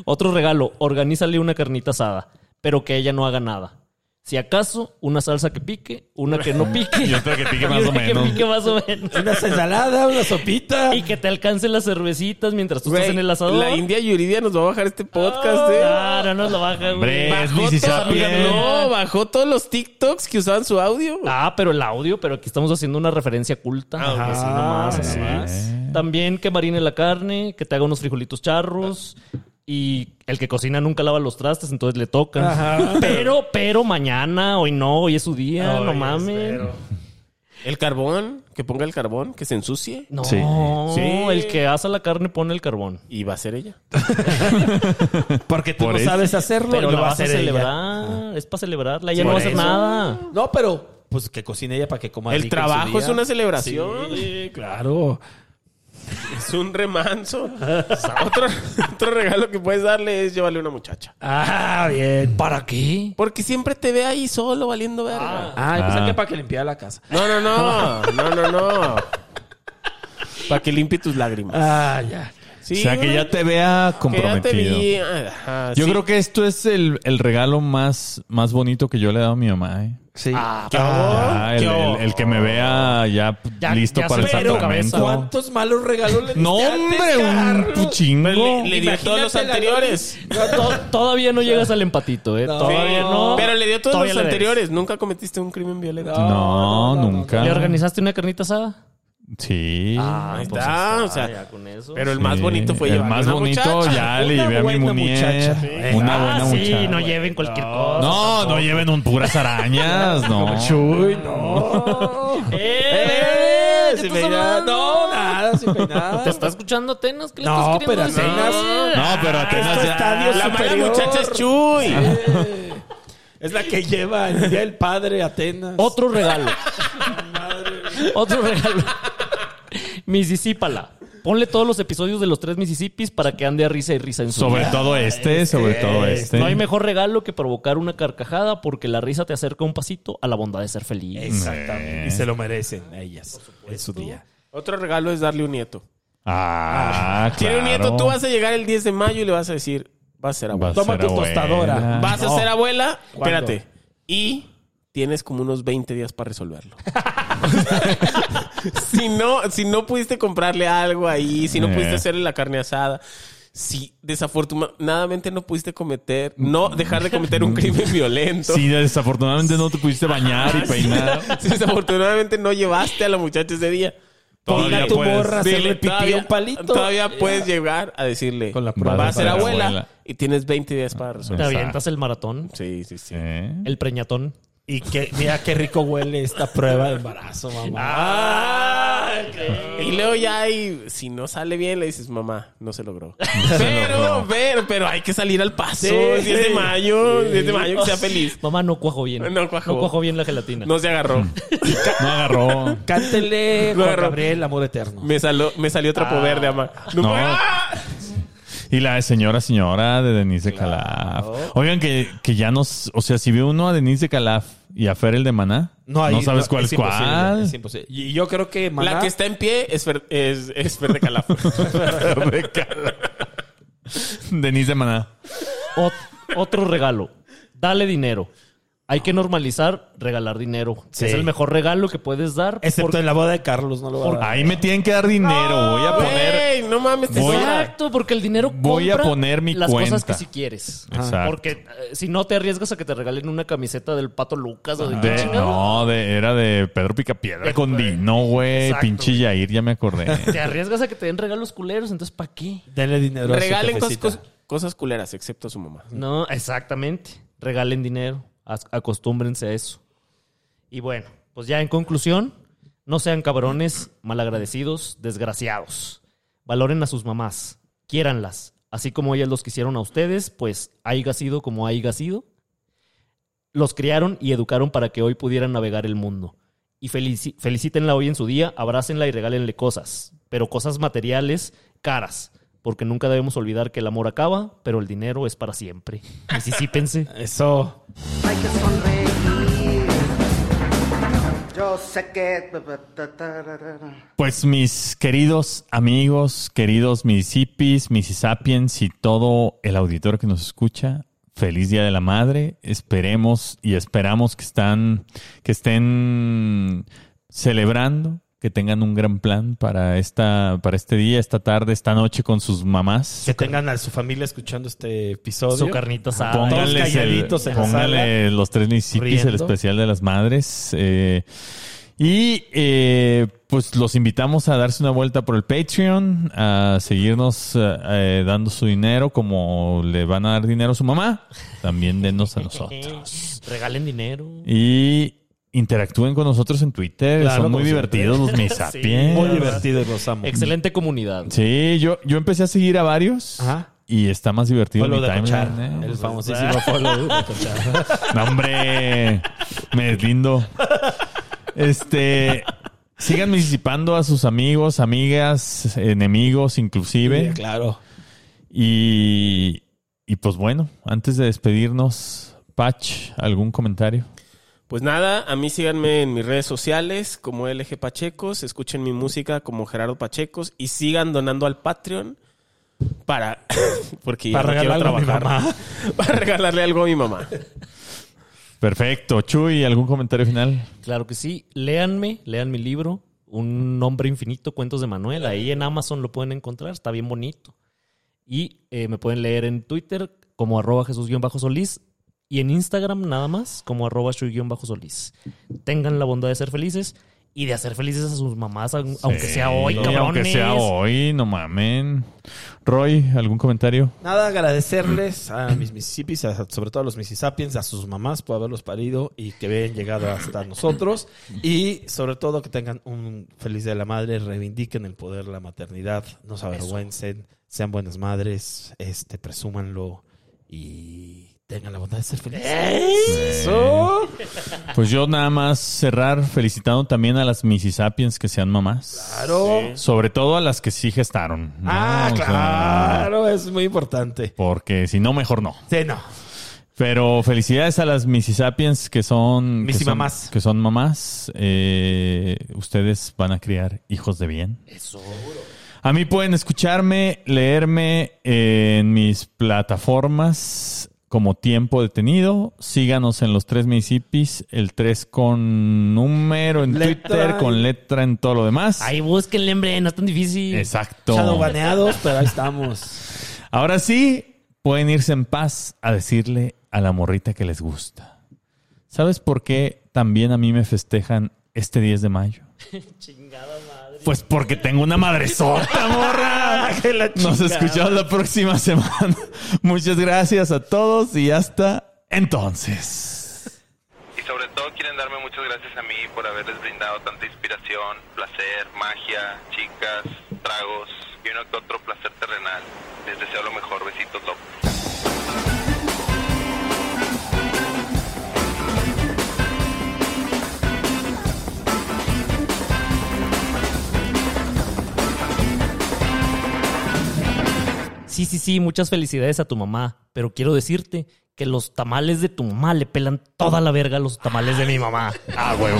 D: Otro regalo, organízale una carnita asada, pero que ella no haga nada. Si acaso, una salsa que pique, una que no pique.
A: Y otra que pique más o
D: una que
A: menos.
D: pique más o menos.
C: Una ensalada, una sopita.
D: Y que te alcance las cervecitas mientras tú
E: Güey,
D: estás en el asador.
E: La India Yuridia nos va a bajar este podcast, eh.
D: Ah, no nos lo baja, güey.
A: Hombre, es
E: Bajó
A: Missy
E: todo-
A: Sapien.
E: no, bajó todos los TikToks que usaban su audio. güey.
D: Ah, pero el audio, pero aquí estamos haciendo una referencia culta. Así nomás, así nomás. También que marine la carne, que te haga unos frijolitos charros. Y el que cocina nunca lava los trastes, entonces le toca. Pero, pero mañana, hoy no, hoy es su día, no mames.
E: El carbón, que ponga el carbón, que se ensucie.
D: No,
A: Sí.
E: Sí.
D: el que asa la carne pone el carbón.
E: Y va a ser ella.
G: Porque tú
A: Por
G: no
A: eso.
G: sabes hacerlo
D: Pero
G: y lo
D: la
G: va a
D: vas a
G: hacer ella.
D: celebrar, es para celebrarla, ella no va a
G: por
D: hacer
G: eso.
D: nada.
C: No, pero pues que cocine ella para que coma
E: El
C: rico en su
E: trabajo
C: día.
E: es una celebración.
C: Sí, claro.
E: Es un remanso. otro, otro regalo que puedes darle es llevarle una muchacha.
G: Ah, bien.
D: ¿Para qué?
E: Porque siempre te ve ahí solo valiendo verga.
C: Ay, pues
A: Ah.
C: hay que para que limpiara la casa.
E: No, no, no. No, no, no. Para que limpie tus lágrimas.
G: Ah, ya.
E: Sí,
A: o sea, que
E: güey,
A: ya te vea
E: que ya te
A: comprometido.
E: vi. Ajá,
A: Yo
E: sí.
A: creo que esto es el, el regalo más, más bonito que yo le he dado a mi mamá. ¿eh?
G: Sí.
E: ¿Qué hago?
A: Ah, el,
E: ¿Qué hago?
A: el- el que me vea ya, p-
D: Ya-
A: listo
D: ya
A: para el
D: superó
A: sacramento.
C: ¿Cuántos malos regalos le
A: No, hombre, un
C: puchito.
A: puchingo.
E: Le, le dio todos los anteriores.
D: To- todavía no llegas al empatito, ¿eh? Todavía
E: Sí,
D: no.
E: Pero le dio todos
D: Todavía
E: los
D: le debes.
E: anteriores. Nunca cometiste un crimen violento.
A: No, nunca.
D: ¿Le organizaste una carnita asada?
A: Sí.
E: Ahí está, o sea,
D: con eso.
E: Pero Ah, el más
A: pues Sí.
E: bonito fue
A: El
E: llevarle
A: más
E: una
A: bonito
E: muchacha.
A: ya le llevé a mi
C: buena
A: muñeca.
C: muchacha.
A: Una buena
D: ah, sí,
A: muchacha.
D: no lleven cualquier cosa.
A: No, no lleven un puras arañas, no.
G: Chuy, no.
D: ¡Eh! ¿Qué estás hablando?
C: No, nada, sin
D: ¿Te
C: peinar.
D: está escuchando Atenas? ¿Qué le
C: No,
D: estás queriendo
C: pero
D: decir?
C: Atenas-
A: No, pero Atenas ya-
C: estadio
E: La mala
C: superior.
E: muchacha es Chuy.
C: Es la que lleva el día del padre Atenas.
D: Otro regalo. Otro regalo. Misisípala. Ponle todos los episodios de los tres Mississippis para que ande a risa y risa en su
A: Sobre
D: vida.
A: todo este, sobre todo este.
D: No hay mejor regalo que provocar una carcajada porque la risa te acerca un pasito a la bondad de ser feliz.
C: Exactamente. Y se lo merecen ellas. Es su día.
E: Otro regalo es darle un nieto.
A: Ah, claro.
E: Tiene un nieto, tú vas a llegar el 10 de mayo y le vas a decir, vas a ser abuela.
A: Vas a
C: Toma
A: ser
C: tu
A: abuela.
C: tostadora.
E: Vas a ser abuela. Espérate. y tienes como unos 20 días para resolverlo. si, no, si no pudiste comprarle algo ahí, si no
A: Eh.
E: pudiste hacerle la carne asada, si desafortunadamente no pudiste cometer, no dejar de cometer un crimen violento.
A: Sí, desafortunadamente no te pudiste bañar y peinar.
E: Si desafortunadamente no llevaste a la muchacha ese día.
A: Todavía
E: Dile a tu
A: puedes.
E: morra,
C: Dile,
E: hacerle pipí a
C: todavía-
E: un palito. Todavía puedes llegar a decirle,
C: Con la
E: va
C: prueba
E: a ser
A: para la
E: abuela,
A: abuela. Ah,
E: y tienes 20 días para resolver.
D: Te avientas el maratón,
E: Sí, sí, sí.
A: ¿Eh?
D: el preñatón.
C: Y que, mira qué rico huele esta prueba de embarazo,
E: Ah.
C: mamá.
E: Y luego ya y si no sale bien le dices, mamá, no se logró. pero, pero, pero hay que salir al paso.
C: Sí,
E: 10 de
C: sí.
E: mayo, 10 de mayo que sea feliz.
D: Mamá, no cuajo bien.
E: No cuajó.
D: bien la gelatina.
E: No se agarró.
A: Mm. No agarró.
C: Cántele, Juan
E: Claro.
C: Gabriel, amor eterno.
E: Me, saló, me salió trapo verde, mamá. No.
A: No.
E: ¡Ah!
A: Y la de señora, señora de Denise de Calaf. Oigan, que, que ya nos. O sea, si ve uno a Denise de Calaf y a Fer el de Maná, no,
C: hay-
A: sabes cuál es
C: imposible,
A: cuál.
C: es imposible. Y yo creo que Maná-
E: La que está en pie es, Fer- es, es Fer de Calaf.
A: de Calaf. Denise de Maná.
D: Ot- otro regalo. Dale dinero. Hay que normalizar regalar dinero.
C: Sí.
D: Es el mejor regalo que puedes dar.
C: Excepto
D: porque-
C: en la boda de Carlos, no lo va a dar.
A: Ahí me tienen que dar dinero. Voy a poner.
E: Ey, no mames, te
A: Voy a-
E: sobra.
D: Exacto, porque el dinero
A: Voy a
D: compra
A: poner mi
D: las cosas
A: cuenta.
D: que si quieres.
A: Exacto.
D: Porque eh, si no te arriesgas a que te regalen una camiseta del Pato Lucas o de, qué
A: Ah, De-
D: chingado.
A: no, de- era de Pedro Picapiedra
D: De-
A: con Dino, güey.
D: Exacto,
A: Pinche
D: güey.
A: Yair, ya me acordé.
D: Te arriesgas a que te den regalos culeros, entonces ¿para qué?
C: Denle dinero. a su
E: Regalen cosas,
C: jefecita.
E: cos- cosas culeras, excepto a su mamá.
D: No, exactamente. Regalen dinero. As- Acostúmbrense a eso. Y bueno, pues ya en conclusión, no sean cabrones, malagradecidos, desgraciados. Valoren a sus mamás, quiéranlas, así como ellas los quisieron a ustedes, pues haya sido como haya sido. Los criaron y educaron para que hoy pudieran navegar el mundo. Y felici- felicítenla hoy en su día, abrácenla y regálenle cosas, pero cosas materiales caras, porque nunca debemos olvidar que el amor acaba, pero el dinero es para siempre. Misisípense.
C: Eso.
F: Hay que sonreír. Yo sé que.
A: Pues mis queridos amigos, queridos Mississippis, Mississappiens y todo el auditorio que nos escucha, feliz Día de la Madre. Esperemos y esperamos que están, que estén celebrando, que tengan un gran plan para esta, para este día, esta tarde, esta noche con sus mamás.
C: Que tengan a su familia escuchando este episodio.
D: Su carnita asada.
C: Ah, Todos
A: Pónganles el-
C: calladitos en la
A: pónganle los tres municipios, el
C: riendo.
A: especial de las madres. eh, y eh, pues los invitamos a darse una vuelta por el Patreon, a seguirnos eh, eh, dando su dinero como le van a dar dinero a su mamá. También denos a nosotros.
D: Regalen dinero.
A: Y interactúen con nosotros en Twitter.
C: Claro,
A: Son muy
C: como siempre.
A: divertidos los misapiens.
C: Muy divertido, los amo.
D: Excelente comunidad.
A: Sí, yo, yo empecé a seguir a varios.
C: Ajá.
A: Y está más divertido
C: Follow
A: mi
C: de
A: timeline,
C: Cochar.
A: ¿eh?
C: El famosísimo follow de Cochar.
A: No, hombre, me deslindo. Este, sigan participando a sus amigos, amigas, enemigos inclusive.
C: Claro.
A: Y, y pues bueno, antes de despedirnos, Patch, ¿algún comentario?
E: Pues nada, a mí síganme en mis redes sociales como LG Pachecos, escuchen mi música como Gerardo Pachecos y sigan donando al Patreon para porque ya
C: Para
E: no quiero
C: regalarle algo a mi
E: trabajar.
C: mamá.
E: Para regalarle algo a mi mamá.
A: Perfecto. Chuy, ¿algún comentario final?
D: Claro que sí. Léanme, lean mi libro, Un nombre infinito, cuentos de Manuel. Ahí en Amazon lo pueden encontrar, está bien bonito. Y eh, me pueden leer en Twitter como arroba Jesús-Solís y en Instagram nada más como arroba Chuy-Solís. Tengan la bondad de ser felices y de hacer felices a sus mamás, aun- aunque sea hoy,
A: Sí,
D: cabrones.
A: Aunque sea hoy, no mamen. Roy, ¿algún comentario?
C: Nada, agradecerles a mis Mississippis, a- sobre todo a los Mississippians, a sus mamás por haberlos parido y que hayan llegado hasta nosotros. Y sobre todo que tengan un feliz día de la madre, reivindiquen el poder de la maternidad, no se avergüencen, sean buenas madres, este, presúmanlo y tengan la bondad de ser felices.
A: Eso. Pues yo nada más cerrar felicitando también a las Mississippians que sean mamás.
C: Claro.
A: Sobre todo a las que sí gestaron. ¿no?
C: Ah,
A: O sea,
C: claro, es muy importante.
A: porque si no, mejor no.
C: Sí, no.
A: Pero felicidades a las Mississippians que son... que son-
C: Missimamás.
A: Que son mamás. Eh, ustedes van a criar hijos de bien. Eso. A mí pueden escucharme, leerme en mis plataformas como tiempo detenido. Síganos en los tres municipios, el 3 con número en
C: Letra.
A: Twitter, con letra en todo lo demás.
D: Ahí búsquenle, hombre, no es tan difícil.
A: Exacto.
C: Shadowbaneados, pero ahí estamos.
A: Ahora sí, pueden irse en paz a decirle a la morrita que les gusta. ¿Sabes por qué también a mí me festejan este 10 de mayo?
D: Chingada madre.
A: Pues porque tengo una madresota, morra. Nos escuchamos la próxima semana. Muchas gracias a todos y hasta entonces.
B: Y sobre todo quieren darme muchas gracias a mí por haberles brindado tanta inspiración, placer, magia, chicas, tragos y uno que otro placer terrenal. Les deseo lo mejor. Besitos, López.
D: Sí, sí, sí, muchas felicidades a tu mamá. Pero quiero decirte que los tamales de tu mamá le pelan toda la verga a los tamales de mi mamá.
A: Ah, huevo.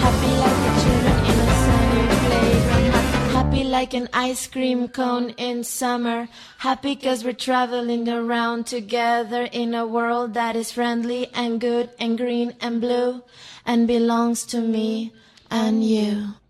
H: Happy like the children in the sunny playground. Happy like the children in the sunny playground. Happy like an ice cream cone in summer. Happy cause we're traveling around together in a world that is friendly and good and green and blue and belongs to me and you.